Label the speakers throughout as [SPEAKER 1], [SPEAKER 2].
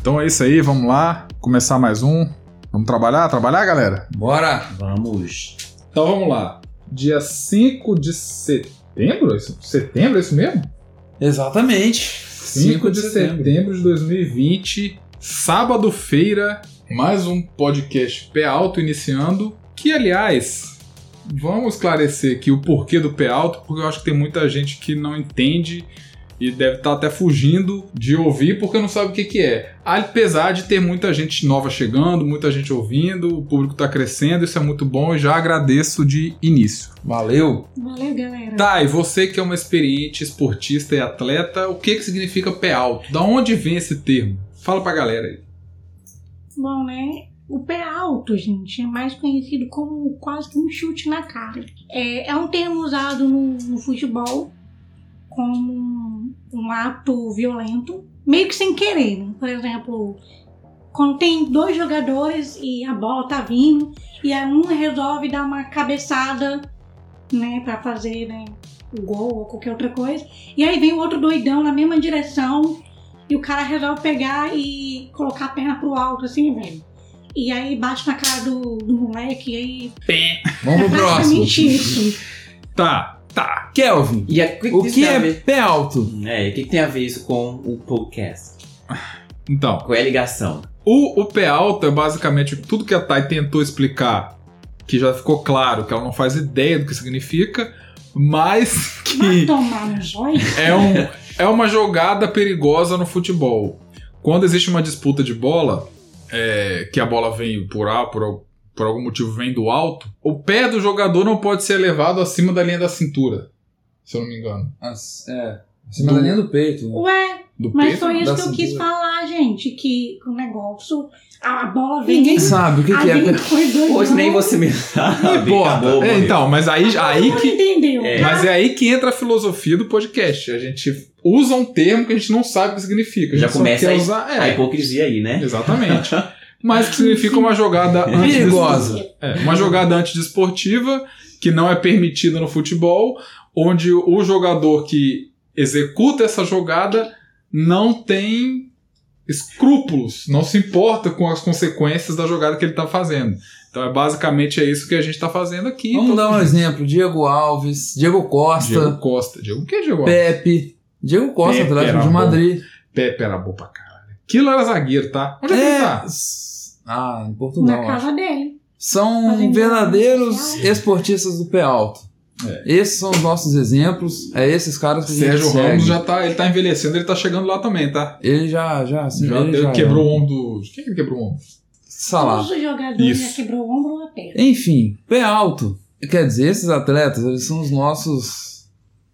[SPEAKER 1] Então é isso aí, vamos lá. Começar mais um. Vamos trabalhar? Trabalhar, galera?
[SPEAKER 2] Bora!
[SPEAKER 3] Vamos.
[SPEAKER 1] Então vamos lá. Dia 5 de setembro? é isso? Setembro, é isso mesmo?
[SPEAKER 2] Exatamente.
[SPEAKER 1] 5 de setembro de 2020, sábado-feira, mais um podcast Pé Alto iniciando. Que, aliás, vamos esclarecer aqui o porquê do Pé Alto, porque eu acho que tem muita gente que não entende e deve estar até fugindo de ouvir porque não sabe o que, que é. Apesar de ter muita gente nova chegando, muita gente ouvindo, o público está crescendo, isso é muito bom e já agradeço de início.
[SPEAKER 2] Valeu.
[SPEAKER 4] Valeu, galera.
[SPEAKER 1] Tá, e você que é uma experiente esportista e atleta, o que que significa pé alto? Da onde vem esse termo? Fala pra galera aí.
[SPEAKER 4] Bom, né? O pé alto, gente, é mais conhecido como quase que um chute na cara. É, é um termo usado no, no futebol como um, um ato violento, meio que sem querer. Né? Por exemplo, quando tem dois jogadores e a bola tá vindo, e aí um resolve dar uma cabeçada, né, pra fazer né, o gol ou qualquer outra coisa, e aí vem o outro doidão na mesma direção, e o cara resolve pegar e colocar a perna pro alto, assim, velho. E aí bate na cara do, do moleque, e aí. é
[SPEAKER 2] Vamos pro próximo.
[SPEAKER 4] praticamente isso.
[SPEAKER 1] Tá, tá.
[SPEAKER 2] Kelvin,
[SPEAKER 3] E a,
[SPEAKER 2] o que é pé alto?
[SPEAKER 3] É, o que, que tem a ver isso com o podcast?
[SPEAKER 1] Então,
[SPEAKER 3] Qual é a ligação?
[SPEAKER 1] o, o pé alto é basicamente tudo que a Thay tentou explicar, que já ficou claro que ela não faz ideia do que significa, mas
[SPEAKER 4] Vai
[SPEAKER 1] que
[SPEAKER 4] tomar no zóio?
[SPEAKER 1] é, um, é uma jogada perigosa no futebol. Quando existe uma disputa de bola, é, que a bola vem por A, por, al- por algum motivo vem do alto, o pé do jogador não pode ser elevado acima da linha da cintura, se eu não me engano.
[SPEAKER 2] É.
[SPEAKER 1] acima da linha né?
[SPEAKER 2] do peito.
[SPEAKER 4] Ué,
[SPEAKER 1] Do
[SPEAKER 4] Mas
[SPEAKER 1] peito,
[SPEAKER 4] foi isso
[SPEAKER 2] da
[SPEAKER 4] que eu quis
[SPEAKER 2] cintura.
[SPEAKER 4] falar, gente, que o negócio, a bola vem
[SPEAKER 2] Ninguém sabe o que, que é.
[SPEAKER 4] Alguém
[SPEAKER 2] pé-
[SPEAKER 4] foi doido.
[SPEAKER 3] Hoje nem você me sabe.
[SPEAKER 1] Não importa.
[SPEAKER 3] acabou,
[SPEAKER 1] É,
[SPEAKER 3] morreu.
[SPEAKER 1] então, mas aí, aí
[SPEAKER 4] Não
[SPEAKER 1] que.
[SPEAKER 4] entendeu. Tá
[SPEAKER 3] É.
[SPEAKER 1] Mas é aí que entra a filosofia do podcast. A gente usa um termo que a gente não sabe o que significa. A
[SPEAKER 3] Já
[SPEAKER 1] gente só
[SPEAKER 3] começa
[SPEAKER 1] quer
[SPEAKER 3] aí-
[SPEAKER 1] usar.
[SPEAKER 3] A
[SPEAKER 1] É,
[SPEAKER 3] hipocrisia aí, né?
[SPEAKER 1] exatamente. Mas que significa uma jogada antes
[SPEAKER 2] Perigosa.
[SPEAKER 1] É, uma jogada antidesportiva que não é permitida no futebol, onde o jogador que executa essa jogada não tem escrúpulos, não se importa com as consequências da jogada que ele está fazendo. Então é basicamente é isso que a gente está fazendo aqui.
[SPEAKER 2] Vamos
[SPEAKER 1] Então,
[SPEAKER 2] dar um exemplo. Diego Alves, Diego Costa,
[SPEAKER 1] Diego Costa. Diego, o que é Diego? Alves?
[SPEAKER 2] Pepe. Diego Costa,
[SPEAKER 1] Pepe
[SPEAKER 2] Atlético
[SPEAKER 1] era
[SPEAKER 2] de
[SPEAKER 1] bom.
[SPEAKER 2] Madrid.
[SPEAKER 1] Pepe era bom pra caralho. Aquilo era zagueiro, tá? Onde é, que ele tá?
[SPEAKER 2] s- Ah, em
[SPEAKER 4] Na
[SPEAKER 2] Portugal. acho.
[SPEAKER 4] casa né? dele.
[SPEAKER 2] São
[SPEAKER 4] Fazendo
[SPEAKER 2] verdadeiros
[SPEAKER 4] social.
[SPEAKER 2] esportistas do pé alto. Esses são os nossos exemplos. É esses caras que
[SPEAKER 1] É. Sérgio
[SPEAKER 2] a gente
[SPEAKER 1] Ramos
[SPEAKER 2] segue.
[SPEAKER 1] já tá, ele tá envelhecendo, ele tá chegando lá também, tá?
[SPEAKER 2] Ele já, já, assim,
[SPEAKER 1] Já,
[SPEAKER 2] ele
[SPEAKER 1] deu-
[SPEAKER 2] já
[SPEAKER 1] quebrou o ombro do. Quem que quebrou o ombro?
[SPEAKER 2] Salah.
[SPEAKER 4] Todos os jogadores
[SPEAKER 1] Isso.
[SPEAKER 4] já quebrou o ombro ou a perna.
[SPEAKER 2] Enfim, pé alto. Quer dizer, esses atletas, eles são os nossos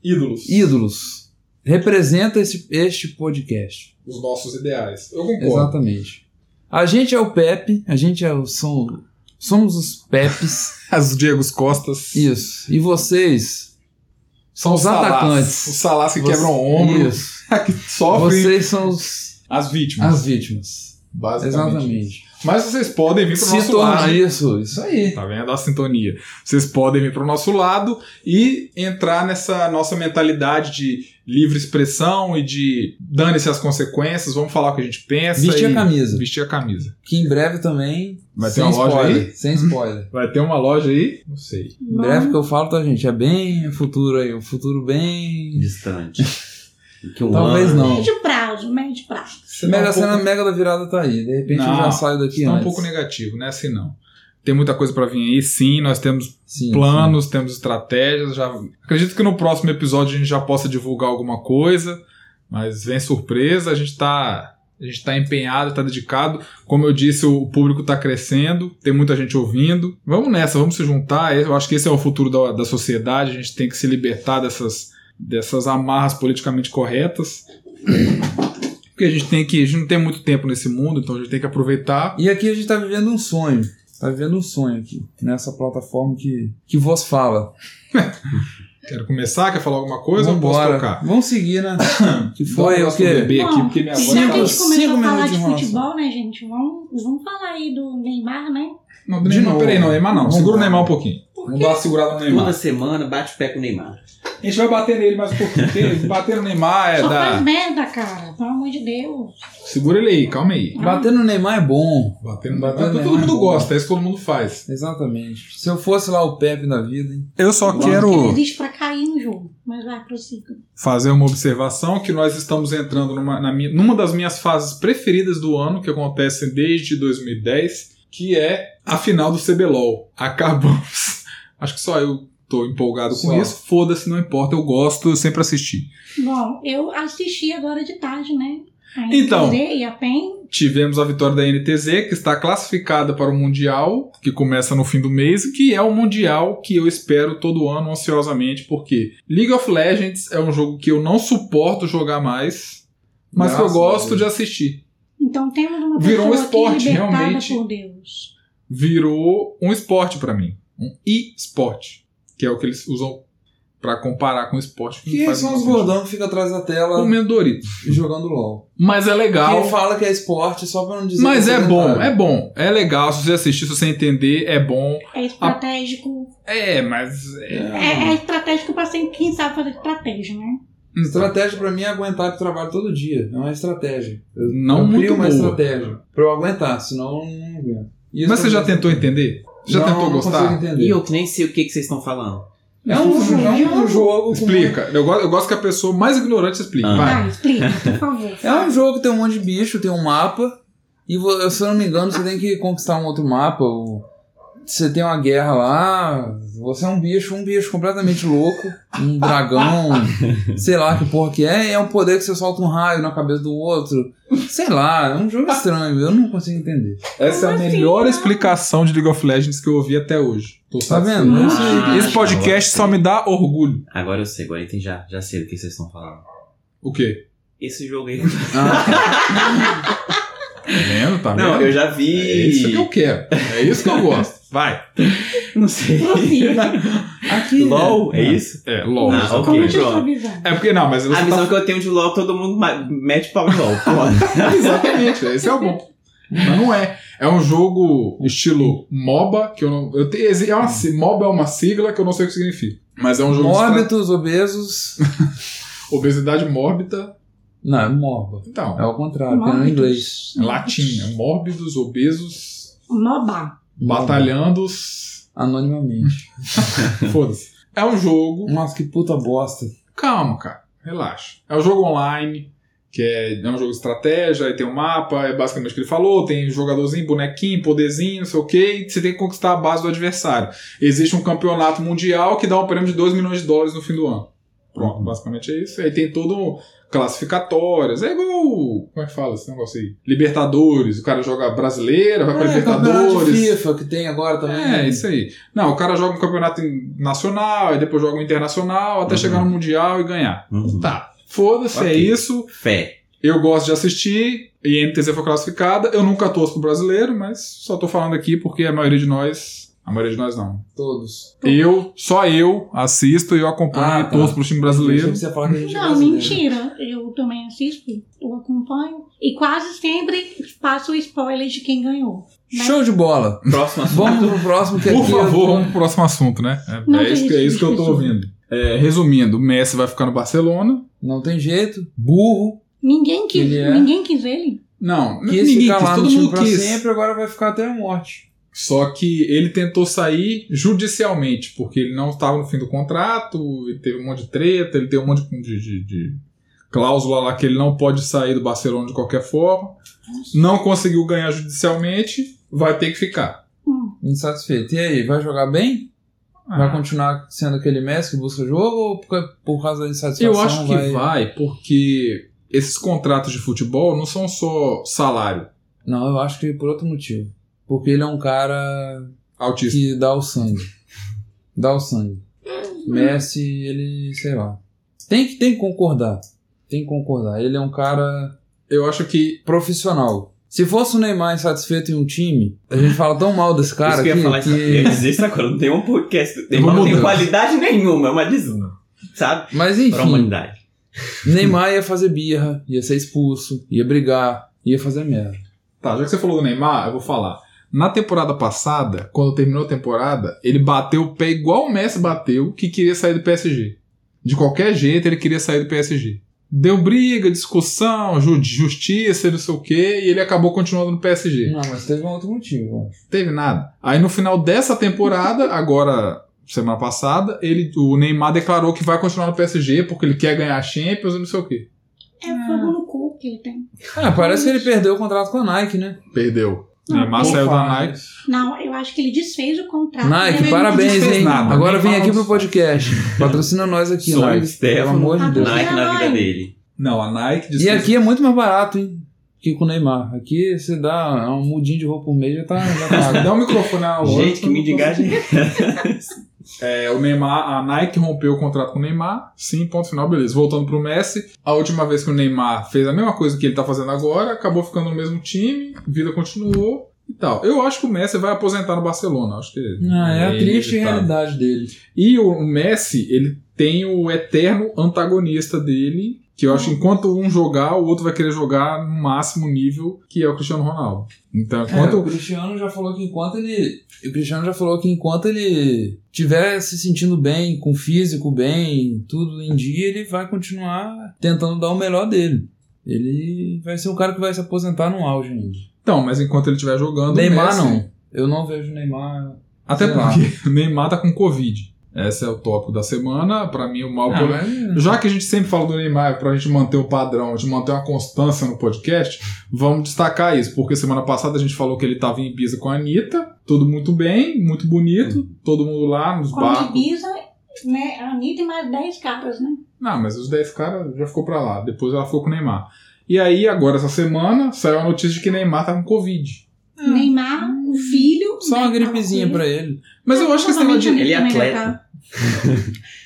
[SPEAKER 1] Ídolos.
[SPEAKER 2] ídolos. Representa este, este podcast.
[SPEAKER 1] os nossos ideais. Eu concordo.
[SPEAKER 2] Exatamente. A gente é o Pepe, a gente é o, são, somos os Pepes.
[SPEAKER 1] As Diegos Costas.
[SPEAKER 2] Isso. E vocês são os
[SPEAKER 1] Salás. Os
[SPEAKER 2] atacantes.
[SPEAKER 1] salas que
[SPEAKER 2] Você-
[SPEAKER 1] quebram o um ombro,
[SPEAKER 2] Isso.
[SPEAKER 1] que sofrem
[SPEAKER 2] Vocês são os,
[SPEAKER 1] as vítimas.
[SPEAKER 2] as vítimas.
[SPEAKER 1] Basicamente.
[SPEAKER 2] Exatamente.
[SPEAKER 1] Mas vocês podem vir pro
[SPEAKER 2] Se
[SPEAKER 1] nosso lado.
[SPEAKER 2] tornar isso, isso aí.
[SPEAKER 1] Tá vendo a sintonia? Vocês podem vir pro nosso lado e entrar nessa nossa mentalidade de livre expressão e de dane-se as consequências, vamos falar o que a gente pensa.
[SPEAKER 2] Vestir a
[SPEAKER 1] e-
[SPEAKER 2] camisa.
[SPEAKER 1] Vestir a camisa.
[SPEAKER 2] Que em breve também.
[SPEAKER 1] Vai ter
[SPEAKER 2] sem
[SPEAKER 1] uma loja
[SPEAKER 2] spoiler,
[SPEAKER 1] aí? Uhum.
[SPEAKER 2] Sem spoiler.
[SPEAKER 1] Vai ter uma loja aí? Não sei.
[SPEAKER 2] Em breve que eu falo, tá, gente? É bem futuro aí. Um futuro bem.
[SPEAKER 3] Distante. Que um
[SPEAKER 2] Talvez
[SPEAKER 3] ano.
[SPEAKER 2] não.
[SPEAKER 4] Médio prazo, médio prazo.
[SPEAKER 2] Mega
[SPEAKER 1] um pouco-
[SPEAKER 2] cena mega da virada tá aí. De repente eu
[SPEAKER 1] Não,
[SPEAKER 2] já saio daqui
[SPEAKER 1] Tá
[SPEAKER 2] antes.
[SPEAKER 1] um pouco negativo, né? Assim não. Tem muita coisa pra vir aí, sim. Nós temos
[SPEAKER 2] Sim,
[SPEAKER 1] planos, temos estratégias. Já... Acredito que no próximo episódio a gente já possa divulgar alguma coisa, mas vem surpresa. A gente está a gente tá empenhado, está dedicado. Como eu disse, o público está crescendo, tem muita gente ouvindo. Vamos nessa, vamos se juntar. Eu acho que esse é o futuro da, da sociedade. A gente tem que se libertar dessas, dessas amarras politicamente corretas. Porque a gente tem que. A gente não tem muito tempo nesse mundo, então a gente tem que aproveitar.
[SPEAKER 2] sim. E aqui a gente tá vivendo um sonho. Tá vivendo um sonho aqui. Nessa plataforma que, que vos fala.
[SPEAKER 1] Quero começar, quer falar alguma coisa? ou posso
[SPEAKER 2] Vambora.
[SPEAKER 1] tocar.
[SPEAKER 2] Vamos seguir, né? Que foi é
[SPEAKER 1] Dá um
[SPEAKER 2] o quê?
[SPEAKER 1] bebê aqui, porque minha
[SPEAKER 4] se
[SPEAKER 1] voz
[SPEAKER 4] a
[SPEAKER 1] tá-
[SPEAKER 2] Cinco-
[SPEAKER 4] gente
[SPEAKER 2] cinco
[SPEAKER 4] começou a falar
[SPEAKER 2] minutos de
[SPEAKER 4] de
[SPEAKER 2] enrolação.
[SPEAKER 4] futebol, né, gente? Vamos, vamos falar aí do Neymar, né?
[SPEAKER 1] Não,
[SPEAKER 2] De
[SPEAKER 1] Neymar,
[SPEAKER 2] novo.
[SPEAKER 1] peraí, não, Neymar não.
[SPEAKER 2] Vamos
[SPEAKER 1] Segura o
[SPEAKER 2] lá.
[SPEAKER 1] Neymar um pouquinho. Vamos dar uma segurada no
[SPEAKER 3] Toda
[SPEAKER 1] Neymar.
[SPEAKER 3] semana bate o pé com o Neymar.
[SPEAKER 1] A gente vai bater nele mais um pouquinho. porque Bater no Neymar é
[SPEAKER 4] Só faz
[SPEAKER 1] da.
[SPEAKER 4] merda, cara. Pelo amor de Deus.
[SPEAKER 1] Segura ele aí, calma aí.
[SPEAKER 2] Bater no Neymar é bom.
[SPEAKER 1] Bater no
[SPEAKER 2] Bater no
[SPEAKER 1] Neymar. Todo
[SPEAKER 2] Neymar é
[SPEAKER 1] mundo
[SPEAKER 2] bom.
[SPEAKER 1] gosta, é isso que todo mundo faz.
[SPEAKER 2] Exatamente. Se eu fosse lá o Pepe da vida, hein?
[SPEAKER 1] Eu só
[SPEAKER 4] Ele
[SPEAKER 1] quero
[SPEAKER 4] existe pra cair no jogo. Mas vai, prossiga.
[SPEAKER 1] fazer uma observação que nós estamos entrando numa, na minha- numa das minhas fases preferidas do ano, que acontece desde 2010, que é a final do CBLOL. Acabamos. Acho que só eu tô empolgado com
[SPEAKER 2] Só.
[SPEAKER 1] isso. Foda-se, não importa, eu gosto, eu sempre assisti.
[SPEAKER 4] Bom, eu assisti agora de tarde, né? A
[SPEAKER 1] Então.
[SPEAKER 4] NTZ E a PEN.
[SPEAKER 1] Tivemos a vitória da NTZ, que está classificada para o Mundial, que começa no fim do mês, que é o Mundial que eu espero todo ano ansiosamente, porque League of Legends é um jogo que eu não suporto jogar mais, mas que eu
[SPEAKER 2] Graças a
[SPEAKER 1] gosto
[SPEAKER 2] Deus.
[SPEAKER 1] de assistir.
[SPEAKER 4] Então temos uma
[SPEAKER 1] Virou um
[SPEAKER 4] pessoa
[SPEAKER 1] esporte,
[SPEAKER 4] aqui libertada
[SPEAKER 1] realmente.
[SPEAKER 4] por Deus.
[SPEAKER 1] virou um esporte pra mim. Um e-sport. Que é o que eles usam pra comparar com o esporte. que não
[SPEAKER 2] Que
[SPEAKER 1] faz
[SPEAKER 2] são
[SPEAKER 1] muito
[SPEAKER 2] os
[SPEAKER 1] sentido.
[SPEAKER 2] gordão que ficam atrás da tela
[SPEAKER 1] Comendo Doritos.
[SPEAKER 2] e jogando LOL.
[SPEAKER 1] Mas é legal.
[SPEAKER 2] Quem fala que é esporte só pra não dizer
[SPEAKER 1] Mas
[SPEAKER 2] que
[SPEAKER 1] é bom,
[SPEAKER 2] sedentário.
[SPEAKER 1] é bom. É legal. Se você assistir, se você entender, é bom.
[SPEAKER 4] É estratégico.
[SPEAKER 1] É, mas. é-
[SPEAKER 4] É, é estratégico pra sempre quem sabe fazer estratégia, né?
[SPEAKER 2] Estratégia pra mim é aguentar pro trabalho todo dia. É uma estratégia. Eu
[SPEAKER 1] Não
[SPEAKER 2] eu
[SPEAKER 1] muito
[SPEAKER 2] crio uma
[SPEAKER 1] boa.
[SPEAKER 2] estratégia pra eu aguentar, senão eu não aguento. E isso
[SPEAKER 1] Mas você
[SPEAKER 2] eu
[SPEAKER 1] já
[SPEAKER 2] consigo-
[SPEAKER 1] tentou entender? Você Já
[SPEAKER 2] Não,
[SPEAKER 1] tentou
[SPEAKER 2] não
[SPEAKER 1] gostar?
[SPEAKER 2] consigo entender.
[SPEAKER 3] E eu que nem sei o que, que vocês estão falando.
[SPEAKER 2] É um, jo- é um jogo. com-
[SPEAKER 1] Explica. Eu gosto, eu gosto que a pessoa mais ignorante explique.
[SPEAKER 3] Ah.
[SPEAKER 1] Vai.
[SPEAKER 4] Vai, explica, por favor.
[SPEAKER 2] É um jogo que tem um monte de bicho, tem um mapa. E vo- se eu não me engano, você tem que conquistar um outro mapa. ou Você tem uma guerra lá. Você é um bicho, um bicho completamente louco. Um dragão, sei lá que porra que é. E é um poder que você solta um raio na cabeça do outro. Sei lá, é um jogo estranho. Eu não consigo entender.
[SPEAKER 1] Essa é a
[SPEAKER 4] Como assim?
[SPEAKER 1] melhor explicação de League of Legends que eu ouvi até hoje. Tô
[SPEAKER 2] Tá
[SPEAKER 1] satisfeito.
[SPEAKER 2] vendo? Não
[SPEAKER 3] Ah.
[SPEAKER 2] sei.
[SPEAKER 1] Esse podcast só me dá orgulho.
[SPEAKER 3] Agora eu sei, agora eu entendi, já, já sei do que vocês estão falando.
[SPEAKER 1] O quê?
[SPEAKER 3] Esse jogo aí.
[SPEAKER 2] Ah,
[SPEAKER 1] Tá vendo? Tá vendo?
[SPEAKER 3] Não, eu já
[SPEAKER 1] É isso que eu
[SPEAKER 3] vi.
[SPEAKER 1] quero. É isso que eu gosto. Vai.
[SPEAKER 3] Não sei.
[SPEAKER 4] Prossiga.
[SPEAKER 2] aqui. né?
[SPEAKER 3] LOL, é isso?
[SPEAKER 1] É, LOL.
[SPEAKER 3] Ah, ok.
[SPEAKER 4] Como eu te
[SPEAKER 3] pronto.
[SPEAKER 4] avisando?
[SPEAKER 1] É porque não, mas
[SPEAKER 3] A
[SPEAKER 1] você
[SPEAKER 3] visão
[SPEAKER 1] tá...
[SPEAKER 3] que eu tenho de LOL, todo mundo ma- mete pau em LOL. pô.
[SPEAKER 1] Exatamente, esse é o bom. Mas não é. É um jogo estilo MOBA, que eu não. Eu tenho, é uma, si- MOBA é uma sigla que eu não sei o que significa. Mas é um jogo de estra-
[SPEAKER 2] Mórbidos, obesos.
[SPEAKER 1] obesidade mórbida.
[SPEAKER 2] Não, é morba.
[SPEAKER 1] Então,
[SPEAKER 2] É o contrário, é no
[SPEAKER 4] Mórbidos.
[SPEAKER 2] inglês.
[SPEAKER 1] é latim. é Mórbidos, obesos,
[SPEAKER 4] Moba.
[SPEAKER 1] batalhandos.
[SPEAKER 2] Anonimamente.
[SPEAKER 1] Foda-se. É um jogo
[SPEAKER 2] Nossa, que puta bosta.
[SPEAKER 1] Calma, cara. Relaxa. É um jogo online, que é, é um jogo de estratégia, aí tem um mapa, é basicamente o que ele falou, tem jogadorzinho, bonequinho, poderzinho, não sei o quê, e você tem que conquistar a base do adversário. Existe um campeonato mundial que dá um prêmio de 2 milhões de dólares no fim do ano.
[SPEAKER 2] Uhum.
[SPEAKER 1] Pronto, basicamente é isso. Aí tem todo um classificatórias, é igual, o- como é que fala esse negócio aí? Libertadores, o cara joga brasileira, vai pra
[SPEAKER 2] É, campeonato de
[SPEAKER 1] Libertadores.
[SPEAKER 2] FIFA que tem agora também. né?
[SPEAKER 1] É, isso aí. Não, o cara joga um campeonato in- nacional, e depois joga um internacional, até
[SPEAKER 3] Uhum.
[SPEAKER 1] chegar no Mundial e ganhar.
[SPEAKER 3] Uhum.
[SPEAKER 1] Tá, foda-se, é
[SPEAKER 3] Ok.
[SPEAKER 1] isso.
[SPEAKER 3] Fé.
[SPEAKER 1] Eu gosto de assistir, e a NTZ foi classificada. Eu nunca torço pro brasileiro, mas só tô falando aqui porque a maioria de nós. A maioria de nós não.
[SPEAKER 2] Todos.
[SPEAKER 1] Eu, só eu assisto e eu acompanho
[SPEAKER 2] Ah,
[SPEAKER 1] e
[SPEAKER 2] tá.
[SPEAKER 1] torço pro time
[SPEAKER 2] Eu
[SPEAKER 1] brasileiro.
[SPEAKER 2] pensei que Você ia falar que a gente é
[SPEAKER 4] Não,
[SPEAKER 2] brasileiro.
[SPEAKER 4] mentira. Eu também assisto, eu acompanho. E quase sempre faço o spoiler de quem ganhou.
[SPEAKER 2] Show de bola.
[SPEAKER 3] Próximo assunto.
[SPEAKER 2] Vamos pro próximo que é
[SPEAKER 1] Por
[SPEAKER 2] aqui
[SPEAKER 1] favor,
[SPEAKER 2] eu
[SPEAKER 1] vamos pro próximo assunto, né? É,
[SPEAKER 4] Não,
[SPEAKER 1] é isso, que- é
[SPEAKER 4] gente,
[SPEAKER 1] isso que eu tô
[SPEAKER 4] esqueci.
[SPEAKER 1] ouvindo. É, resumindo, o Messi vai ficar no Barcelona.
[SPEAKER 2] tô- Não tem jeito. Burro.
[SPEAKER 4] Ninguém quis,
[SPEAKER 2] Ele é-
[SPEAKER 4] ninguém quis ele.
[SPEAKER 1] Não,
[SPEAKER 2] Quis
[SPEAKER 1] ninguém
[SPEAKER 2] ficar
[SPEAKER 1] quis,
[SPEAKER 2] lá
[SPEAKER 1] todo
[SPEAKER 2] no time
[SPEAKER 1] mundo
[SPEAKER 2] pra
[SPEAKER 1] quis.
[SPEAKER 2] sempre, agora vai ficar até a morte.
[SPEAKER 1] Só que ele tentou sair judicialmente, porque ele não estava no fim do contrato, e teve um monte de treta, ele tem um monte de, de- de cláusula lá que ele não pode sair do Barcelona de qualquer forma. Não conseguiu ganhar judicialmente, vai ter que ficar.
[SPEAKER 2] Insatisfeito. E aí, vai jogar bem? Vai
[SPEAKER 1] Ah,
[SPEAKER 2] continuar sendo aquele Messi que busca jogo ou por, por causa da insatisfação?
[SPEAKER 1] eu acho que vai... porque esses contratos de futebol não são só salário
[SPEAKER 2] Não, eu acho que por outro motivo. Porque ele é um cara
[SPEAKER 1] autista.
[SPEAKER 2] que dá o sangue. Dá o sangue. Messi, ele, sei lá. Tem que, tem que concordar. Tem que concordar. Ele é um cara
[SPEAKER 1] Eu acho que.
[SPEAKER 2] profissional. Se fosse o Neymar insatisfeito em um time, a gente fala tão mal desse cara
[SPEAKER 3] isso que eu ia falar isso. Eu ia dizer isso agora. Não tem um podcast. Tem,
[SPEAKER 1] vou
[SPEAKER 3] não tem
[SPEAKER 1] mudar.
[SPEAKER 3] qualidade nenhuma, é uma des... Sabe?
[SPEAKER 2] Mas
[SPEAKER 3] Pra
[SPEAKER 2] enfim,
[SPEAKER 3] humanidade.
[SPEAKER 2] Neymar ia fazer birra, ia ser expulso, ia brigar, ia fazer merda.
[SPEAKER 1] Tá, já que você falou do Neymar, eu vou falar. Na temporada passada, quando terminou a temporada, ele bateu o pé igual o Messi bateu, que queria sair do PSG. De qualquer jeito, ele queria sair do PSG. Deu briga, discussão, ju- justiça, não sei o quê, e ele acabou continuando no PSG.
[SPEAKER 2] Não, mas teve um outro motivo, eu acho.
[SPEAKER 1] Teve nada. Aí no final dessa temporada, agora semana passada, ele, o Neymar declarou que vai continuar no PSG porque ele quer ganhar a Champions e não sei o quê.
[SPEAKER 4] É fogo no cu que ele tem.
[SPEAKER 2] Ah, parece que ele perdeu o contrato com a Nike, né?
[SPEAKER 1] Perdeu.
[SPEAKER 4] Não,
[SPEAKER 3] Ah,
[SPEAKER 1] Neymar
[SPEAKER 4] não
[SPEAKER 1] saiu da
[SPEAKER 2] Fala.
[SPEAKER 1] Nike.
[SPEAKER 4] Não, eu acho que ele desfez o contrato.
[SPEAKER 2] Nike,
[SPEAKER 4] Ah, Ele é
[SPEAKER 2] parabéns,
[SPEAKER 1] desfez
[SPEAKER 2] hein?
[SPEAKER 1] nada,
[SPEAKER 2] Agora
[SPEAKER 1] nem
[SPEAKER 2] vem
[SPEAKER 1] fala
[SPEAKER 2] aqui
[SPEAKER 1] isso.
[SPEAKER 2] pro podcast. Patrocina nós aqui,
[SPEAKER 3] Sonho
[SPEAKER 2] Nike. Pelo
[SPEAKER 3] Stefano.
[SPEAKER 2] amor de Deus.
[SPEAKER 4] Ah,
[SPEAKER 3] Nike na vida
[SPEAKER 4] Caralho.
[SPEAKER 3] dele.
[SPEAKER 1] Não, a Nike
[SPEAKER 2] E
[SPEAKER 1] desfez.
[SPEAKER 2] aqui é muito mais barato, hein? Que com o Neymar. Aqui você dá um mudinho de roupa por mês já tá. Já tá
[SPEAKER 1] Dá um microfone na outra.
[SPEAKER 3] Gente, que mendigagem.
[SPEAKER 1] É, o Neymar, a Nike rompeu o contrato com o Neymar. Sim, ponto final, beleza. Voltando pro Messi, a última vez que o Neymar fez a mesma coisa que ele tá fazendo agora, acabou ficando no mesmo time, vida continuou e tal. Eu acho que o Messi vai aposentar no Barcelona. Acho que
[SPEAKER 2] Ah, é a triste
[SPEAKER 3] tá.
[SPEAKER 1] inevitável.
[SPEAKER 2] realidade dele.
[SPEAKER 1] E o Messi, ele tem o eterno antagonista dele, que eu acho que enquanto um jogar, o outro vai querer jogar no máximo nível, que é o Cristiano Ronaldo. Então,
[SPEAKER 2] É, o
[SPEAKER 1] enquanto.
[SPEAKER 2] Cristiano já falou que enquanto ele. O Cristiano já falou que enquanto ele tiver se sentindo bem, com o físico bem, tudo em dia, ele vai continuar tentando dar o melhor dele. Ele vai ser um cara que vai se aposentar no auge ainda.
[SPEAKER 1] Então, mas enquanto ele estiver jogando. o
[SPEAKER 2] Neymar
[SPEAKER 1] Messi-
[SPEAKER 2] não. Eu não vejo Neymar.
[SPEAKER 1] Até
[SPEAKER 2] Sei lá.
[SPEAKER 1] porque o Neymar tá com Covid. Esse é o tópico da semana. Pra mim, o mal.
[SPEAKER 2] Ah, mas-
[SPEAKER 1] Já que a gente sempre fala do Neymar pra gente manter o padrão, de manter uma constância no podcast, vamos destacar isso, porque semana passada a gente falou que ele tava em Ibiza com a Anitta, tudo muito bem, muito bonito, todo mundo lá nos
[SPEAKER 4] Com a
[SPEAKER 1] barcos.
[SPEAKER 4] Ibiza, né? A Anitta e mais 10 caras, né?
[SPEAKER 1] Não, mas os 10 caras já ficou pra lá, depois ela ficou com o Neymar. E aí, agora essa semana, saiu a notícia de que Neymar tá com Covid.
[SPEAKER 4] Ah. Neymar, o filho.
[SPEAKER 2] Só uma
[SPEAKER 4] né,
[SPEAKER 2] gripezinha
[SPEAKER 4] tá com
[SPEAKER 2] pra ele.
[SPEAKER 1] Mas eu acho
[SPEAKER 2] tá
[SPEAKER 1] que esse negócio de
[SPEAKER 4] Provavelmente
[SPEAKER 3] Ele é
[SPEAKER 4] a Anitta também
[SPEAKER 3] atleta.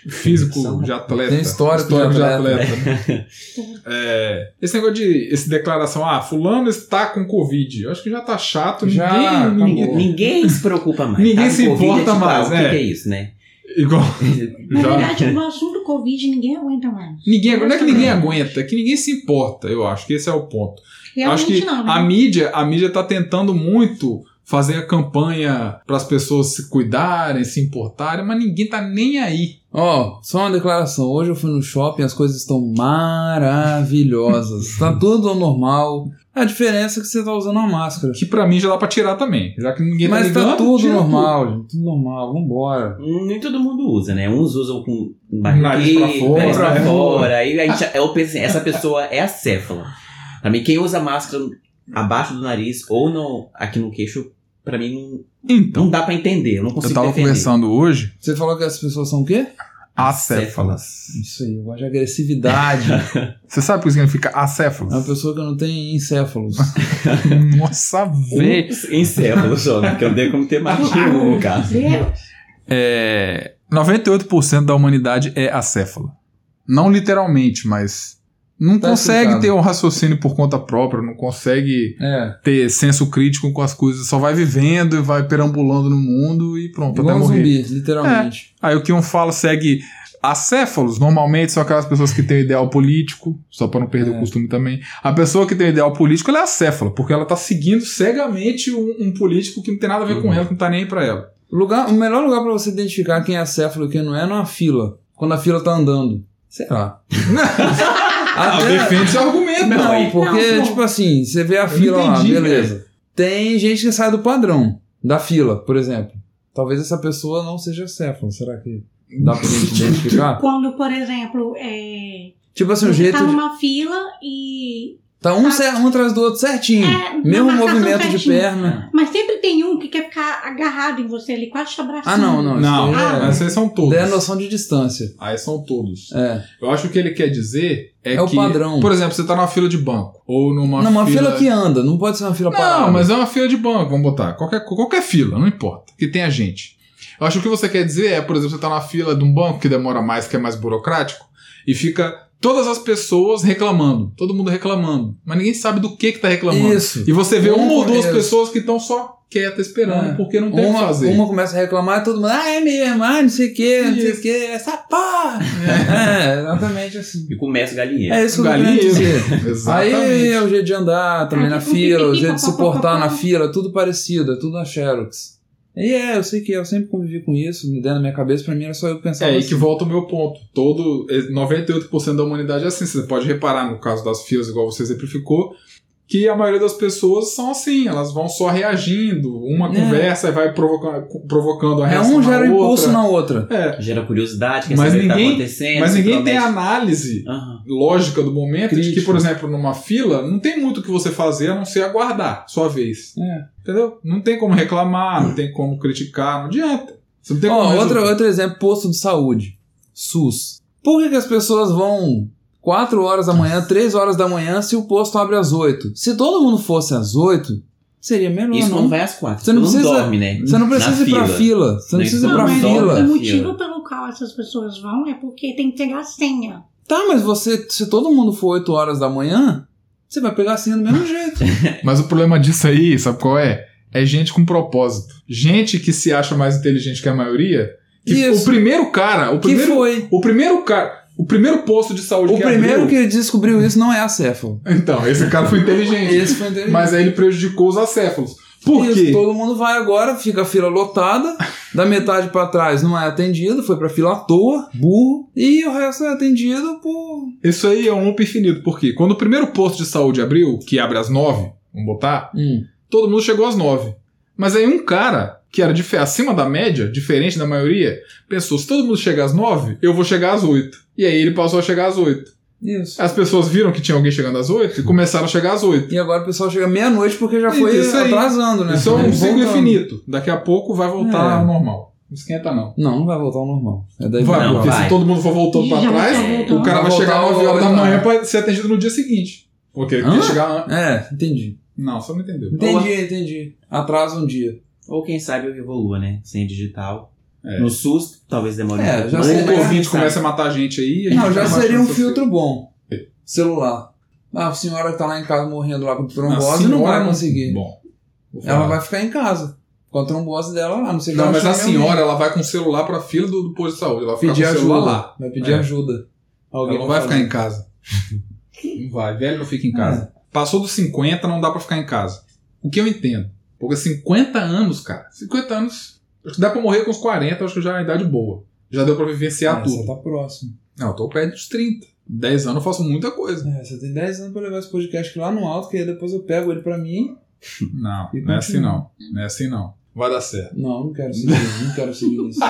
[SPEAKER 1] físico de atleta.
[SPEAKER 2] Tem histórico de
[SPEAKER 1] histórico
[SPEAKER 2] atleta.
[SPEAKER 1] né? É, esse negócio de essa declaração, ah, fulano está com Covid. Eu acho que já tá chato,
[SPEAKER 2] Já
[SPEAKER 1] ninguém, ninguém-
[SPEAKER 2] acabou.
[SPEAKER 3] Ninguém se preocupa mais.
[SPEAKER 1] Ninguém
[SPEAKER 3] tá?
[SPEAKER 1] se
[SPEAKER 3] Covid
[SPEAKER 1] importa
[SPEAKER 3] é tipo,
[SPEAKER 1] mais,
[SPEAKER 3] ah, O
[SPEAKER 1] é.
[SPEAKER 3] que que é isso, né?
[SPEAKER 1] igual
[SPEAKER 4] vai
[SPEAKER 1] já-
[SPEAKER 4] Na verdade, o assunto Covid ninguém aguenta mais.
[SPEAKER 1] ninguém, não é que ninguém aguenta, é que ninguém se importa, eu acho que esse é o ponto.
[SPEAKER 4] Realmente
[SPEAKER 1] acho que
[SPEAKER 4] não.
[SPEAKER 1] a
[SPEAKER 4] né?
[SPEAKER 1] mídia, a mídia tá tentando muito fazer a campanha para as pessoas se cuidarem, se importarem, mas ninguém tá nem aí.
[SPEAKER 2] Ó, só uma declaração. Hoje eu fui no shopping, as coisas estão maravilhosas. tá tudo ao normal. A diferença é que você tá usando uma máscara.
[SPEAKER 1] Que pra mim já dá pra tirar também, já que ninguém
[SPEAKER 2] Mas
[SPEAKER 1] tá ligando.
[SPEAKER 2] tá tudo
[SPEAKER 1] tira
[SPEAKER 2] normal, gente. Tudo normal, vambora.
[SPEAKER 3] Nem todo mundo usa, né? Uns usam com
[SPEAKER 1] Nariz pra fora,
[SPEAKER 3] nariz pra
[SPEAKER 2] né?
[SPEAKER 1] é.
[SPEAKER 3] fora. Aí a gente, eu penso, essa pessoa é acéfala. Pra mim, quem usa máscara abaixo do nariz ou no, aqui no queixo, pra mim não,
[SPEAKER 1] Então,
[SPEAKER 3] não dá pra entender. Eu não
[SPEAKER 1] eu
[SPEAKER 3] consigo
[SPEAKER 1] tava
[SPEAKER 3] defender.
[SPEAKER 1] conversando hoje,
[SPEAKER 2] Você falou que as pessoas são o quê?
[SPEAKER 1] acéfalas.
[SPEAKER 2] Isso aí, eu gosto de agressividade.
[SPEAKER 1] Você sabe o que significa
[SPEAKER 2] é uma
[SPEAKER 1] acéfalas?
[SPEAKER 2] pessoa que não tem encéfalos.
[SPEAKER 1] Nossa, velho.
[SPEAKER 3] Uns encéfalos Um só, né? Porque eu não tenho como ter
[SPEAKER 2] Ah,
[SPEAKER 3] mais de um, no caso.
[SPEAKER 4] Zero.
[SPEAKER 1] É, 98% da humanidade é acéfala. Não literalmente, mas não
[SPEAKER 2] Tá
[SPEAKER 1] consegue
[SPEAKER 2] explicado.
[SPEAKER 1] ter um raciocínio por conta própria, não consegue
[SPEAKER 2] É.
[SPEAKER 1] ter senso crítico com as coisas, só vai vivendo e vai perambulando no mundo e pronto,
[SPEAKER 2] Igual
[SPEAKER 1] até
[SPEAKER 2] um
[SPEAKER 1] morrer.
[SPEAKER 2] zumbi, literalmente.
[SPEAKER 1] Aí o que um fala segue acéfalos, normalmente são aquelas pessoas que têm o ideal político, só para não perder
[SPEAKER 2] É.
[SPEAKER 1] o costume também. A pessoa que tem o ideal político, ela é acéfala, porque ela tá seguindo cegamente um, um político que não tem nada a ver com
[SPEAKER 3] Uhum.
[SPEAKER 1] ela, que não tá nem aí pra ela.
[SPEAKER 2] O Lugar, o melhor lugar pra você identificar quem é acéfalo e quem não é é numa fila. Quando a fila tá andando. Sei lá.
[SPEAKER 1] seu argumento.
[SPEAKER 2] Até, Ah, Não,
[SPEAKER 3] Não,
[SPEAKER 2] porque,
[SPEAKER 4] não, não.
[SPEAKER 2] tipo assim, você vê a
[SPEAKER 1] não
[SPEAKER 2] fila lá,
[SPEAKER 1] entendi,
[SPEAKER 2] beleza. Tem gente que sai do padrão da fila, por exemplo. Talvez essa pessoa não seja céfalo, será que dá pra gente identificar?
[SPEAKER 4] Quando, por exemplo, é,
[SPEAKER 2] Tipo assim, o
[SPEAKER 4] você
[SPEAKER 2] jeito
[SPEAKER 4] tá
[SPEAKER 2] de...
[SPEAKER 4] numa fila e.
[SPEAKER 2] Tá um, cer- um atrás do outro certinho.
[SPEAKER 4] É, na
[SPEAKER 2] Mesmo
[SPEAKER 4] marcação
[SPEAKER 2] movimento de
[SPEAKER 4] certinho.
[SPEAKER 2] perna.
[SPEAKER 4] Mas sempre tem um que quer ficar agarrado em você ali, quase te abraçando.
[SPEAKER 2] Ah, não, não.
[SPEAKER 1] Não,
[SPEAKER 2] isso daí
[SPEAKER 1] mas esses são
[SPEAKER 2] é...
[SPEAKER 1] todos.
[SPEAKER 2] Daí é a noção de distância.
[SPEAKER 1] Aí são todos.
[SPEAKER 2] É.
[SPEAKER 1] Eu acho que o que ele quer dizer é,
[SPEAKER 2] É o
[SPEAKER 1] que.
[SPEAKER 2] padrão.
[SPEAKER 1] Por exemplo, você tá numa fila de banco. Ou numa
[SPEAKER 2] não, uma
[SPEAKER 1] fila.
[SPEAKER 2] fila... que anda, não pode ser uma fila
[SPEAKER 1] Não,
[SPEAKER 2] parada.
[SPEAKER 1] mas é uma fila de banco, vamos botar. Qualquer, qualquer fila, não importa. Que tenha gente. Eu acho que o que você quer dizer é, por exemplo, você tá na fila de um banco que demora mais, que é mais burocrático, e fica todas as pessoas reclamando. Todo mundo reclamando. Mas ninguém sabe do que que tá reclamando.
[SPEAKER 2] Isso.
[SPEAKER 1] E você vê
[SPEAKER 2] Um
[SPEAKER 1] uma ou duas
[SPEAKER 2] mesmo.
[SPEAKER 1] pessoas que estão só quietas esperando,
[SPEAKER 2] É.
[SPEAKER 1] porque não tem o que
[SPEAKER 2] Uma,
[SPEAKER 1] fazer.
[SPEAKER 2] uma começa a reclamar e todo mundo, ah, é mesmo, ah, não sei o que, não sei o que, essa porra. É, exatamente assim.
[SPEAKER 3] E começa o galinheiro.
[SPEAKER 2] É isso que eu tô querendo
[SPEAKER 1] Galinha.
[SPEAKER 2] dizer.
[SPEAKER 1] Exatamente.
[SPEAKER 2] Aí é o jeito de andar também
[SPEAKER 4] Ah,
[SPEAKER 2] na
[SPEAKER 4] tipo,
[SPEAKER 2] fila, o
[SPEAKER 4] pipi,
[SPEAKER 2] jeito de se
[SPEAKER 4] papapá,
[SPEAKER 2] portar é na
[SPEAKER 4] papapá.
[SPEAKER 2] fila, tudo parecido, é tudo na Xerox. E é, eu sei que eu sempre convivi com isso, dentro da minha cabeça, pra mim era só eu que pensava
[SPEAKER 1] É aí
[SPEAKER 2] assim.
[SPEAKER 1] que volta o meu ponto. Todo é, 98% da humanidade é assim. Você pode reparar no caso das filas, igual você exemplificou, que a maioria das pessoas são assim. Elas vão só reagindo. Uma
[SPEAKER 2] É.
[SPEAKER 1] conversa e vai provocando, provocando a
[SPEAKER 2] É,
[SPEAKER 1] reação.
[SPEAKER 2] um
[SPEAKER 1] na
[SPEAKER 2] gera um impulso
[SPEAKER 1] outra.
[SPEAKER 2] na outra.
[SPEAKER 1] É,
[SPEAKER 3] Gera curiosidade, quer
[SPEAKER 1] Mas
[SPEAKER 3] saber o que
[SPEAKER 1] ninguém-
[SPEAKER 3] tá acontecendo.
[SPEAKER 1] mas
[SPEAKER 3] se
[SPEAKER 1] ninguém tem
[SPEAKER 3] promete-
[SPEAKER 1] análise
[SPEAKER 3] Aham.
[SPEAKER 1] lógica do momento de que,
[SPEAKER 2] Crítica.
[SPEAKER 1] por exemplo, numa fila, não tem muito o que você fazer a não ser aguardar sua vez.
[SPEAKER 2] É. Hum.
[SPEAKER 1] Entendeu? Não tem como reclamar, não tem como criticar, não adianta. Você não tem um como
[SPEAKER 2] Ó,
[SPEAKER 1] resolver.
[SPEAKER 2] outra, outro exemplo, posto de saúde. SUS. Por que, que as pessoas vão 4 horas da manhã, 3 horas da manhã, se o posto abre às 8? Se todo mundo fosse às 8, seria melhor,
[SPEAKER 3] Isso
[SPEAKER 2] não?
[SPEAKER 3] quando vai às quatro.
[SPEAKER 2] Você não
[SPEAKER 3] Tu
[SPEAKER 2] precisa-
[SPEAKER 3] dorme, né?
[SPEAKER 2] Você não precisa
[SPEAKER 3] Na
[SPEAKER 2] ir pra
[SPEAKER 3] fila.
[SPEAKER 2] fila. Você não
[SPEAKER 3] Nem
[SPEAKER 2] precisa ir
[SPEAKER 3] todo
[SPEAKER 2] é pra
[SPEAKER 3] mundo
[SPEAKER 4] mas
[SPEAKER 3] dorme.
[SPEAKER 2] fila.
[SPEAKER 4] o
[SPEAKER 3] fila.
[SPEAKER 4] motivo pelo qual essas pessoas vão é porque tem que pegar a senha.
[SPEAKER 2] Tá, mas você, se todo mundo for 8 horas da manhã, você vai pegar a senha do mesmo jeito.
[SPEAKER 1] Mas o problema disso aí, sabe qual é? É gente com propósito. Gente que se acha mais inteligente que a maioria. Que
[SPEAKER 2] Isso.
[SPEAKER 1] O primeiro cara, o
[SPEAKER 2] que
[SPEAKER 1] primeiro,
[SPEAKER 2] foi?
[SPEAKER 1] o primeiro cara, o primeiro posto de saúde
[SPEAKER 2] O
[SPEAKER 1] que
[SPEAKER 2] primeiro
[SPEAKER 1] abriu,
[SPEAKER 2] que descobriu isso não é acéfalo.
[SPEAKER 1] Então, esse cara foi inteligente.
[SPEAKER 2] Esse foi inteligente.
[SPEAKER 1] Mas aí ele prejudicou os acéfalos. Por
[SPEAKER 2] Isso,
[SPEAKER 1] quê?
[SPEAKER 2] todo mundo vai agora, fica a fila lotada, da metade pra trás não é atendido, foi pra fila à toa, burro, e o resto é atendido por.
[SPEAKER 1] Isso aí é um loop infinito. Por quê? Quando o primeiro posto de saúde abriu, que abre às nove, vamos botar,
[SPEAKER 2] Hum.
[SPEAKER 1] todo mundo chegou às nove. Mas aí um cara, que era dife- acima da média, diferente da maioria, pensou: se todo mundo chegar às nove, eu vou chegar às oito. E aí ele passou a chegar às oito.
[SPEAKER 2] Isso.
[SPEAKER 1] As pessoas viram que tinha alguém chegando às oito e começaram a chegar às oito.
[SPEAKER 2] E agora o pessoal chega meia-noite porque já
[SPEAKER 1] Isso,
[SPEAKER 2] foi
[SPEAKER 1] É isso aí.
[SPEAKER 2] atrasando, né?
[SPEAKER 1] Isso é um
[SPEAKER 2] Voltando.
[SPEAKER 1] ciclo infinito. Daqui a pouco vai voltar
[SPEAKER 2] É.
[SPEAKER 1] ao normal. Não esquenta, não.
[SPEAKER 2] Não, não vai voltar ao normal. É daí pra
[SPEAKER 1] Vai,
[SPEAKER 3] Não,
[SPEAKER 1] porque
[SPEAKER 3] vai.
[SPEAKER 1] se todo mundo for voltando pra
[SPEAKER 4] Já
[SPEAKER 1] trás,
[SPEAKER 4] vai voltar.
[SPEAKER 1] o cara vai,
[SPEAKER 2] Vai
[SPEAKER 1] chegar
[SPEAKER 2] voltar
[SPEAKER 1] às 9 horas da
[SPEAKER 2] ao-
[SPEAKER 1] manhã pra ser atendido no dia seguinte. Porque ele
[SPEAKER 2] Hã?
[SPEAKER 1] quer chegar. an-
[SPEAKER 2] É, entendi.
[SPEAKER 1] Não, você não entendeu.
[SPEAKER 2] Entendi, entendi. Atrasa um dia.
[SPEAKER 3] Ou quem sabe eu evolua, né? Sem digital.
[SPEAKER 1] É.
[SPEAKER 3] No SUS, talvez demore
[SPEAKER 2] É,
[SPEAKER 3] um pouco.
[SPEAKER 2] já
[SPEAKER 3] mas
[SPEAKER 2] sei,
[SPEAKER 1] Quando
[SPEAKER 3] quem
[SPEAKER 1] Então, o Covid
[SPEAKER 3] sabe?
[SPEAKER 1] começa a matar a gente aí. A gente
[SPEAKER 2] Não, já
[SPEAKER 1] vai
[SPEAKER 2] seria
[SPEAKER 1] baixando
[SPEAKER 2] um
[SPEAKER 1] essas
[SPEAKER 2] filtro bom.
[SPEAKER 1] É.
[SPEAKER 2] Celular. Ah, a senhora que tá lá em casa morrendo lá com
[SPEAKER 1] coisas.
[SPEAKER 2] trombose
[SPEAKER 1] A
[SPEAKER 2] não
[SPEAKER 1] senhora
[SPEAKER 2] vai conseguir.
[SPEAKER 1] Bom. vou falar.
[SPEAKER 2] Ela vai ficar em casa. Com a trombose dela lá, não sei
[SPEAKER 1] Não, mas assim, a
[SPEAKER 2] senhora
[SPEAKER 1] senhora, ela vai com o celular pra fila do, do posto de saúde. Ela vai ficar
[SPEAKER 2] pedir
[SPEAKER 1] com o
[SPEAKER 2] ajuda
[SPEAKER 1] celular lá.
[SPEAKER 2] Vai pedir
[SPEAKER 1] É.
[SPEAKER 2] ajuda.
[SPEAKER 1] Ela não vai ficar em casa. Não vai, velho não fica em casa.
[SPEAKER 2] É.
[SPEAKER 1] Passou dos 50, não dá pra ficar em casa. O que eu entendo. Porque 50 anos, cara. 50 anos. Acho que dá pra morrer com os 40, acho que já é uma idade boa. Já deu pra vivenciar
[SPEAKER 2] ah,
[SPEAKER 1] tudo.
[SPEAKER 2] Você tá próximo.
[SPEAKER 1] Não, eu tô perto dos 30. 10 anos eu faço muita coisa.
[SPEAKER 2] É, você tem 10 anos pra levar esse podcast aqui lá no alto, que aí depois eu pego ele pra mim.
[SPEAKER 1] Não,
[SPEAKER 2] E
[SPEAKER 1] não é
[SPEAKER 2] continua.
[SPEAKER 1] assim não. Não é assim não. Vai dar certo.
[SPEAKER 2] Não, não quero seguir, não quero seguir isso.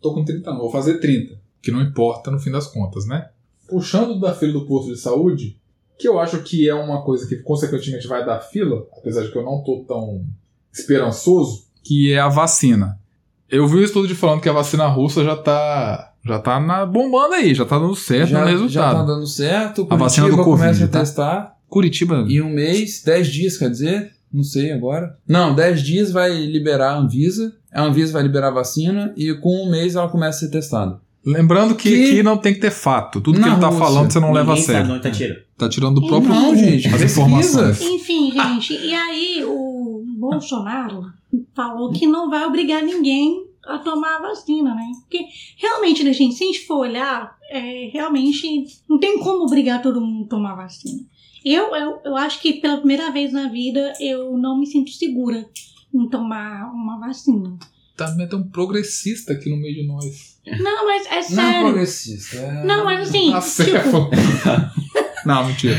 [SPEAKER 1] Tô com 30 anos, vou fazer 30. Que não importa no fim das contas, né? Puxando da fila do posto de saúde, que eu acho que é uma coisa que consequentemente vai dar fila, apesar de que eu não tô tão esperançoso, que é a vacina. Eu vi o estudo de falando que a vacina russa já tá, já tá na, bombando aí, já tá dando certo no resultado.
[SPEAKER 2] já tá dando certo.
[SPEAKER 1] A vacina do
[SPEAKER 2] Curitiba começa
[SPEAKER 1] Covid,
[SPEAKER 2] a
[SPEAKER 1] tá?
[SPEAKER 2] testar.
[SPEAKER 1] Curitiba.
[SPEAKER 2] Em um mês, 10 dias, quer dizer? Não sei agora. Não, 10 dias vai liberar a Anvisa. A Anvisa vai liberar a vacina e com um mês ela começa a ser testada.
[SPEAKER 1] Lembrando que,
[SPEAKER 2] Que-
[SPEAKER 1] aqui não tem que ter fato. Tudo que
[SPEAKER 2] Na
[SPEAKER 1] ele tá
[SPEAKER 2] Rússia.
[SPEAKER 1] falando você não leva a
[SPEAKER 3] Ninguém sabe de
[SPEAKER 1] sério.
[SPEAKER 3] onde tá tirando.
[SPEAKER 1] Tá tirando do
[SPEAKER 4] Não,
[SPEAKER 1] próprio
[SPEAKER 2] Não,
[SPEAKER 1] cu
[SPEAKER 2] gente,
[SPEAKER 1] as
[SPEAKER 2] pesquisa.
[SPEAKER 1] informações.
[SPEAKER 4] Enfim, gente, e aí o Bolsonaro falou que não vai obrigar ninguém a tomar a vacina, né? Porque realmente, né, gente, se a gente for olhar, é, realmente não tem como obrigar todo mundo a tomar a vacina. Eu, eu, eu acho que pela primeira vez na vida eu não me sinto segura em tomar uma vacina.
[SPEAKER 1] Também tem um progressista aqui no meio de nós.
[SPEAKER 4] Não, mas é
[SPEAKER 2] Não é
[SPEAKER 4] sério.
[SPEAKER 2] progressista. é-
[SPEAKER 4] Não, mas assim, tipo,
[SPEAKER 1] Acéfalo. não, mentira.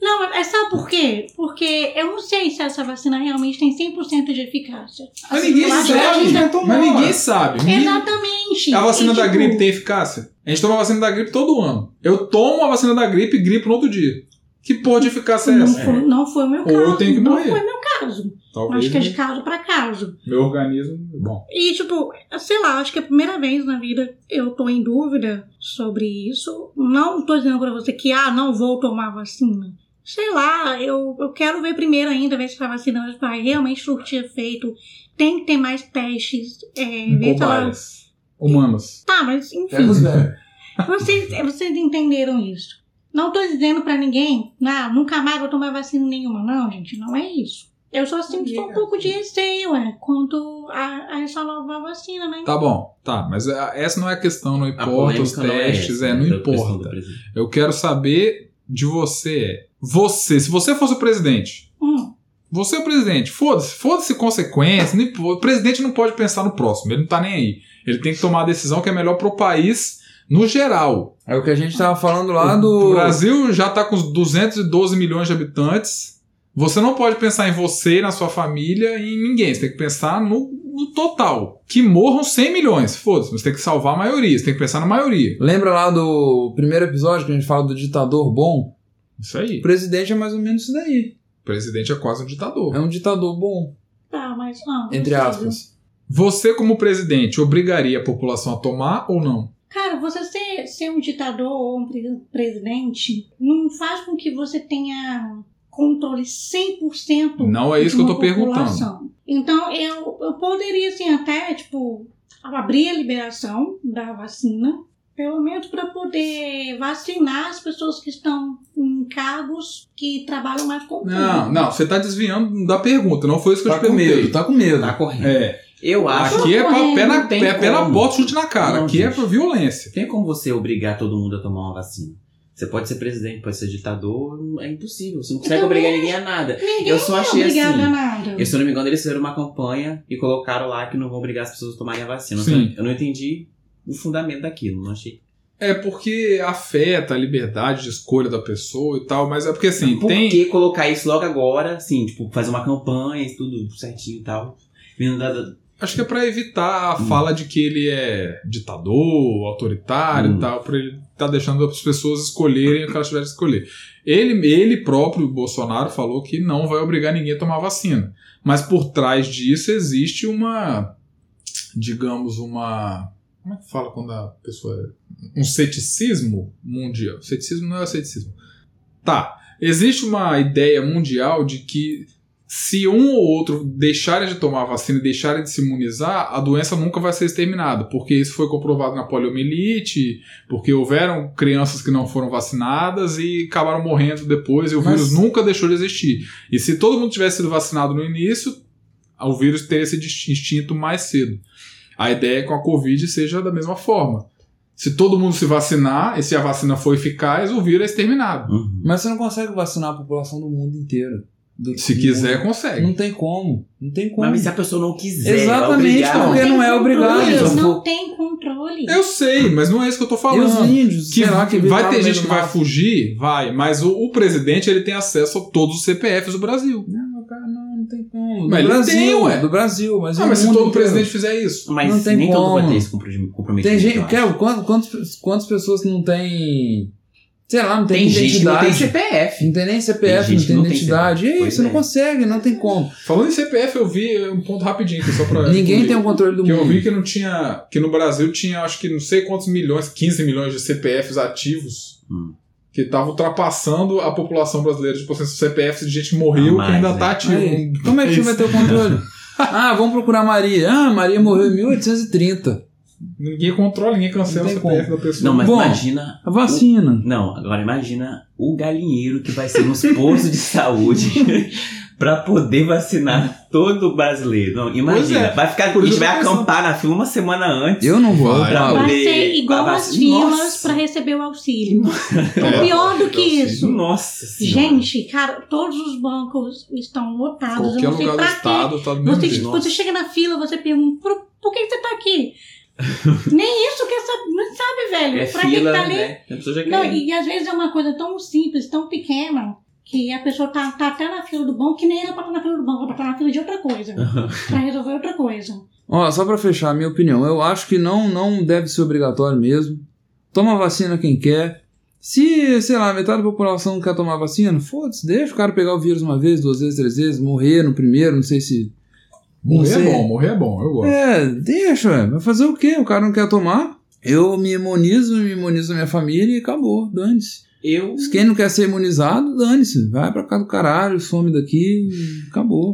[SPEAKER 4] Não, é sabe por quê? Porque eu não sei se essa vacina realmente tem 100% de eficácia.
[SPEAKER 1] Mas ninguém
[SPEAKER 4] Eu acho que a
[SPEAKER 1] sabe.
[SPEAKER 4] gente
[SPEAKER 2] vai tomar.
[SPEAKER 1] Mas ninguém sabe.
[SPEAKER 4] É.
[SPEAKER 1] Ninguém-
[SPEAKER 4] Exatamente.
[SPEAKER 1] Hum? A vacina
[SPEAKER 4] E,
[SPEAKER 1] da
[SPEAKER 4] tipo,
[SPEAKER 1] gripe tem eficácia? A gente toma a vacina da gripe todo ano. Eu tomo a vacina da gripe e gripo no outro dia. Que porra de eficácia é
[SPEAKER 4] Não
[SPEAKER 1] essa?
[SPEAKER 4] foi, não foi o meu
[SPEAKER 1] Ou
[SPEAKER 4] caso.
[SPEAKER 1] eu tenho que
[SPEAKER 4] não
[SPEAKER 1] morrer.
[SPEAKER 4] foi meu caso.
[SPEAKER 1] Talvez
[SPEAKER 4] acho que é de
[SPEAKER 1] né?
[SPEAKER 4] caso pra caso.
[SPEAKER 1] meu organismo. Bom.
[SPEAKER 4] E, tipo, sei lá, acho que é a primeira vez na vida eu tô em dúvida sobre isso. Não tô dizendo pra você que, ah, não vou tomar vacina. Sei lá, eu, eu quero ver primeiro ainda, ver se essa vacina vai realmente surtir efeito. Tem que ter mais testes. É, ver se ela...
[SPEAKER 1] Cobaias. Humanos.
[SPEAKER 4] Tá, mas enfim.
[SPEAKER 2] Pega os
[SPEAKER 4] né?
[SPEAKER 2] velhos.
[SPEAKER 4] Vocês, é, vocês entenderam isso. Não tô dizendo pra ninguém, ah, nunca mais vou tomar vacina nenhuma. Não, gente, não é isso. Eu só sinto só um pouco de receio, é, quanto a, a essa nova vacina, né?
[SPEAKER 1] Tá bom, tá, mas a- essa não é a questão, não
[SPEAKER 3] A
[SPEAKER 1] importa os
[SPEAKER 3] polêmica não é
[SPEAKER 1] testes,
[SPEAKER 3] essa,
[SPEAKER 1] é,
[SPEAKER 3] né,
[SPEAKER 1] não
[SPEAKER 3] da questão do
[SPEAKER 1] importa.
[SPEAKER 3] presidente.
[SPEAKER 1] Eu quero saber de você, é, você, se você fosse o presidente,
[SPEAKER 4] Hum,
[SPEAKER 1] Você é o presidente. Foda-se. Foda-se consequência. nem- o presidente não pode pensar no próximo. Ele não tá nem aí. Ele tem que tomar a decisão que é melhor pro país no geral.
[SPEAKER 2] É o que a gente tava falando lá
[SPEAKER 1] O
[SPEAKER 2] do.
[SPEAKER 1] Brasil já tá com os 212 milhões de habitantes. Você não pode pensar em você, na sua família e em ninguém. Você tem que pensar no, no total. Que morram 100 milhões. Foda-se. Você tem que salvar a maioria. Você tem que pensar na maioria.
[SPEAKER 2] Lembra lá do primeiro episódio que a gente fala do ditador bom?
[SPEAKER 1] Isso
[SPEAKER 2] O
[SPEAKER 1] aí.
[SPEAKER 2] presidente é mais ou menos isso daí.
[SPEAKER 1] O presidente é quase um ditador.
[SPEAKER 2] É um ditador bom,
[SPEAKER 4] Tá, mas não.
[SPEAKER 3] Ah,
[SPEAKER 4] não
[SPEAKER 2] entre
[SPEAKER 4] sei, viu?
[SPEAKER 2] aspas.
[SPEAKER 1] Você, como presidente, obrigaria a população a tomar ou não?
[SPEAKER 4] Cara, você ser, ser um ditador ou um pre- presidente não faz com que você tenha controle 100%
[SPEAKER 1] Não é isso que
[SPEAKER 4] de
[SPEAKER 1] eu
[SPEAKER 4] uma
[SPEAKER 1] tô perguntando.
[SPEAKER 4] população. Então, eu, eu poderia, assim, até, tipo, abrir a liberação da vacina, pelo menos para poder vacinar as pessoas que estão em cargos que trabalham mais com o público.
[SPEAKER 1] Não, não, você tá desviando da pergunta, não foi isso que eu
[SPEAKER 2] Tá
[SPEAKER 1] te
[SPEAKER 2] com
[SPEAKER 1] perguntei.
[SPEAKER 2] medo, tá com medo. Tá.
[SPEAKER 3] Tá correndo.
[SPEAKER 1] É,
[SPEAKER 3] Eu acho.
[SPEAKER 1] aqui é pra, pé na,
[SPEAKER 3] Não tem
[SPEAKER 1] pé, pé na
[SPEAKER 3] como.
[SPEAKER 1] bota, chute na cara.
[SPEAKER 3] Não,
[SPEAKER 1] aqui é
[SPEAKER 3] gente.
[SPEAKER 1] pra violência.
[SPEAKER 3] Tem como você obrigar todo mundo a tomar uma vacina? Você pode ser presidente, pode ser ditador, é impossível. Você não consegue
[SPEAKER 4] Eu
[SPEAKER 3] obrigar
[SPEAKER 4] também
[SPEAKER 3] ninguém a nada.
[SPEAKER 4] Ninguém
[SPEAKER 3] Eu só
[SPEAKER 4] é
[SPEAKER 3] achei
[SPEAKER 4] obrigado
[SPEAKER 3] assim.
[SPEAKER 4] a nada.
[SPEAKER 3] E, se eu não me engano, eles fizeram uma campanha e colocaram lá que não vão obrigar as pessoas a tomarem a vacina.
[SPEAKER 1] Sim.
[SPEAKER 3] Eu não entendi o fundamento daquilo, não achei.
[SPEAKER 1] É porque afeta a liberdade de escolha da pessoa e tal, mas é porque assim,
[SPEAKER 3] Por
[SPEAKER 1] tem.
[SPEAKER 3] que colocar isso logo agora, assim, tipo, fazer uma campanha e tudo certinho e tal? Vindo da- da-
[SPEAKER 1] Acho que é pra evitar a
[SPEAKER 3] Hum.
[SPEAKER 1] fala de que ele é ditador, autoritário
[SPEAKER 3] Hum.
[SPEAKER 1] e tal, pra ele tá deixando as pessoas escolherem o que elas tiverem que escolher. Ele, ele próprio, Bolsonaro, falou que não vai obrigar ninguém a tomar vacina. Mas por trás disso existe uma, digamos, uma. Como é que fala quando a pessoa. é- Um ceticismo mundial. Ceticismo não é ceticismo. Tá. Existe uma ideia mundial de que se um ou outro deixarem de tomar a vacina e deixarem de se imunizar, a doença nunca vai ser exterminada, porque isso foi comprovado na poliomielite, porque houveram crianças que não foram vacinadas e acabaram morrendo depois, e o
[SPEAKER 2] Mas-
[SPEAKER 1] vírus nunca deixou de existir. E se todo mundo tivesse sido vacinado no início, o vírus teria sido extinto mais cedo. A ideia é que com a Covid seja da mesma forma. Se todo mundo se vacinar, e se a vacina for eficaz, o vírus é exterminado.
[SPEAKER 3] Uhum.
[SPEAKER 2] Mas você não consegue vacinar a população do mundo inteiro. Do-
[SPEAKER 1] Se
[SPEAKER 2] do
[SPEAKER 1] quiser,
[SPEAKER 2] mundo.
[SPEAKER 1] consegue.
[SPEAKER 2] Não tem como. Não tem como.
[SPEAKER 3] Mas se a pessoa não quiser.
[SPEAKER 2] Exatamente,
[SPEAKER 3] obrigar-
[SPEAKER 2] porque não é obrigado.
[SPEAKER 4] Eles
[SPEAKER 3] Então,
[SPEAKER 4] não
[SPEAKER 3] pô-
[SPEAKER 4] tem controle.
[SPEAKER 1] Eu sei, mas não é isso que eu tô
[SPEAKER 2] E
[SPEAKER 3] tá
[SPEAKER 1] falando.
[SPEAKER 2] os índios?
[SPEAKER 1] que
[SPEAKER 2] Será que
[SPEAKER 1] vai
[SPEAKER 2] vivem lá
[SPEAKER 1] ter
[SPEAKER 2] no
[SPEAKER 1] gente que
[SPEAKER 2] meio do
[SPEAKER 1] vai
[SPEAKER 2] mato?
[SPEAKER 1] fugir, vai, mas o, o presidente ele tem acesso a todos os CPFs do Brasil.
[SPEAKER 2] Não, cara, não, não tem como. Do
[SPEAKER 1] Mas ele
[SPEAKER 2] Brasil,
[SPEAKER 1] tem, ué.
[SPEAKER 2] Do Brasil, mas,
[SPEAKER 1] Ah,
[SPEAKER 2] o
[SPEAKER 1] mas se
[SPEAKER 2] mundo
[SPEAKER 1] todo
[SPEAKER 2] inteiro.
[SPEAKER 1] presidente fizer isso.
[SPEAKER 3] Mas
[SPEAKER 2] Não tem
[SPEAKER 3] nem todo
[SPEAKER 2] como.
[SPEAKER 3] vai ter esse comprom- comprometimento.
[SPEAKER 2] Tem
[SPEAKER 3] eu
[SPEAKER 2] gente.
[SPEAKER 3] acho.
[SPEAKER 2] Quer, quantas, quantas, quantas pessoas não tem. Sei lá, não tem,
[SPEAKER 3] Tem gente que não tem
[SPEAKER 2] identidade.
[SPEAKER 3] CPF.
[SPEAKER 2] não tem nem CPF,
[SPEAKER 3] Tem gente
[SPEAKER 2] não tem
[SPEAKER 3] que não tem
[SPEAKER 2] identidade.
[SPEAKER 3] CPF.
[SPEAKER 2] e aí, você
[SPEAKER 3] Pois
[SPEAKER 2] não
[SPEAKER 3] é.
[SPEAKER 2] consegue, não tem como.
[SPEAKER 1] Falando em CPF, eu vi um ponto rapidinho aqui, só pra.
[SPEAKER 2] Ninguém tem o
[SPEAKER 1] um
[SPEAKER 2] controle do
[SPEAKER 1] que eu
[SPEAKER 2] mundo.
[SPEAKER 1] vi que não tinha. Que no Brasil tinha acho que não sei quantos milhões, 15 milhões de CPFs ativos
[SPEAKER 3] Hum.
[SPEAKER 1] que estavam ultrapassando a população brasileira. Tipo assim, CPFs de gente que morreu
[SPEAKER 3] Ah,
[SPEAKER 1] que ainda
[SPEAKER 3] mas,
[SPEAKER 1] tá
[SPEAKER 3] né?
[SPEAKER 1] ativo.
[SPEAKER 2] Aí, como é que você vai ter o controle? Ah, vamos procurar Maria. Ah, Maria morreu em 1830.
[SPEAKER 1] Ninguém controla, ninguém cancela o
[SPEAKER 2] Não tem
[SPEAKER 1] CPF da pessoa.
[SPEAKER 3] Não, mas
[SPEAKER 2] Bom.
[SPEAKER 3] imagina.
[SPEAKER 2] A vacina.
[SPEAKER 3] Não, agora imagina o galinheiro que vai ser nos postos de saúde pra poder vacinar todo brasileiro. Não, imagina.
[SPEAKER 1] Pois é.
[SPEAKER 3] Vai ficar,
[SPEAKER 1] Por
[SPEAKER 3] a gente
[SPEAKER 1] isso
[SPEAKER 3] vai
[SPEAKER 1] eu tô
[SPEAKER 3] acampar na fila uma semana antes.
[SPEAKER 2] Eu não vou.
[SPEAKER 1] Vai.
[SPEAKER 2] Paulo.
[SPEAKER 4] Vai
[SPEAKER 3] Olha,
[SPEAKER 4] ser igual
[SPEAKER 3] vai-
[SPEAKER 4] as filas
[SPEAKER 3] Nossa.
[SPEAKER 4] para receber o auxílio.
[SPEAKER 1] É.
[SPEAKER 4] Então, Pior do que isso.
[SPEAKER 3] Nossa senhora.
[SPEAKER 4] Gente, cara, todos os bancos estão lotados.
[SPEAKER 1] Qualquer
[SPEAKER 4] Eu não sei
[SPEAKER 1] lugar do
[SPEAKER 4] pra quê.
[SPEAKER 1] estado tá do mesmo
[SPEAKER 4] Você,
[SPEAKER 1] jeito.
[SPEAKER 4] tipo, você chega na fila, você pergunta, por, por que você tá aqui? Nem isso quer saber, não sabe, velho.
[SPEAKER 3] É
[SPEAKER 4] pra
[SPEAKER 3] fila,
[SPEAKER 4] quem tá ali.
[SPEAKER 3] né? A pessoa já
[SPEAKER 4] Não,
[SPEAKER 3] quer.
[SPEAKER 4] e, e às vezes é uma coisa tão simples, tão pequena, que a pessoa tá, tá até na fila do banco, que nem era pra estar na fila do banco, era pra estar na fila de outra coisa. pra resolver outra coisa.
[SPEAKER 2] Ó, só pra fechar a minha opinião, eu acho que não, não deve ser obrigatório mesmo. Toma vacina quem quer. Se, sei lá, metade da população não quer tomar vacina, foda-se, deixa o cara pegar o vírus uma vez, duas vezes, três vezes, morrer no primeiro, não sei se.
[SPEAKER 1] Morrer
[SPEAKER 2] Não sei.
[SPEAKER 1] é bom, morrer é bom, eu gosto.
[SPEAKER 2] É, deixa, ué. vai fazer o quê? O cara não quer tomar. Eu me imunizo, me imunizo a minha família e acabou, dane-se.
[SPEAKER 3] Eu.
[SPEAKER 2] Se Quem não quer ser imunizado, dane-se. Vai pra casa do caralho, some daqui, e acabou.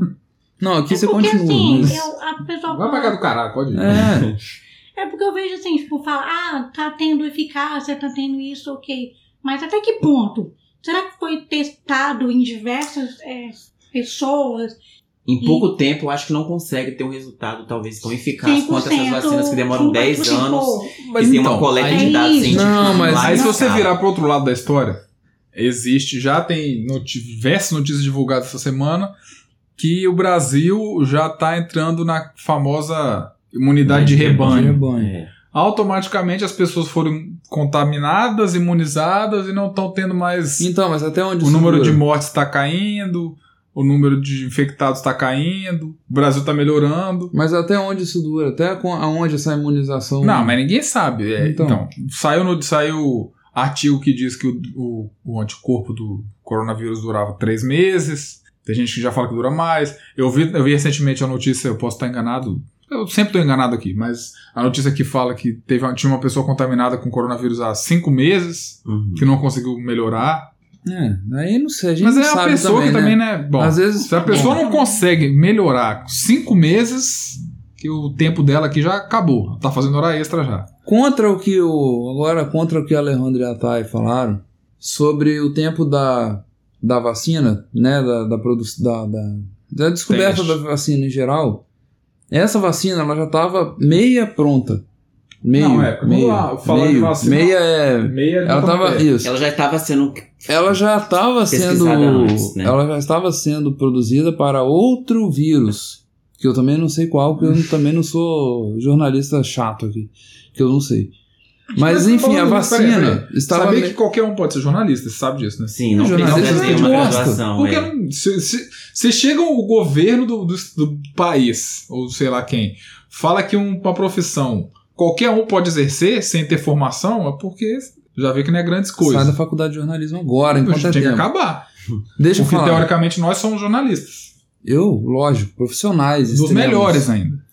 [SPEAKER 2] Não, aqui você
[SPEAKER 4] Porque
[SPEAKER 2] continua.
[SPEAKER 4] assim,
[SPEAKER 2] mas-
[SPEAKER 4] eu, a pessoa
[SPEAKER 1] Vai pra
[SPEAKER 4] fala-
[SPEAKER 1] cá do caralho, pode ir.
[SPEAKER 2] É,
[SPEAKER 4] É porque eu vejo assim, tipo, fala, ah, tá tendo eficácia, tá tendo isso, ok. Mas até que ponto? Será que foi testado em diversas é, pessoas?
[SPEAKER 3] Em pouco tempo, eu acho que não consegue ter um resultado talvez tão eficaz quanto essas
[SPEAKER 4] 100%?
[SPEAKER 3] vacinas que demoram
[SPEAKER 4] Tipo,
[SPEAKER 3] 10
[SPEAKER 4] tipo,
[SPEAKER 3] anos.
[SPEAKER 1] Mas
[SPEAKER 3] e tem
[SPEAKER 1] então,
[SPEAKER 3] uma coleta
[SPEAKER 4] aí-
[SPEAKER 3] de dados
[SPEAKER 4] Não,
[SPEAKER 3] científicos.
[SPEAKER 2] mas-
[SPEAKER 3] lá
[SPEAKER 1] Aí se
[SPEAKER 3] na
[SPEAKER 1] você
[SPEAKER 3] cara.
[SPEAKER 1] virar pro outro lado da história, existe, já tem noti- diversas notícias divulgadas essa semana que o Brasil já tá entrando na famosa imunidade de
[SPEAKER 3] De
[SPEAKER 1] Hum, rebanho.
[SPEAKER 2] De rebanho.
[SPEAKER 3] É.
[SPEAKER 1] Automaticamente as pessoas foram contaminadas, imunizadas e não estão tendo mais.
[SPEAKER 2] Então, mas até onde
[SPEAKER 1] O
[SPEAKER 2] isso
[SPEAKER 1] número de
[SPEAKER 2] dura?
[SPEAKER 1] mortes está caindo, o número de infectados está caindo, o Brasil está melhorando.
[SPEAKER 2] Mas até onde isso dura? Até com- aonde essa imunização...
[SPEAKER 1] Não, mas ninguém sabe. É, então.
[SPEAKER 2] Então.
[SPEAKER 1] saiu no, saiu artigo que diz que o, o, o anticorpo do coronavírus durava três meses. Tem gente que já fala que dura mais. Eu vi, eu vi recentemente a notícia, eu posso estar enganado. Eu sempre estou enganado aqui, mas a notícia que fala que teve, uma- tinha uma pessoa contaminada com coronavírus há cinco meses,
[SPEAKER 3] Uhum.
[SPEAKER 1] que não conseguiu melhorar.
[SPEAKER 2] É, aí não sei, a gente
[SPEAKER 1] Mas
[SPEAKER 2] não
[SPEAKER 1] é a
[SPEAKER 2] sabe
[SPEAKER 1] pessoa
[SPEAKER 2] também,
[SPEAKER 1] que
[SPEAKER 2] né?
[SPEAKER 1] também, né? Bom,
[SPEAKER 2] Às vezes...
[SPEAKER 1] se a pessoa não consegue melhorar com cinco meses, que o tempo dela aqui já acabou. Tá fazendo hora extra já.
[SPEAKER 2] Contra o que o. Agora, contra o que Alejandro e a Thay falaram sobre o tempo da, da vacina, né? Da, da, produ- da, da, da descoberta
[SPEAKER 1] Teste.
[SPEAKER 2] da vacina em geral. Essa vacina ela já estava meia pronta. Meio,
[SPEAKER 1] Não, é, vamos
[SPEAKER 2] meio,
[SPEAKER 1] lá, falar de
[SPEAKER 2] meio,
[SPEAKER 1] vacina-
[SPEAKER 2] meia é.
[SPEAKER 1] Meia
[SPEAKER 2] Ela tava. Isso.
[SPEAKER 3] Ela já estava sendo.
[SPEAKER 2] Ela já estava sendo.
[SPEAKER 3] Pesquisada antes, né?
[SPEAKER 2] Ela já estava sendo produzida para outro vírus. Que eu também não sei qual, porque eu também não sou jornalista chato aqui. Que eu não sei. Mas
[SPEAKER 1] Mas,
[SPEAKER 2] enfim, a
[SPEAKER 1] falando-
[SPEAKER 2] vacina
[SPEAKER 1] peraí, peraí.
[SPEAKER 2] estava.
[SPEAKER 1] Sabia
[SPEAKER 2] me-
[SPEAKER 1] que qualquer um pode ser jornalista, você sabe disso, né?
[SPEAKER 3] Sim, assim, não
[SPEAKER 2] Não,
[SPEAKER 3] precisa
[SPEAKER 2] jornalista
[SPEAKER 1] tá
[SPEAKER 3] ter uma
[SPEAKER 2] não gosta.
[SPEAKER 3] graduação.
[SPEAKER 1] Porque
[SPEAKER 3] é.
[SPEAKER 1] não- se, se, se chega o governo do, do, do país, ou sei lá quem, fala que um- uma profissão qualquer um pode exercer sem ter formação, é porque já vê que não é grandes
[SPEAKER 2] Sai da
[SPEAKER 1] coisas.
[SPEAKER 2] faculdade de jornalismo agora, enquanto
[SPEAKER 1] Tinha
[SPEAKER 2] é
[SPEAKER 1] que
[SPEAKER 2] tempo.
[SPEAKER 1] acabar.
[SPEAKER 2] Deixa eu
[SPEAKER 1] Porque
[SPEAKER 2] falar.
[SPEAKER 1] teoricamente nós somos jornalistas.
[SPEAKER 2] Eu, lógico, profissionais.
[SPEAKER 1] Dos
[SPEAKER 2] extremos.
[SPEAKER 1] melhores né? ainda.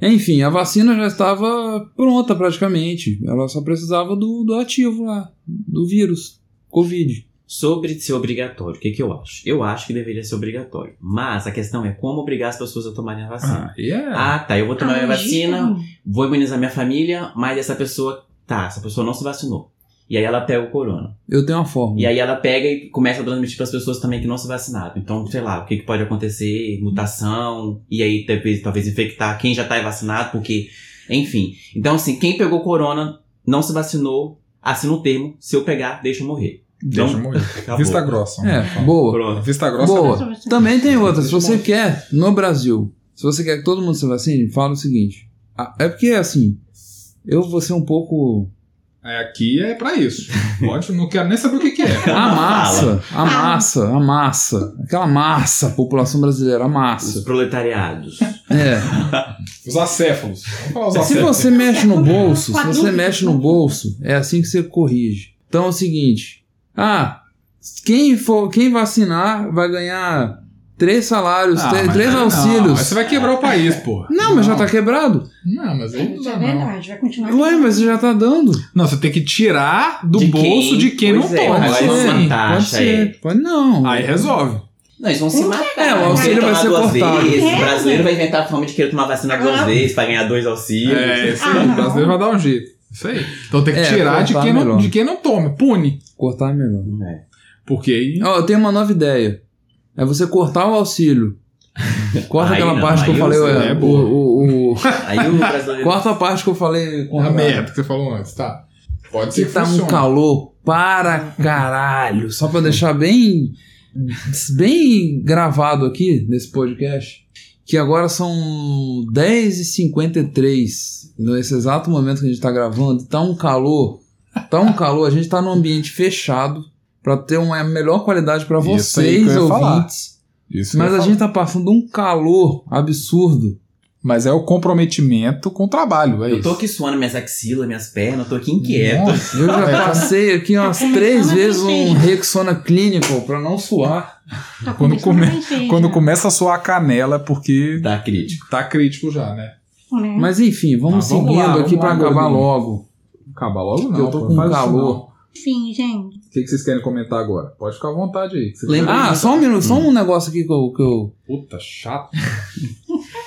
[SPEAKER 2] Enfim, a vacina já estava pronta praticamente. Ela só precisava do, do ativo lá, do vírus, Covid.
[SPEAKER 3] Sobre ser obrigatório, o que, que eu acho? Eu acho que deveria ser obrigatório. Mas a questão é como obrigar as pessoas a tomarem a vacina.
[SPEAKER 1] Ah, e é.
[SPEAKER 3] Ah, tá, eu vou tomar minha
[SPEAKER 4] Ah,
[SPEAKER 3] vacina,
[SPEAKER 4] gente,
[SPEAKER 3] vou imunizar minha família, mas essa pessoa. Tá, essa pessoa não se vacinou. E aí ela pega o corona.
[SPEAKER 2] Eu tenho uma forma.
[SPEAKER 3] E aí ela pega e começa a transmitir para as pessoas também que não se vacinaram. Então, sei lá, o que, que pode acontecer? Mutação, e aí talvez, talvez infectar quem já tá vacinado, porque. Enfim. Então, assim, quem pegou corona, não se vacinou, assina o termo, se eu pegar, deixa eu morrer.
[SPEAKER 1] Deixa eu morrer.
[SPEAKER 3] Acabou.
[SPEAKER 1] Vista grossa. né?
[SPEAKER 2] É, boa.
[SPEAKER 3] Corona.
[SPEAKER 1] Vista grossa.
[SPEAKER 2] Boa.
[SPEAKER 4] nossa, mas-
[SPEAKER 2] Também tem outra. Se você quer, no Brasil, se você quer que todo mundo se vacine, fala o seguinte. Ah, É porque, assim, eu vou ser um pouco.
[SPEAKER 1] É, aqui é pra isso. Pode, não quero nem saber o que, que é.
[SPEAKER 2] A Ah, massa, a massa, a massa. Aquela massa, a população brasileira, a
[SPEAKER 3] Os
[SPEAKER 2] massa.
[SPEAKER 3] proletariados.
[SPEAKER 2] É.
[SPEAKER 1] Os acéfalos. Vamos falar os
[SPEAKER 2] Se
[SPEAKER 1] acéfalos.
[SPEAKER 2] você mexe no bolso, se você mexe no bolso, é assim que você corrige. Então é o seguinte. Ah, quem, for, quem vacinar vai ganhar três salários,
[SPEAKER 1] Ah,
[SPEAKER 2] três,
[SPEAKER 1] mas-
[SPEAKER 2] três
[SPEAKER 1] não, mas
[SPEAKER 2] auxílios.
[SPEAKER 1] você vai quebrar o país, porra.
[SPEAKER 2] Não, mas já tá quebrado.
[SPEAKER 1] Não, mas aí não
[SPEAKER 4] Isso
[SPEAKER 1] dá,
[SPEAKER 4] é
[SPEAKER 1] não.
[SPEAKER 4] verdade, vai continuar.
[SPEAKER 2] Ué, mas já tá dando.
[SPEAKER 1] Não, você tem que tirar do
[SPEAKER 3] De
[SPEAKER 1] bolso
[SPEAKER 3] quem?
[SPEAKER 1] de quem
[SPEAKER 3] Pois
[SPEAKER 1] não
[SPEAKER 3] é,
[SPEAKER 1] toma.
[SPEAKER 3] mas
[SPEAKER 1] Aí
[SPEAKER 3] isso
[SPEAKER 1] sim.
[SPEAKER 3] não tá.
[SPEAKER 2] pode
[SPEAKER 3] taxa aí.
[SPEAKER 2] ser. Pode não.
[SPEAKER 1] Aí resolve.
[SPEAKER 3] Não, eles vão se matar.
[SPEAKER 2] É, o
[SPEAKER 3] Vão
[SPEAKER 2] auxílio
[SPEAKER 3] querer tomar
[SPEAKER 2] vai ser
[SPEAKER 3] duas
[SPEAKER 2] cortado.
[SPEAKER 3] Vezes. O
[SPEAKER 4] É,
[SPEAKER 3] brasileiro vai inventar a fama de querer tomar vacina duas
[SPEAKER 4] Ah.
[SPEAKER 3] vezes pra ganhar dois auxílios.
[SPEAKER 1] É, isso
[SPEAKER 4] Ah,
[SPEAKER 1] aí.
[SPEAKER 4] não.
[SPEAKER 1] O brasileiro vai dar um jeito. Isso aí. Então tem que
[SPEAKER 2] É,
[SPEAKER 1] tirar de
[SPEAKER 2] cortar
[SPEAKER 1] quem, não,
[SPEAKER 2] melhor.
[SPEAKER 1] de quem não toma. Pune.
[SPEAKER 2] Cortar é melhor.
[SPEAKER 3] É.
[SPEAKER 1] Porque aí.
[SPEAKER 2] Ó, eu tenho uma nova ideia. É você cortar o auxílio. Corta
[SPEAKER 3] Aí
[SPEAKER 2] aquela
[SPEAKER 3] não,
[SPEAKER 2] parte que eu
[SPEAKER 3] aí
[SPEAKER 2] falei.
[SPEAKER 3] eu-
[SPEAKER 2] é,
[SPEAKER 1] é
[SPEAKER 2] o,
[SPEAKER 1] boa.
[SPEAKER 2] o- o-
[SPEAKER 3] Aí o brasileiro.
[SPEAKER 2] corta a parte que eu falei.
[SPEAKER 1] A
[SPEAKER 3] É
[SPEAKER 2] contra-
[SPEAKER 1] é merda que você falou antes, tá? Pode
[SPEAKER 2] Que
[SPEAKER 1] ser que
[SPEAKER 2] tá um
[SPEAKER 1] funcione.
[SPEAKER 2] calor para caralho. Só pra deixar bem, bem gravado aqui nesse podcast. Que agora são 10h53. Nesse exato momento que a gente tá gravando. Tá um calor. Tá um calor. A gente tá num ambiente fechado. Pra ter uma melhor qualidade pra
[SPEAKER 1] Isso aí que eu
[SPEAKER 2] vocês,
[SPEAKER 1] ia falar.
[SPEAKER 2] ouvintes.
[SPEAKER 1] Isso
[SPEAKER 2] Mas
[SPEAKER 1] que eu
[SPEAKER 2] a
[SPEAKER 1] falo.
[SPEAKER 2] gente tá passando um calor absurdo.
[SPEAKER 1] Mas é o comprometimento com o trabalho. É
[SPEAKER 3] Eu tô
[SPEAKER 1] isso.
[SPEAKER 3] aqui suando minhas axilas, minhas pernas, eu tô aqui inquieto.
[SPEAKER 1] Nossa,
[SPEAKER 2] Eu já
[SPEAKER 1] É.
[SPEAKER 2] passei aqui umas
[SPEAKER 4] começando
[SPEAKER 2] três
[SPEAKER 4] a
[SPEAKER 2] vezes um
[SPEAKER 4] tristeza.
[SPEAKER 2] Rexona Clinical pra não suar.
[SPEAKER 4] Tá
[SPEAKER 1] Quando
[SPEAKER 4] começando
[SPEAKER 1] come-
[SPEAKER 4] a vencer,
[SPEAKER 1] Quando
[SPEAKER 4] né?
[SPEAKER 1] começa a soar a canela, é porque
[SPEAKER 3] Tá crítico.
[SPEAKER 1] tá crítico já, né?
[SPEAKER 4] Né?
[SPEAKER 2] Mas enfim, vamos
[SPEAKER 1] Ah, vamos
[SPEAKER 2] seguindo
[SPEAKER 1] lá, vamos
[SPEAKER 2] aqui
[SPEAKER 1] lá,
[SPEAKER 2] pra acabar
[SPEAKER 1] gordinho.
[SPEAKER 2] logo.
[SPEAKER 1] Acaba logo não.
[SPEAKER 2] Eu tô
[SPEAKER 1] pô,
[SPEAKER 2] com
[SPEAKER 1] faz isso
[SPEAKER 2] calor.
[SPEAKER 1] não.
[SPEAKER 4] Enfim, gente.
[SPEAKER 1] O que que vocês querem comentar agora? Pode ficar à vontade aí. que vocês
[SPEAKER 3] Lembra-
[SPEAKER 1] querem-
[SPEAKER 2] Ah, só um minuto, só um negócio aqui que eu, que eu.
[SPEAKER 1] Puta, chato.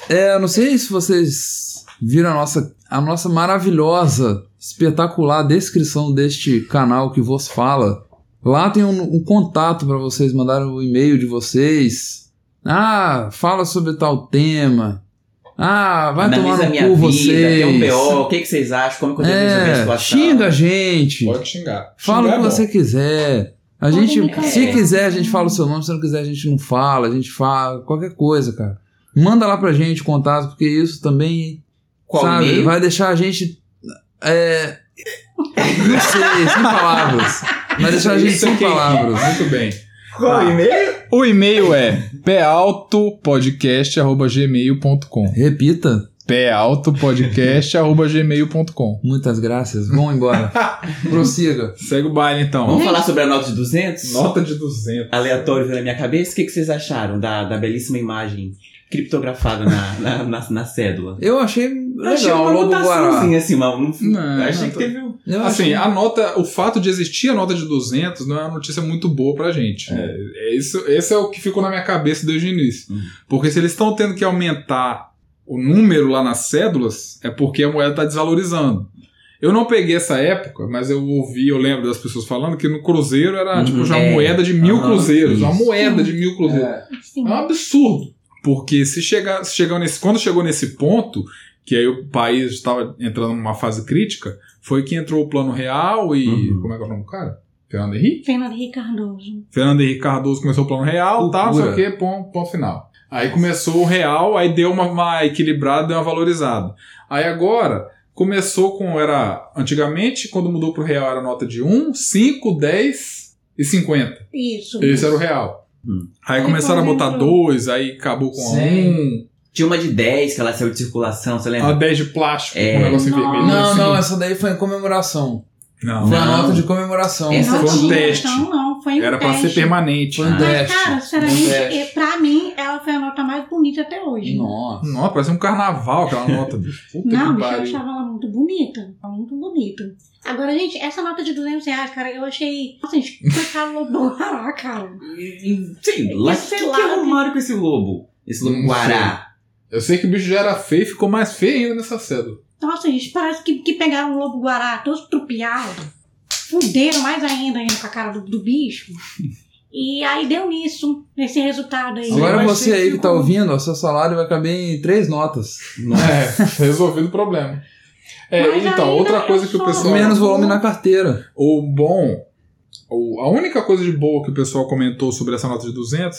[SPEAKER 2] É, eu não sei se vocês viram a nossa, a nossa maravilhosa, espetacular descrição deste canal que vos fala. Lá tem um, um contato pra vocês mandarem o e-mail de vocês. Ah, fala sobre tal tema. Ah, vai
[SPEAKER 3] Analisa
[SPEAKER 2] tomar
[SPEAKER 3] a
[SPEAKER 2] no
[SPEAKER 3] minha
[SPEAKER 2] cu
[SPEAKER 3] vida, tem
[SPEAKER 2] vocês.
[SPEAKER 3] um BO, o que, que vocês acham? Como que eu devo resolver a
[SPEAKER 2] é,
[SPEAKER 3] situação?
[SPEAKER 2] xinga a gente.
[SPEAKER 1] Pode xingar.
[SPEAKER 2] Fala o
[SPEAKER 1] Xingar
[SPEAKER 2] que
[SPEAKER 1] é bom.
[SPEAKER 2] você quiser. A
[SPEAKER 4] Podem
[SPEAKER 2] gente,
[SPEAKER 4] me cair.
[SPEAKER 2] se quiser, a gente fala o seu nome, se não quiser, a gente não fala, a gente fala qualquer coisa, cara. Manda lá pra gente o contato, porque isso também,
[SPEAKER 3] Qual
[SPEAKER 2] sabe,
[SPEAKER 3] e-mail?
[SPEAKER 2] vai deixar a gente. É, não sei, sem palavras. Vai deixar a gente
[SPEAKER 1] Isso
[SPEAKER 2] sem
[SPEAKER 1] aqui.
[SPEAKER 2] palavras.
[SPEAKER 1] Muito bem. Tá.
[SPEAKER 3] Qual e-mail?
[SPEAKER 1] O e-mail é pealtopodcast.gmail.com
[SPEAKER 2] Repita,
[SPEAKER 1] pealtopodcast.gmail.com
[SPEAKER 2] muitas graças. Vamos embora. Prossiga.
[SPEAKER 1] Segue o baile, então.
[SPEAKER 3] Vamos falar sobre a nota de 200?
[SPEAKER 1] Nota de 200.
[SPEAKER 3] Aleatório veio na minha cabeça. O que, que vocês acharam da, da belíssima imagem criptografada na, na, na, na cédula?
[SPEAKER 2] Eu achei
[SPEAKER 3] Eu achei
[SPEAKER 2] legal o
[SPEAKER 3] uma
[SPEAKER 2] logo Guará.
[SPEAKER 3] mutaçãozinha assim, mal. Não,
[SPEAKER 1] Não,
[SPEAKER 3] achei
[SPEAKER 1] não
[SPEAKER 3] que
[SPEAKER 1] tô-
[SPEAKER 3] teve um.
[SPEAKER 2] Eu
[SPEAKER 1] Assim, a
[SPEAKER 2] achei-
[SPEAKER 1] nota, o fato de existir a nota de 200 não é uma notícia muito boa pra gente. né? É isso, esse é o que ficou na minha cabeça desde o início.
[SPEAKER 3] Hum.
[SPEAKER 1] Porque se eles estão tendo que aumentar o número lá nas cédulas, é porque a moeda está desvalorizando. Eu não peguei essa época, mas eu ouvi, eu lembro das pessoas falando que no Cruzeiro era
[SPEAKER 3] Uhum,
[SPEAKER 1] tipo já
[SPEAKER 3] é.
[SPEAKER 1] moeda de mil
[SPEAKER 3] Aham,
[SPEAKER 1] cruzeiros.
[SPEAKER 3] isso.
[SPEAKER 1] Uma moeda de mil cruzeiros.
[SPEAKER 2] É.
[SPEAKER 4] Assim,
[SPEAKER 1] É um absurdo. Porque se chegar, se chegar nesse, quando chegou nesse ponto, que aí o país estava entrando numa fase crítica, foi que entrou o Plano Real e.
[SPEAKER 3] Uhum.
[SPEAKER 1] Como é que é o nome do cara? Fernando Henrique?
[SPEAKER 4] Fernando Henrique Cardoso.
[SPEAKER 1] Fernando Henrique Cardoso começou o Plano Real e tal,
[SPEAKER 2] Loucura.
[SPEAKER 1] só que ponto, ponto final. Aí começou o Real, aí deu uma, uma equilibrada, deu uma valorizada. Aí agora, começou com. Era. Antigamente, quando mudou pro Real, era nota de 1, 5, 10 e 50.
[SPEAKER 4] Isso.
[SPEAKER 1] Esse era o real.
[SPEAKER 3] Hum.
[SPEAKER 1] Aí
[SPEAKER 4] Aí
[SPEAKER 1] começaram a
[SPEAKER 4] depois
[SPEAKER 1] botar
[SPEAKER 4] entrou.
[SPEAKER 1] dois, aí acabou com um,
[SPEAKER 2] Sim.
[SPEAKER 3] Tinha uma de 10 que ela saiu de circulação, você
[SPEAKER 1] a
[SPEAKER 3] lembra?
[SPEAKER 1] 10 de plástico,
[SPEAKER 3] É.
[SPEAKER 1] um negócio em
[SPEAKER 4] Não.
[SPEAKER 1] vermelho.
[SPEAKER 2] Não,
[SPEAKER 1] assim.
[SPEAKER 2] não, essa daí foi em comemoração.
[SPEAKER 1] não.
[SPEAKER 2] Foi a
[SPEAKER 3] Não.
[SPEAKER 2] nota de comemoração.
[SPEAKER 3] Essa
[SPEAKER 4] Não
[SPEAKER 1] foi um
[SPEAKER 4] tinha,
[SPEAKER 1] teste.
[SPEAKER 4] Não, não, foi um
[SPEAKER 1] Era pra
[SPEAKER 4] teste.
[SPEAKER 1] ser permanente.
[SPEAKER 2] Foi um
[SPEAKER 1] Ah.
[SPEAKER 4] Mas,
[SPEAKER 2] teste.
[SPEAKER 4] cara, sinceramente,
[SPEAKER 2] Um teste.
[SPEAKER 4] eh, pra mim, ela foi a nota mais bonita até hoje.
[SPEAKER 2] Nossa.
[SPEAKER 1] Nossa, parece um carnaval aquela nota, bicho. Puta que
[SPEAKER 4] Não, bicho, eu
[SPEAKER 1] pariu.
[SPEAKER 4] achava ela muito bonita. Ela Muito bonita. Agora, gente, essa nota de 200 reais, cara, eu achei. Nossa, gente, que calor do Guará, cara.
[SPEAKER 2] Ah.
[SPEAKER 3] E- e- Sei lá,
[SPEAKER 4] Isso, sei
[SPEAKER 3] o
[SPEAKER 4] lá,
[SPEAKER 3] que arrumaram com esse lobo? Esse lobo
[SPEAKER 1] Não
[SPEAKER 3] guará.
[SPEAKER 1] Eu sei que o bicho já era feio e ficou mais feio ainda nessa cédula.
[SPEAKER 4] Nossa, gente, parece que, que pegaram um lobo guará todo trupiado. Fuderam mais ainda ainda com a cara do, do bicho. E aí deu nisso, nesse resultado aí.
[SPEAKER 2] Agora
[SPEAKER 1] Mas
[SPEAKER 2] você
[SPEAKER 1] sempre
[SPEAKER 2] aí que tá
[SPEAKER 1] com-
[SPEAKER 2] ouvindo, ó, seu salário vai caber em três notas.
[SPEAKER 3] Nossa.
[SPEAKER 1] É, resolvido o problema. É,
[SPEAKER 4] Mas
[SPEAKER 1] então,
[SPEAKER 4] ainda
[SPEAKER 1] outra
[SPEAKER 4] é
[SPEAKER 1] coisa que o
[SPEAKER 4] só-
[SPEAKER 1] pessoal.
[SPEAKER 2] Menos volume na carteira.
[SPEAKER 1] O bom, o- a única coisa de boa que o pessoal comentou sobre essa nota de 200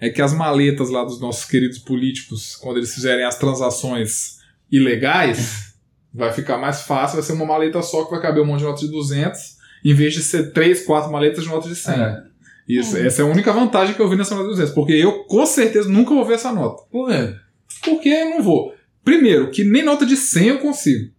[SPEAKER 1] é que as maletas lá dos nossos queridos políticos, quando eles fizerem as transações ilegais, vai ficar mais fácil, vai ser uma maleta só que vai caber um monte de nota de 200, em vez de ser 3, 4 maletas de nota de 100.
[SPEAKER 2] É.
[SPEAKER 1] Isso, essa é a única vantagem que eu vi nessa nota de 200, porque eu com certeza nunca vou ver essa nota.
[SPEAKER 2] Por quê?
[SPEAKER 1] Porque eu não vou. Primeiro, que nem nota de 100 eu consigo.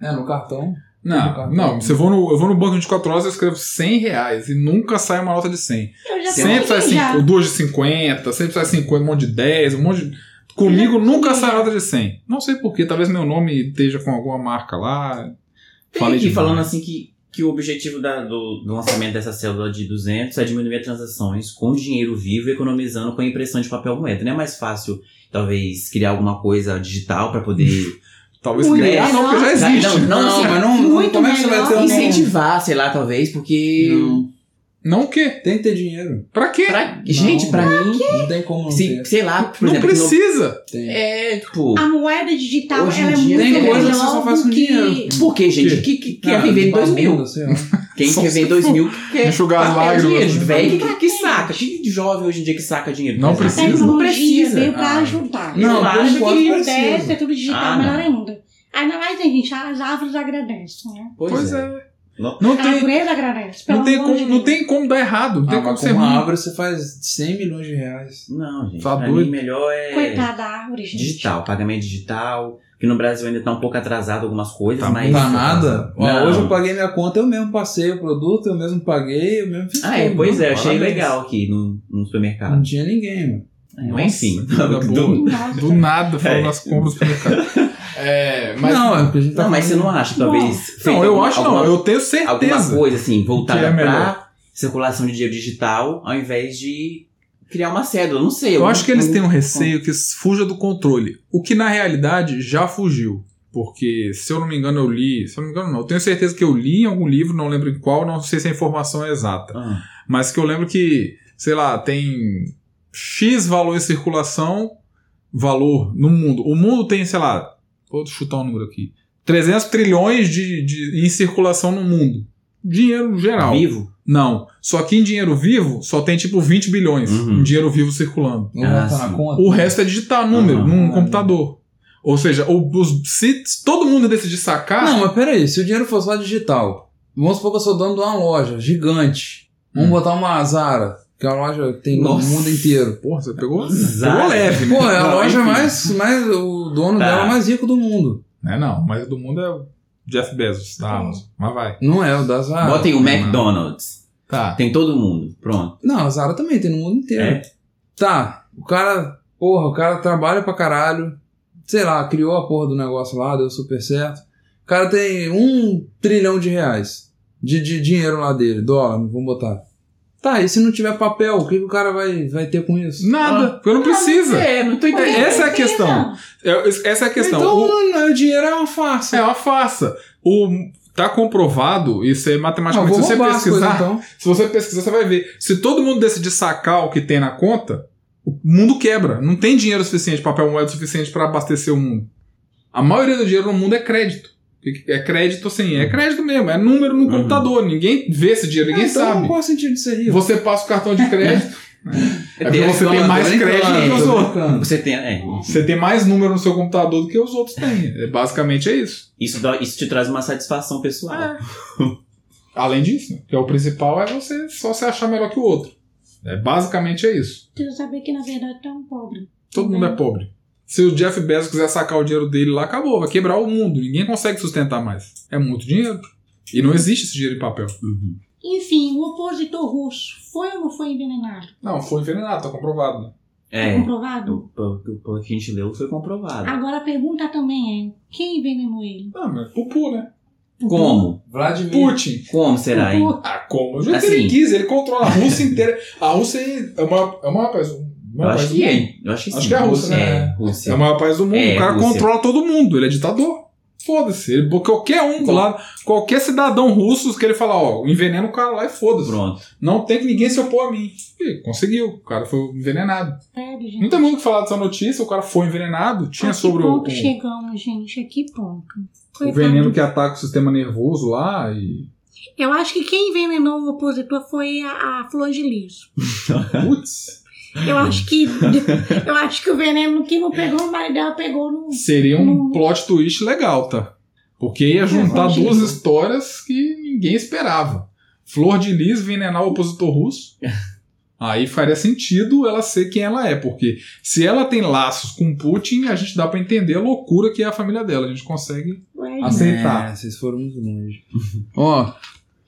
[SPEAKER 2] É, no cartão. No
[SPEAKER 1] Não,
[SPEAKER 2] cartão.
[SPEAKER 1] não. Se eu vou no, eu vou no banco de 24 horas, eu escrevo 100 reais e nunca sai uma nota de 100.
[SPEAKER 4] Eu já
[SPEAKER 1] sempre sai
[SPEAKER 4] consegui já.
[SPEAKER 1] cinco, duas de 50, sempre sai 50, um monte de 10, um monte de... Comigo
[SPEAKER 4] Eu já
[SPEAKER 1] nunca
[SPEAKER 4] consegui
[SPEAKER 1] sai
[SPEAKER 4] já.
[SPEAKER 1] nota de 100. Não sei porquê, talvez meu nome esteja com alguma marca lá.
[SPEAKER 3] Tem
[SPEAKER 1] Falei
[SPEAKER 3] aqui
[SPEAKER 1] demais.
[SPEAKER 3] falando assim que, que o objetivo da- do, do lançamento dessa célula de 200 é diminuir as transações com dinheiro vivo e economizando com a impressão de papel moeda. Não é mais fácil, talvez, criar alguma coisa digital pra poder
[SPEAKER 1] Talvez
[SPEAKER 4] Muito
[SPEAKER 1] criar,
[SPEAKER 4] melhor.
[SPEAKER 1] não, porque é já existe.
[SPEAKER 3] Não, não, assim,
[SPEAKER 2] mas não,
[SPEAKER 4] muito
[SPEAKER 2] como é que você vai
[SPEAKER 4] melhor
[SPEAKER 2] ter um...
[SPEAKER 3] incentivar, sei lá, talvez, porque...
[SPEAKER 2] Não.
[SPEAKER 1] Não o quê?
[SPEAKER 2] Tem que ter dinheiro.
[SPEAKER 1] Pra quê?
[SPEAKER 3] Pra- gente, pra mim,
[SPEAKER 2] Não tem como não
[SPEAKER 3] se-
[SPEAKER 2] ter.
[SPEAKER 3] sei lá, por
[SPEAKER 1] não
[SPEAKER 3] exemplo...
[SPEAKER 1] precisa.
[SPEAKER 2] Tem.
[SPEAKER 3] não- é, tipo...
[SPEAKER 4] A moeda digital
[SPEAKER 3] Hoje em
[SPEAKER 4] Ah, ela é
[SPEAKER 3] dia,
[SPEAKER 4] muito
[SPEAKER 3] tem
[SPEAKER 4] melhor
[SPEAKER 3] coisa
[SPEAKER 2] que você só faz
[SPEAKER 4] do
[SPEAKER 2] com
[SPEAKER 4] que-
[SPEAKER 2] dinheiro.
[SPEAKER 3] Por que, gente?
[SPEAKER 1] Que?
[SPEAKER 3] Que, que, quer
[SPEAKER 2] Ah,
[SPEAKER 3] viver em 2000?
[SPEAKER 2] vagabunda, sei lá.
[SPEAKER 3] Quem
[SPEAKER 1] Só
[SPEAKER 3] quer
[SPEAKER 1] se
[SPEAKER 3] viver em
[SPEAKER 1] for
[SPEAKER 3] 2000 quer
[SPEAKER 1] enxugar as
[SPEAKER 3] papel
[SPEAKER 1] lágrimas,
[SPEAKER 3] é dinheiro,
[SPEAKER 1] né?
[SPEAKER 3] velho. Que, que saca? Que jovem hoje em dia que saca dinheiro?
[SPEAKER 1] Não
[SPEAKER 3] Por
[SPEAKER 4] A
[SPEAKER 3] exemplo?
[SPEAKER 1] precisa.
[SPEAKER 3] Não
[SPEAKER 4] tecnologia
[SPEAKER 3] precisa.
[SPEAKER 4] veio pra
[SPEAKER 2] Ah.
[SPEAKER 4] ajudar.
[SPEAKER 2] Não,
[SPEAKER 4] eu
[SPEAKER 2] por
[SPEAKER 4] acho
[SPEAKER 2] enquanto
[SPEAKER 4] que
[SPEAKER 2] precisa.
[SPEAKER 4] pudesse é tudo digital,
[SPEAKER 3] um Ah,
[SPEAKER 4] melhor
[SPEAKER 3] não.
[SPEAKER 4] ainda. Ainda mais, né, gente, as árvores agradecem, né?
[SPEAKER 3] Pois, é.
[SPEAKER 1] Não,
[SPEAKER 3] Não-
[SPEAKER 4] a
[SPEAKER 1] tem,
[SPEAKER 4] natureza agradece. Pelo
[SPEAKER 1] não, tem
[SPEAKER 4] amor de
[SPEAKER 1] como, não
[SPEAKER 4] Deus.
[SPEAKER 1] tem como dar errado. Não tem
[SPEAKER 2] Ah,
[SPEAKER 1] como
[SPEAKER 2] mas com
[SPEAKER 1] ser
[SPEAKER 2] uma
[SPEAKER 1] ruim.
[SPEAKER 2] árvore você faz 100 milhões de reais.
[SPEAKER 3] Não, gente.
[SPEAKER 1] Tá
[SPEAKER 3] pra
[SPEAKER 1] doido.
[SPEAKER 3] mim, melhor é
[SPEAKER 4] Coitada da árvore, gente.
[SPEAKER 3] digital, pagamento digital. Que no Brasil ainda tá um pouco atrasado algumas coisas,
[SPEAKER 1] Tá
[SPEAKER 3] mas.
[SPEAKER 2] Não dá nada. Ó,
[SPEAKER 3] Não.
[SPEAKER 2] Hoje eu paguei minha conta, eu mesmo passei o produto, eu mesmo paguei, eu mesmo fiz
[SPEAKER 3] Ah, é,
[SPEAKER 2] tudo.
[SPEAKER 3] pois é, eu achei
[SPEAKER 2] Parabéns.
[SPEAKER 3] legal aqui no, no
[SPEAKER 2] Não
[SPEAKER 3] supermercado.
[SPEAKER 2] tinha ninguém, mano.
[SPEAKER 3] Hum,
[SPEAKER 1] Nossa,
[SPEAKER 3] Enfim.
[SPEAKER 1] que coisa boa.
[SPEAKER 4] Nossa.
[SPEAKER 1] Do nada, falando
[SPEAKER 3] É.
[SPEAKER 1] as compras pro mercado. É, mas.
[SPEAKER 2] não, é porque a gente tá
[SPEAKER 3] Não, mas você
[SPEAKER 2] falando-
[SPEAKER 3] não acha, talvez. feito
[SPEAKER 1] Não, eu
[SPEAKER 3] alguma-
[SPEAKER 1] acho
[SPEAKER 3] alguma-
[SPEAKER 1] não, eu tenho
[SPEAKER 3] Alguma
[SPEAKER 1] certeza.
[SPEAKER 3] coisa assim,
[SPEAKER 1] Que
[SPEAKER 3] voltada
[SPEAKER 1] é melhor.
[SPEAKER 3] pra circulação de dinheiro digital, ao invés de criar uma cédula. Não sei.
[SPEAKER 1] Eu
[SPEAKER 3] não-
[SPEAKER 1] acho que eles
[SPEAKER 3] não-
[SPEAKER 1] têm um receio que fuja do controle. O que na realidade já fugiu. Porque, se eu não me engano, eu li. Se eu não me engano, não. Eu tenho certeza que eu li em algum livro, não lembro em qual, não sei se a informação é exata.
[SPEAKER 3] Ah.
[SPEAKER 1] Mas que eu lembro que, sei lá, tem X valor em circulação, valor no mundo. O mundo tem, sei lá, vou chutar um número aqui: 300 trilhões de, de, em circulação no mundo. Dinheiro geral.
[SPEAKER 3] Vivo?
[SPEAKER 1] Não. Só que em dinheiro vivo só tem tipo 20 bilhões
[SPEAKER 3] Uhum.
[SPEAKER 1] em dinheiro vivo circulando.
[SPEAKER 2] Não
[SPEAKER 3] Ah,
[SPEAKER 2] tá
[SPEAKER 3] sim.
[SPEAKER 2] na conta.
[SPEAKER 1] O resto é digitar número
[SPEAKER 3] Aham.
[SPEAKER 1] num computador. Ou seja, o- os- se todo mundo decidir sacar.
[SPEAKER 2] Ah, Não, mas peraí, se o dinheiro for só digital, vamos supor que eu sou dono de uma loja gigante. Vamos
[SPEAKER 1] Hum.
[SPEAKER 2] botar uma Zara, que é uma loja que tem
[SPEAKER 3] Nossa.
[SPEAKER 2] no mundo inteiro.
[SPEAKER 1] Porra, você pegou?
[SPEAKER 3] Zara.
[SPEAKER 1] Pegou leve, né?
[SPEAKER 2] Pô, é a
[SPEAKER 3] Não,
[SPEAKER 2] loja
[SPEAKER 3] enfim.
[SPEAKER 2] mais, mais. O dono
[SPEAKER 3] Tá.
[SPEAKER 2] dela é o mais rico do mundo.
[SPEAKER 1] Não É, não, mas o do mundo é o Jeff Bezos
[SPEAKER 2] Então.
[SPEAKER 1] da Amazon. Mas vai.
[SPEAKER 2] Não é o da Zara.
[SPEAKER 3] Botem o
[SPEAKER 1] não.
[SPEAKER 3] McDonald's.
[SPEAKER 1] Tá.
[SPEAKER 3] Tem todo mundo. Pronto.
[SPEAKER 2] Não, a Zara também tem no mundo inteiro.
[SPEAKER 3] É.
[SPEAKER 2] Tá, o cara, porra, o cara trabalha pra caralho. Sei lá, criou a porra do negócio lá, deu super certo. O cara tem um trilhão de reais de, de dinheiro lá dele, dólar, vamos botar. Tá, e se não tiver papel, o que, que o cara vai, vai ter com isso?
[SPEAKER 1] Nada, porque não precisa.
[SPEAKER 3] É, não tô
[SPEAKER 1] Essa é a questão. É, Essa é a questão.
[SPEAKER 2] Então,
[SPEAKER 1] O-
[SPEAKER 2] não, o dinheiro é uma farsa.
[SPEAKER 1] É uma farsa. O, tá comprovado, isso é
[SPEAKER 2] Ah,
[SPEAKER 1] matematicamente.
[SPEAKER 2] vou
[SPEAKER 1] se você
[SPEAKER 2] roubar as coisas
[SPEAKER 1] pesquisar,
[SPEAKER 2] então.
[SPEAKER 1] se você pesquisar, você vai ver. Se todo mundo decidir sacar o que tem na conta, o mundo quebra. Não tem dinheiro suficiente, papel moeda suficiente para abastecer o mundo. A maioria do dinheiro no mundo é crédito. É crédito, assim, é crédito mesmo, é número no
[SPEAKER 3] Uhum.
[SPEAKER 1] computador. Ninguém vê esse dinheiro, ninguém
[SPEAKER 2] Ah, então,
[SPEAKER 1] sabe.
[SPEAKER 2] Qual o sentido de ser rico?
[SPEAKER 1] Você passa o cartão de crédito, é porque você tem
[SPEAKER 2] Brincando,
[SPEAKER 1] mais crédito
[SPEAKER 2] brincando,
[SPEAKER 1] do que os
[SPEAKER 2] tô
[SPEAKER 1] outros.
[SPEAKER 2] brincando.
[SPEAKER 3] Então, é, Você tem. É.
[SPEAKER 1] Você tem mais número no seu computador do que os outros têm. É, Basicamente é isso.
[SPEAKER 3] Isso, dá- isso te traz uma satisfação pessoal.
[SPEAKER 1] Ah.
[SPEAKER 4] Ah,
[SPEAKER 1] Além disso, né? que é o principal é você só se achar melhor que o outro. É, basicamente é isso.
[SPEAKER 4] Tu saber que na verdade tu é um pobre.
[SPEAKER 1] Todo
[SPEAKER 3] Uhum.
[SPEAKER 1] mundo é pobre. Se o Jeff Bezos quiser sacar o dinheiro dele lá, acabou, vai quebrar o mundo. Ninguém consegue sustentar mais. É muito dinheiro. E não existe esse dinheiro em papel.
[SPEAKER 3] Uhum.
[SPEAKER 4] Enfim, o opositor russo foi ou não foi envenenado?
[SPEAKER 1] Não, foi envenenado, tá comprovado. né?
[SPEAKER 3] É.
[SPEAKER 4] Comprovado?
[SPEAKER 3] O, o, o que a gente leu foi comprovado.
[SPEAKER 4] Agora a pergunta também é: quem envenenou ele?
[SPEAKER 1] Ah, mas pupu, né?
[SPEAKER 3] Como?
[SPEAKER 2] Vladimir.
[SPEAKER 1] Putin.
[SPEAKER 3] Como será, hein?
[SPEAKER 4] Pupu.
[SPEAKER 1] Ah, como? O jeito
[SPEAKER 3] Assim.
[SPEAKER 1] que ele quis, ele controla a Rússia inteira. A Rússia é o maior, é o maior país. o
[SPEAKER 3] Eu
[SPEAKER 1] maior
[SPEAKER 3] acho
[SPEAKER 1] país do mundo.
[SPEAKER 3] que é. Eu acho que sim.
[SPEAKER 1] Acho que é a Rússia, né?
[SPEAKER 3] É,
[SPEAKER 1] É
[SPEAKER 3] Rússia.
[SPEAKER 1] o maior país do mundo.
[SPEAKER 3] É,
[SPEAKER 1] o cara
[SPEAKER 3] Rússia.
[SPEAKER 1] controla todo mundo. Ele é ditador. Foda-se. Ele, qualquer um lá, qualquer cidadão russo que ele fala, ó, envenena o cara lá e foda-se.
[SPEAKER 3] Pronto.
[SPEAKER 1] Não tem que ninguém se opor a mim. E conseguiu. O cara foi envenenado.
[SPEAKER 4] Sério, é, gente.
[SPEAKER 1] Não tem muito o que falar dessa notícia. O cara foi envenenado. Tinha
[SPEAKER 4] a Ah, que
[SPEAKER 1] sobre o,
[SPEAKER 4] ponto chegamos, gente? A que ponto?
[SPEAKER 1] o
[SPEAKER 4] Coitado.
[SPEAKER 1] veneno que ataca o sistema nervoso lá. E...
[SPEAKER 4] Eu acho que quem envenenou o opositor foi a, a Flor de Lis.
[SPEAKER 1] Putz.
[SPEAKER 4] Eu acho que. eu acho que o veneno que não pegou no marido dela pegou no.
[SPEAKER 1] Seria um plot twist legal, tá? Porque ia juntar
[SPEAKER 4] imagino.
[SPEAKER 1] duas histórias que ninguém esperava. Flor de Lis envenenar o opositor russo. Aí faria sentido ela ser quem ela é, porque se ela tem laços com Putin, a gente dá pra entender a loucura que é a família dela. A gente consegue.
[SPEAKER 4] Ué,
[SPEAKER 1] Ah, sim. Aceitar.
[SPEAKER 2] É, vocês foram muito longe. Ó,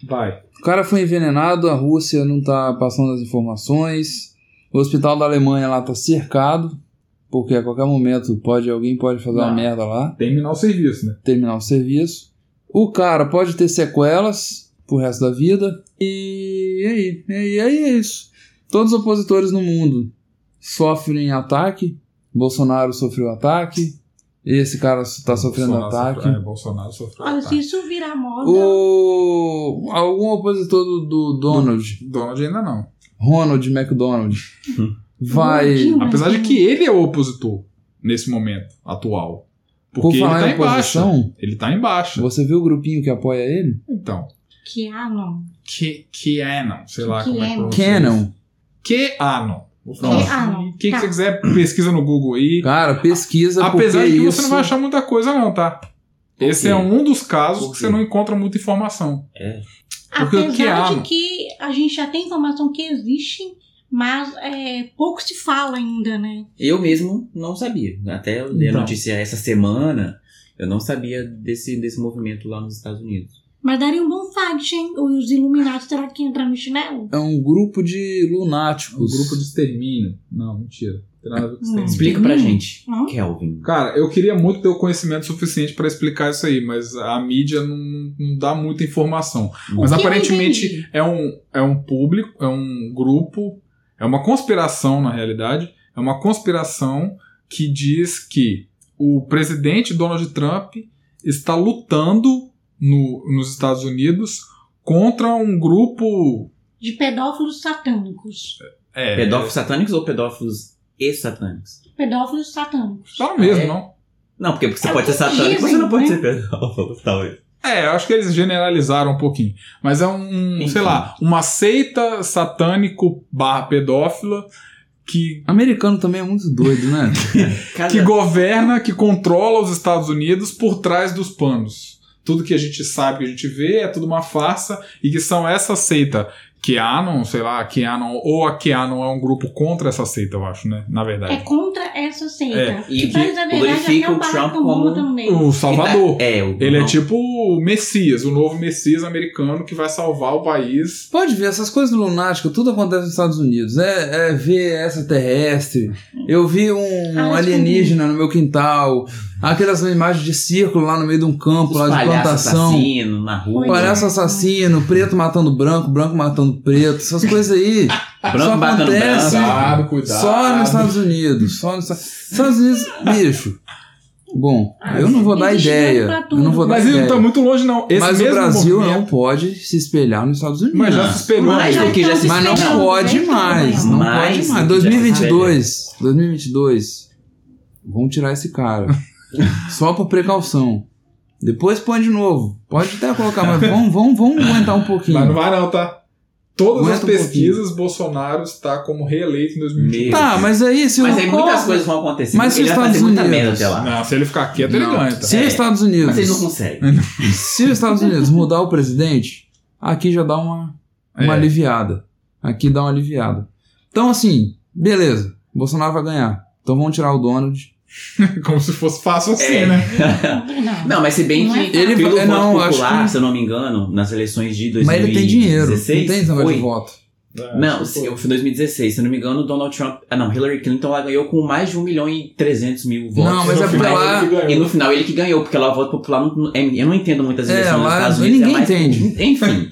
[SPEAKER 1] Vai.
[SPEAKER 2] O cara foi envenenado, a Rússia não tá passando as informações. O hospital da Alemanha lá tá cercado, porque a qualquer momento pode alguém pode fazer uma
[SPEAKER 1] Não.
[SPEAKER 2] merda lá,
[SPEAKER 1] Terminar o serviço, né?
[SPEAKER 2] terminar o serviço. O cara pode ter sequelas pro resto da vida. E aí, e aí é isso. Todos os opositores no mundo sofrem ataque. Bolsonaro sofreu ataque. Esse cara tá sofrendo ataque.
[SPEAKER 1] Sofreu, é, Bolsonaro sofreu
[SPEAKER 4] Olha, se
[SPEAKER 1] ataque.
[SPEAKER 4] isso virar moda.
[SPEAKER 2] O... Algum opositor do, do Donald
[SPEAKER 1] Donald ainda não.
[SPEAKER 2] Ronald McDonald vai.
[SPEAKER 1] Hum.
[SPEAKER 4] Ronaldinho?
[SPEAKER 1] Apesar de que ele é o opositor nesse momento atual.
[SPEAKER 2] Por
[SPEAKER 1] Porque ele
[SPEAKER 2] falar
[SPEAKER 1] tá
[SPEAKER 2] em
[SPEAKER 1] em baixa.
[SPEAKER 2] oposição,
[SPEAKER 1] Ele tá em baixa.
[SPEAKER 2] você viu o grupinho que apoia ele?
[SPEAKER 1] Então,
[SPEAKER 4] Que ah, não.
[SPEAKER 1] que Keanon, sei lá como é que
[SPEAKER 4] Keanon.
[SPEAKER 1] pronuncia
[SPEAKER 2] Canon.
[SPEAKER 1] isso. Keanon. Vou falar.
[SPEAKER 4] Que ah, não.
[SPEAKER 1] O que, que
[SPEAKER 4] Tá.
[SPEAKER 1] você quiser, pesquisa no Google aí.
[SPEAKER 2] Cara, pesquisa
[SPEAKER 1] Apesar
[SPEAKER 2] porque
[SPEAKER 1] de que
[SPEAKER 2] isso...
[SPEAKER 1] você não vai achar muita coisa, não, tá? Esse
[SPEAKER 3] quê?
[SPEAKER 1] é um dos casos
[SPEAKER 3] Por
[SPEAKER 1] que
[SPEAKER 3] quê?
[SPEAKER 1] você não encontra muita informação. Porque o que
[SPEAKER 4] Apesar
[SPEAKER 1] há?
[SPEAKER 4] de que a gente já tem informação que existem, mas é, pouco se fala ainda, né?
[SPEAKER 3] Eu mesmo não sabia. Até eu dei a
[SPEAKER 1] Então.
[SPEAKER 3] notícia essa semana, eu não sabia desse, desse movimento lá nos Estados Unidos.
[SPEAKER 4] Mas daria um bom fight, hein? Os iluminados terá que entrar no chinelo?
[SPEAKER 2] É um grupo de lunáticos.
[SPEAKER 1] Um grupo de extermínio. Não, mentira. Não tem nada a ver com
[SPEAKER 4] Hum.
[SPEAKER 1] extermínio.
[SPEAKER 3] Explica pra gente,
[SPEAKER 4] Hum?
[SPEAKER 3] Kelvin.
[SPEAKER 1] Cara, eu queria muito ter o conhecimento suficiente pra explicar isso aí, mas a mídia não, não dá muita informação. Mas
[SPEAKER 4] Que eu
[SPEAKER 1] aparentemente
[SPEAKER 4] entendi.
[SPEAKER 1] é um, é um público, é um grupo, é uma conspiração na realidade, é uma conspiração que diz que o presidente Donald Trump está lutando no, nos Estados Unidos contra um grupo
[SPEAKER 4] De pedófilos satânicos.
[SPEAKER 1] é,
[SPEAKER 3] Pedófilos satânicos ou pedófilos e satânicos?
[SPEAKER 4] Pedófilos satânicos.
[SPEAKER 1] Tá no mesmo,
[SPEAKER 3] É.
[SPEAKER 1] não?
[SPEAKER 3] Não, porque você
[SPEAKER 4] É o
[SPEAKER 3] pode
[SPEAKER 4] que
[SPEAKER 3] ser satânico,
[SPEAKER 4] dizem,
[SPEAKER 3] você não pode
[SPEAKER 4] né?
[SPEAKER 3] ser pedófilo, talvez.
[SPEAKER 1] É, eu acho que eles generalizaram um pouquinho. Mas é um,
[SPEAKER 3] Enfim.
[SPEAKER 1] sei lá, uma seita satânico barra pedófila que,
[SPEAKER 2] Americano também é muito doido, né?
[SPEAKER 3] Cada-
[SPEAKER 1] que governa, que controla os Estados Unidos por trás dos panos. Tudo que a gente sabe, que a gente vê, é tudo uma farsa e que são essa seita. Keanon, sei lá, Keanon, ou a Keanon é um grupo contra essa seita, eu acho, né? Na
[SPEAKER 4] É
[SPEAKER 1] verdade.
[SPEAKER 4] contra essa seita.
[SPEAKER 1] É,
[SPEAKER 3] e
[SPEAKER 4] que,
[SPEAKER 3] que
[SPEAKER 4] faz, na verdade,
[SPEAKER 3] glorifica
[SPEAKER 4] até o
[SPEAKER 3] o
[SPEAKER 4] Barack
[SPEAKER 3] Trump
[SPEAKER 4] Obama
[SPEAKER 3] como
[SPEAKER 4] também.
[SPEAKER 1] O Salvador.
[SPEAKER 3] É, o
[SPEAKER 1] Ele é
[SPEAKER 3] não.
[SPEAKER 1] tipo o Messias, o novo Messias americano que vai salvar o país.
[SPEAKER 2] Pode ver, essas coisas lunáticas, tudo acontece nos Estados Unidos. É, é ver extraterrestre. Eu vi um
[SPEAKER 4] Ah,
[SPEAKER 2] alienígena no meu quintal. Aquelas imagens de círculo lá no meio de um campo,
[SPEAKER 3] Os
[SPEAKER 2] lá de
[SPEAKER 3] palhaços
[SPEAKER 2] plantação.
[SPEAKER 3] assassinos na rua.
[SPEAKER 2] Palhaço assassino, preto matando branco, branco matando preto, essas coisas aí. só
[SPEAKER 3] Branco batendo
[SPEAKER 2] acontece.
[SPEAKER 3] branco.
[SPEAKER 1] Cuidado, cuidado.
[SPEAKER 2] Só nos Estados Unidos. Só nos Esta- Estados Unidos, bicho. Bom, eu não vou dar
[SPEAKER 4] Existe
[SPEAKER 2] ideia.
[SPEAKER 4] dinheiro pra
[SPEAKER 2] Eu não vou dar
[SPEAKER 1] Mas ele
[SPEAKER 2] ideia.
[SPEAKER 1] não tá muito longe, não. Esse
[SPEAKER 2] É. Mas o
[SPEAKER 1] mesmo
[SPEAKER 2] Brasil
[SPEAKER 1] movimento-
[SPEAKER 2] não pode se espelhar nos Estados Unidos.
[SPEAKER 1] Mas já se espelhou.
[SPEAKER 3] Mas
[SPEAKER 1] né?
[SPEAKER 3] o que já se-
[SPEAKER 2] Mas não
[SPEAKER 3] Não,
[SPEAKER 2] pode mais. Não
[SPEAKER 3] Mas-
[SPEAKER 2] pode mais. 2022. 2022. Vamos tirar esse cara. Só por precaução. Depois põe de novo. Pode até colocar, mas vamos, vamos, vamos aguentar um
[SPEAKER 1] Mas não
[SPEAKER 2] pouquinho.
[SPEAKER 1] vai não, tá? Todas
[SPEAKER 2] Aguenta
[SPEAKER 1] as
[SPEAKER 2] um
[SPEAKER 1] pesquisas, Bolsonaro está como reeleito em 2020.
[SPEAKER 3] Meu
[SPEAKER 2] Tá,
[SPEAKER 3] Deus.
[SPEAKER 2] mas aí se
[SPEAKER 3] Mas é
[SPEAKER 2] o-
[SPEAKER 3] aí muitas coisas vão acontecer.
[SPEAKER 2] Mas tá se
[SPEAKER 3] ele
[SPEAKER 2] os
[SPEAKER 3] vai fazer
[SPEAKER 2] Estados
[SPEAKER 3] muita merda
[SPEAKER 2] Unidos-
[SPEAKER 3] até lá.
[SPEAKER 1] um. Não, se ele ficar quieto, ele
[SPEAKER 2] Não.
[SPEAKER 1] ganha. Tá?
[SPEAKER 2] Se os
[SPEAKER 3] É.
[SPEAKER 2] Estados Unidos.
[SPEAKER 3] Mas ele não consegue.
[SPEAKER 2] Se os Estados Unidos mudar o presidente, aqui já dá uma, uma
[SPEAKER 1] É.
[SPEAKER 2] aliviada. Aqui dá uma aliviada. Então, assim, beleza. Bolsonaro vai ganhar. Então vamos tirar o Donald.
[SPEAKER 1] Como se fosse fácil assim,
[SPEAKER 3] É.
[SPEAKER 1] né?
[SPEAKER 4] Não.
[SPEAKER 3] Não, mas se bem
[SPEAKER 4] Não é
[SPEAKER 3] que
[SPEAKER 2] Ele
[SPEAKER 3] pelo
[SPEAKER 2] vai-
[SPEAKER 3] voto
[SPEAKER 2] não, acho
[SPEAKER 3] popular,
[SPEAKER 2] que-
[SPEAKER 3] se eu não me engano, nas eleições de 2016...
[SPEAKER 2] Mas ele tem dinheiro. Não tem esse negócio de
[SPEAKER 3] foi-
[SPEAKER 2] voto.
[SPEAKER 1] É,
[SPEAKER 3] Não,
[SPEAKER 1] acho que
[SPEAKER 3] se-
[SPEAKER 1] foi.
[SPEAKER 3] eu fui em 2016, se eu não me engano, Donald Trump. Ah, não, Hillary Clinton ela ganhou com mais de 1 milhão e 300 mil votos.
[SPEAKER 2] Não, mas
[SPEAKER 1] No
[SPEAKER 2] é porque
[SPEAKER 1] final,
[SPEAKER 3] Mas-
[SPEAKER 2] lá-
[SPEAKER 1] ele que ganhou.
[SPEAKER 3] E no final ele que ganhou, porque lá o voto popular. Não, é- eu não entendo muitas
[SPEAKER 2] É,
[SPEAKER 3] eleições nos
[SPEAKER 2] lá
[SPEAKER 3] Estados Unidos. é
[SPEAKER 2] ninguém
[SPEAKER 3] mais-
[SPEAKER 2] entende.
[SPEAKER 3] Enfim.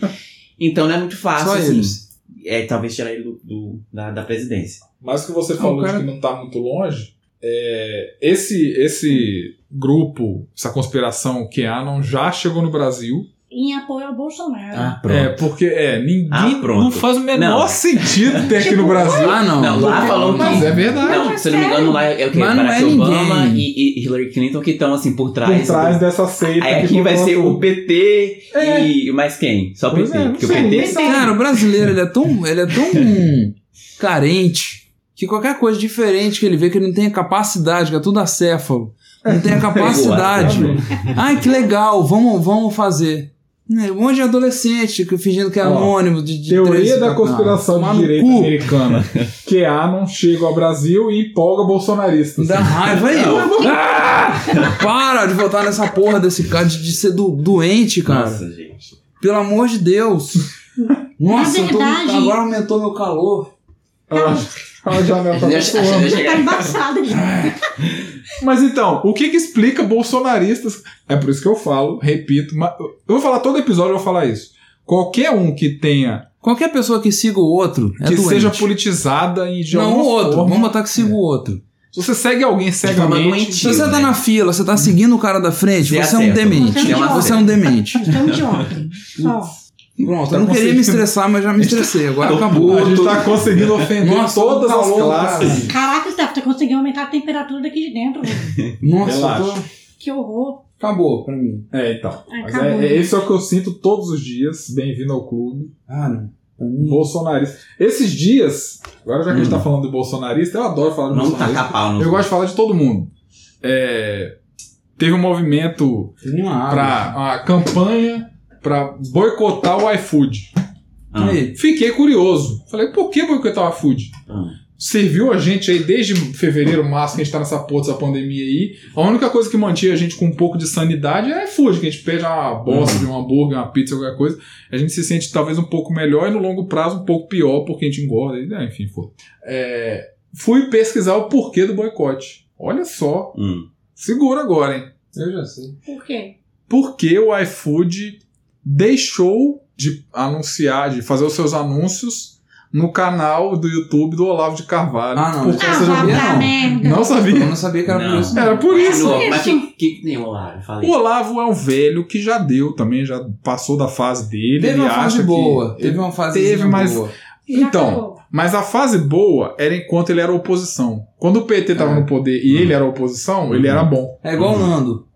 [SPEAKER 3] Então não é muito fácil,
[SPEAKER 2] Só
[SPEAKER 3] assim.
[SPEAKER 2] eles.
[SPEAKER 3] É, talvez tirar ele do, do- da, da presidência.
[SPEAKER 1] Mas o que você falou
[SPEAKER 2] o cara-
[SPEAKER 1] de que não tá muito longe, é, esse, esse grupo, essa conspiração Keanon já chegou no Brasil.
[SPEAKER 4] Em apoio ao Bolsonaro.
[SPEAKER 2] Ah,
[SPEAKER 1] É, porque é, ninguém
[SPEAKER 3] Ah, pronto.
[SPEAKER 1] não faz o menor
[SPEAKER 3] Não.
[SPEAKER 1] sentido ter aqui
[SPEAKER 4] Tipo,
[SPEAKER 1] no Brasil.
[SPEAKER 2] Ah, não.
[SPEAKER 3] Não, lá falou que.
[SPEAKER 1] Mas é verdade.
[SPEAKER 3] Não, se eu não me engano, lá é o que?
[SPEAKER 2] Mas não
[SPEAKER 3] Barack
[SPEAKER 2] é
[SPEAKER 3] Obama
[SPEAKER 2] ninguém.
[SPEAKER 3] e, e Hillary Clinton que estão assim por trás.
[SPEAKER 1] Por trás dessa seita.
[SPEAKER 3] Aí
[SPEAKER 1] que
[SPEAKER 3] aqui vai ser o PT
[SPEAKER 1] É.
[SPEAKER 3] e mais quem? Só o
[SPEAKER 1] Pois
[SPEAKER 3] PT.
[SPEAKER 1] é, não
[SPEAKER 3] porque o
[SPEAKER 1] sei,
[SPEAKER 3] PT
[SPEAKER 1] ninguém sabe.
[SPEAKER 2] Cara, o brasileiro, ele é tão, ele é tão carente que qualquer coisa diferente que ele vê que ele não tem a capacidade, que é tudo acéfalo. Não tem a capacidade. Ai, que legal, vamos, vamos fazer. Né, Um monte de adolescente que fingindo que é
[SPEAKER 1] Ó,
[SPEAKER 2] anônimo. De, de
[SPEAKER 1] Teoria
[SPEAKER 2] 13,
[SPEAKER 1] da
[SPEAKER 2] 14.
[SPEAKER 1] conspiração
[SPEAKER 2] Tomar
[SPEAKER 1] de
[SPEAKER 2] no
[SPEAKER 1] direita
[SPEAKER 2] cu.
[SPEAKER 1] americana. Keanon chega ao Brasil e empolga bolsonaristas.
[SPEAKER 2] Dá raiva aí. Para de votar nessa porra desse cara, de, de ser do, doente, cara.
[SPEAKER 3] Nossa, gente.
[SPEAKER 2] Pelo amor de Deus. Nossa, eu tô-
[SPEAKER 4] verdade-
[SPEAKER 2] agora aumentou meu calor.
[SPEAKER 1] Ah, a janela tá
[SPEAKER 3] Eu achei- achei-
[SPEAKER 1] suando.
[SPEAKER 3] achei-
[SPEAKER 4] Tá embaçado.
[SPEAKER 1] Mas então, o que que explica bolsonaristas? É por isso que eu falo, repito, mas eu vou falar todo episódio, eu vou falar isso. Qualquer um que tenha,
[SPEAKER 2] Qualquer pessoa que siga o outro é
[SPEAKER 1] que
[SPEAKER 2] doente.
[SPEAKER 1] seja politizada e de
[SPEAKER 2] Não, o
[SPEAKER 1] alguma
[SPEAKER 2] outro.
[SPEAKER 1] forma-
[SPEAKER 2] Vamos botar que siga o outro.
[SPEAKER 1] Se você segue alguém cegamente,
[SPEAKER 2] Se
[SPEAKER 3] Tio,
[SPEAKER 2] você tá
[SPEAKER 3] né?
[SPEAKER 2] na fila, você tá seguindo o cara da frente,
[SPEAKER 3] Você
[SPEAKER 2] você é um
[SPEAKER 3] acerta.
[SPEAKER 2] demente.
[SPEAKER 4] Você é um
[SPEAKER 2] Você é um demente.
[SPEAKER 4] Estamos de ontem. Só.
[SPEAKER 2] Pronto,
[SPEAKER 1] Tá
[SPEAKER 2] eu não queria
[SPEAKER 1] conseguindo.
[SPEAKER 2] me estressar, mas já me estressei. Agora acabou.
[SPEAKER 1] a gente
[SPEAKER 2] tô-
[SPEAKER 1] tá conseguindo ofender
[SPEAKER 2] Nossa,
[SPEAKER 1] todas
[SPEAKER 2] tá
[SPEAKER 1] as
[SPEAKER 2] louco,
[SPEAKER 1] classes.
[SPEAKER 4] Caraca, Steph, você conseguiu aumentar a temperatura daqui de dentro. velho.
[SPEAKER 2] Nossa, eu
[SPEAKER 1] Relaxa.
[SPEAKER 2] tô...
[SPEAKER 4] Que horror.
[SPEAKER 2] acabou pra mim.
[SPEAKER 1] É, então. Mas
[SPEAKER 4] Acabou.
[SPEAKER 1] é, é, esse é o que eu sinto todos os dias. Bem-vindo ao clube.
[SPEAKER 2] Ah, não. Pra mim-
[SPEAKER 1] Bolsonarista. Esses dias, agora já que a gente tá falando de bolsonarista, eu adoro falar de
[SPEAKER 3] Não tá
[SPEAKER 1] bolsonarista.
[SPEAKER 3] tacar pau no
[SPEAKER 1] é Eu gosto de falar de todo mundo. É, teve um movimento
[SPEAKER 2] Tem uma água.
[SPEAKER 1] pra uma campanha pra boicotar o iFood.
[SPEAKER 3] Ah,
[SPEAKER 2] Aí,
[SPEAKER 1] Fiquei curioso. Falei, por que boicotar o iFood?
[SPEAKER 3] ah.
[SPEAKER 1] Serviu a gente aí desde fevereiro, março, que a gente tá nessa porra dessa pandemia aí. A única coisa que mantinha a gente com um pouco de sanidade é iFood, que a gente pede uma bosta de um hambúrguer, uma pizza, alguma coisa. A gente se sente talvez um pouco melhor e no longo prazo um pouco pior, porque a gente engorda, e, né, enfim, foda. É, fui pesquisar o porquê do boicote. Olha só
[SPEAKER 3] Hum.
[SPEAKER 1] Segura agora, hein?
[SPEAKER 2] eu já sei.
[SPEAKER 4] Por quê?
[SPEAKER 1] Porque o iFood deixou de anunciar, de fazer os seus anúncios no canal do YouTube do Olavo de Carvalho.
[SPEAKER 2] Ah, não.
[SPEAKER 1] Por que
[SPEAKER 4] Ah,
[SPEAKER 1] você
[SPEAKER 4] vá
[SPEAKER 1] já
[SPEAKER 2] sabia,
[SPEAKER 4] pra
[SPEAKER 2] não?
[SPEAKER 4] merda.
[SPEAKER 1] viu? Não
[SPEAKER 2] Eu
[SPEAKER 1] sabia.
[SPEAKER 2] Ah. não sabia que era por
[SPEAKER 3] Não.
[SPEAKER 2] isso.
[SPEAKER 1] Era por isso.
[SPEAKER 3] Continua,
[SPEAKER 4] Isso.
[SPEAKER 3] Mas que, que, que nem o Lara, falei.
[SPEAKER 1] O Olavo é um velho que já deu também, já passou da fase dele.
[SPEAKER 2] Teve
[SPEAKER 1] ele
[SPEAKER 2] uma fase
[SPEAKER 1] acha
[SPEAKER 2] boa.
[SPEAKER 1] que...
[SPEAKER 2] Teve um- uma fase
[SPEAKER 1] Teve, mas-
[SPEAKER 2] boa.
[SPEAKER 4] Já
[SPEAKER 1] Então.
[SPEAKER 4] acabou.
[SPEAKER 1] Mas a fase boa era enquanto ele era oposição. Quando o PT tava
[SPEAKER 2] É.
[SPEAKER 1] no poder e ele era oposição, ele era bom.
[SPEAKER 2] É igual o Nando.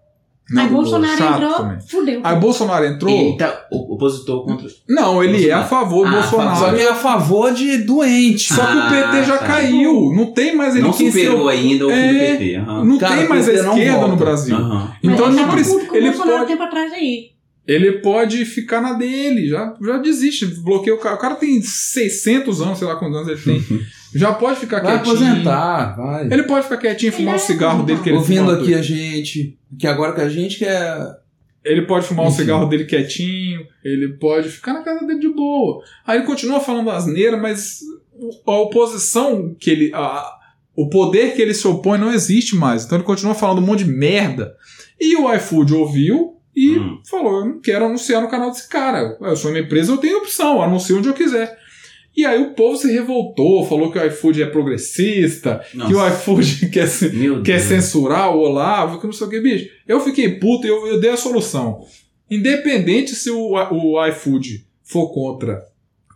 [SPEAKER 4] Aí Bolsonaro
[SPEAKER 1] chato
[SPEAKER 4] entrou,
[SPEAKER 1] também. Ah,
[SPEAKER 4] fudeu.
[SPEAKER 1] Aí Bolsonaro entrou.
[SPEAKER 3] Ele tá o- opositor contra. os-
[SPEAKER 1] Não, ele é a
[SPEAKER 3] Bolsonaro.
[SPEAKER 1] favor do
[SPEAKER 3] Ah,
[SPEAKER 1] Bolsonaro.
[SPEAKER 2] Só que é a favor de doente.
[SPEAKER 1] Só que o PT já
[SPEAKER 3] tá.
[SPEAKER 1] caiu. Não tem mais ele
[SPEAKER 3] Não
[SPEAKER 1] quem ser
[SPEAKER 3] superou ainda o fim do
[SPEAKER 1] É,
[SPEAKER 3] PT.
[SPEAKER 1] o-
[SPEAKER 3] aham.
[SPEAKER 1] Não
[SPEAKER 2] Cara,
[SPEAKER 1] tem
[SPEAKER 2] o
[SPEAKER 1] mais a
[SPEAKER 2] PT não
[SPEAKER 1] esquerda no
[SPEAKER 2] volta.
[SPEAKER 1] Brasil.
[SPEAKER 3] Aham.
[SPEAKER 4] Mas
[SPEAKER 1] Então
[SPEAKER 4] ele
[SPEAKER 1] ele não
[SPEAKER 4] tava
[SPEAKER 1] precisa.
[SPEAKER 4] puto com o
[SPEAKER 1] Ele
[SPEAKER 4] Bolsonaro um
[SPEAKER 1] pode,
[SPEAKER 4] tempo atrás aí.
[SPEAKER 1] ele pode ficar na dele. Já, já desiste. Bloqueia o cara. O cara tem 600 anos, sei lá quantos anos ele tem. Já pode ficar
[SPEAKER 2] Vai
[SPEAKER 1] quietinho.
[SPEAKER 2] aposentar, vai.
[SPEAKER 1] Ele pode ficar quietinho, fumar o
[SPEAKER 4] Ele é
[SPEAKER 1] cigarro dele que ele
[SPEAKER 2] Ouvindo
[SPEAKER 1] fuma.
[SPEAKER 2] aqui a gente, que agora que é, a gente quer.
[SPEAKER 1] Ele pode fumar o
[SPEAKER 2] Enfim.
[SPEAKER 1] cigarro dele quietinho, ele pode ficar na casa dele de boa. Aí ele continua falando asneira, mas o- a oposição que ele. a- o poder que ele se opõe não existe mais. Então ele continua falando um monte de merda. E o iFood ouviu e
[SPEAKER 3] Hum.
[SPEAKER 1] falou: Eu não quero anunciar no canal desse cara. Eu sou uma empresa, eu tenho opção, eu anuncio onde eu quiser. E aí o povo se revoltou, falou que o iFood é progressista, que o
[SPEAKER 3] Nossa.
[SPEAKER 1] iFood é quer se
[SPEAKER 3] Meu
[SPEAKER 1] quer
[SPEAKER 3] Deus. né?
[SPEAKER 1] censurar o Olavo, que não sei o que, bicho. Eu fiquei puto e eu, eu dei a solução. Independente se o, o iFood for contra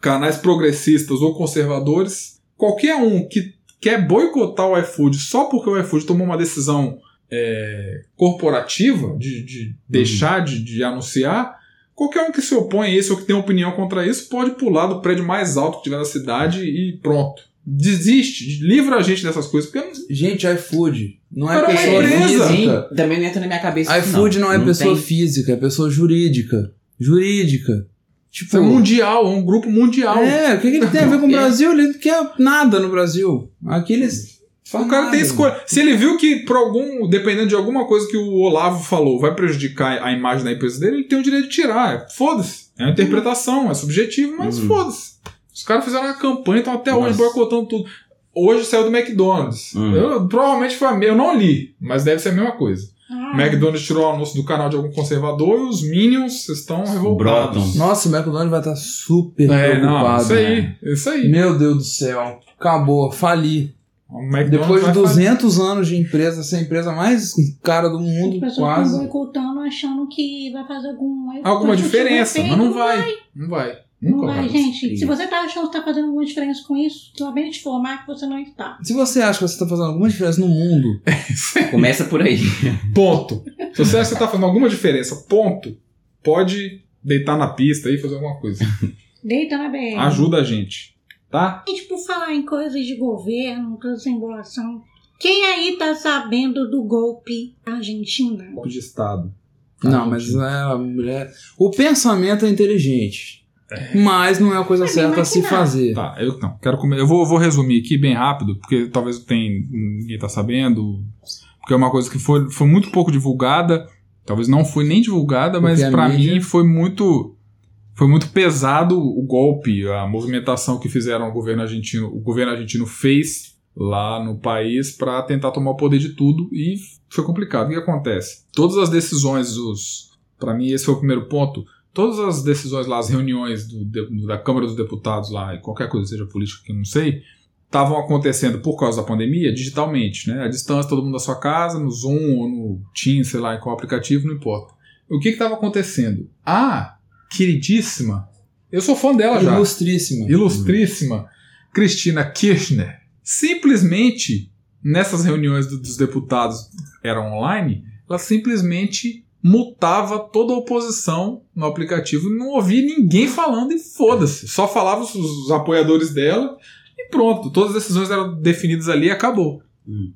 [SPEAKER 1] canais progressistas ou conservadores, qualquer um que quer boicotar o iFood só porque o iFood tomou uma decisão é, corporativa de, de deixar de, de anunciar, qualquer um que se opõe a isso ou que tem opinião contra isso pode pular do prédio mais alto que tiver na cidade e pronto. Desiste, livra a gente dessas coisas, porque não,
[SPEAKER 2] Gente, iFood não é
[SPEAKER 1] Cara, é uma
[SPEAKER 2] pessoa
[SPEAKER 1] empresa.
[SPEAKER 2] física.
[SPEAKER 3] assim, Também não entra na minha cabeça. isso,
[SPEAKER 2] iFood não, é pessoa
[SPEAKER 3] tem.
[SPEAKER 2] física, é pessoa jurídica. Jurídica. Tipo.
[SPEAKER 1] Isso é mundial, é um grupo mundial.
[SPEAKER 2] É, o que, que ele tem a ver com o
[SPEAKER 3] É.
[SPEAKER 2] Brasil? Ele não quer nada no Brasil. Aqui eles.
[SPEAKER 1] O cara tem escolha. Se ele viu que, por algum, dependendo de alguma coisa que o Olavo falou, vai prejudicar a imagem da empresa dele, ele tem o direito de tirar. É- Foda-se. É uma interpretação, é subjetivo, mas
[SPEAKER 3] Uhum.
[SPEAKER 1] foda-se. Os caras fizeram uma campanha, estão até hoje
[SPEAKER 3] Nossa.
[SPEAKER 1] boicotando tudo. Hoje saiu do McDonald's.
[SPEAKER 3] Hum.
[SPEAKER 1] Eu- provavelmente foi a me- Eu não li, mas deve ser a mesma coisa.
[SPEAKER 4] Ah,
[SPEAKER 1] O McDonald's tirou o anúncio do canal de algum conservador e os Minions estão revoltados.
[SPEAKER 2] Nossa, o McDonald's vai estar super
[SPEAKER 1] É, não,
[SPEAKER 2] preocupado.
[SPEAKER 1] isso aí, isso aí.
[SPEAKER 2] Meu Deus do céu. Acabou, fali.
[SPEAKER 1] O McDonald's
[SPEAKER 2] Depois de
[SPEAKER 1] vai fazer-
[SPEAKER 2] 200 anos de empresa, essa empresa mais cara do mundo,
[SPEAKER 4] as pessoas
[SPEAKER 2] quase.
[SPEAKER 4] estão boicotando achando que vai fazer algum,
[SPEAKER 1] alguma
[SPEAKER 4] construtivo
[SPEAKER 1] diferença, mas
[SPEAKER 4] efeito.
[SPEAKER 1] não vai. Não vai.
[SPEAKER 4] Não
[SPEAKER 1] Nunca
[SPEAKER 4] vai,
[SPEAKER 1] vai.
[SPEAKER 4] gente.
[SPEAKER 3] Isso.
[SPEAKER 4] Se você tá achando que tá fazendo alguma diferença com isso, tu vai bem te informar que você não está.
[SPEAKER 2] Se você acha que você está fazendo alguma diferença no mundo,
[SPEAKER 3] Começa por aí.
[SPEAKER 1] Ponto. Se você acha que você tá fazendo alguma diferença, ponto, pode deitar na pista aí e fazer alguma coisa.
[SPEAKER 4] Deita na BR.
[SPEAKER 1] Ajuda a gente. Tá?
[SPEAKER 4] Gente, por tipo, falar em coisas de governo, coisas sem embolação, quem aí tá sabendo do golpe na Argentina?
[SPEAKER 1] Golpe de Estado.
[SPEAKER 2] não, mas é, a mulher. O pensamento é inteligente. Mas não é a coisa
[SPEAKER 4] É bem
[SPEAKER 2] certa a se
[SPEAKER 4] maquinado.
[SPEAKER 2] fazer.
[SPEAKER 1] Tá, eu não. Quero comer. Eu vou, eu vou resumir aqui bem rápido, porque talvez não tem, ninguém tá sabendo. Porque é uma coisa que foi, foi muito pouco divulgada. Talvez não foi nem divulgada, mas
[SPEAKER 2] Porque a
[SPEAKER 1] pra
[SPEAKER 2] mídia-
[SPEAKER 1] mim foi muito. Foi muito pesado o golpe, a movimentação que fizeram o governo argentino, o governo argentino fez lá no país para tentar tomar o poder de tudo e foi complicado. O que acontece? Todas as decisões, os, para mim esse foi o primeiro ponto. Todas as decisões lá, as reuniões do de- da Câmara dos Deputados lá, e qualquer coisa seja política que eu não sei, estavam acontecendo por causa da pandemia digitalmente, né? A distância, todo mundo da sua casa, no Zoom ou no Teams, sei lá, em qual aplicativo, não importa. O que estava acontecendo? Ah, queridíssima, eu sou fã
[SPEAKER 2] Tá,
[SPEAKER 1] dela já
[SPEAKER 2] Ilustríssima.
[SPEAKER 1] ilustríssima Cristina Kirchner, simplesmente nessas reuniões do- dos deputados eram online, ela simplesmente mutava toda a oposição no aplicativo, não ouvia ninguém falando e foda-se, só falava os, os apoiadores dela e pronto, todas as decisões eram definidas ali e acabou.
[SPEAKER 3] Hum.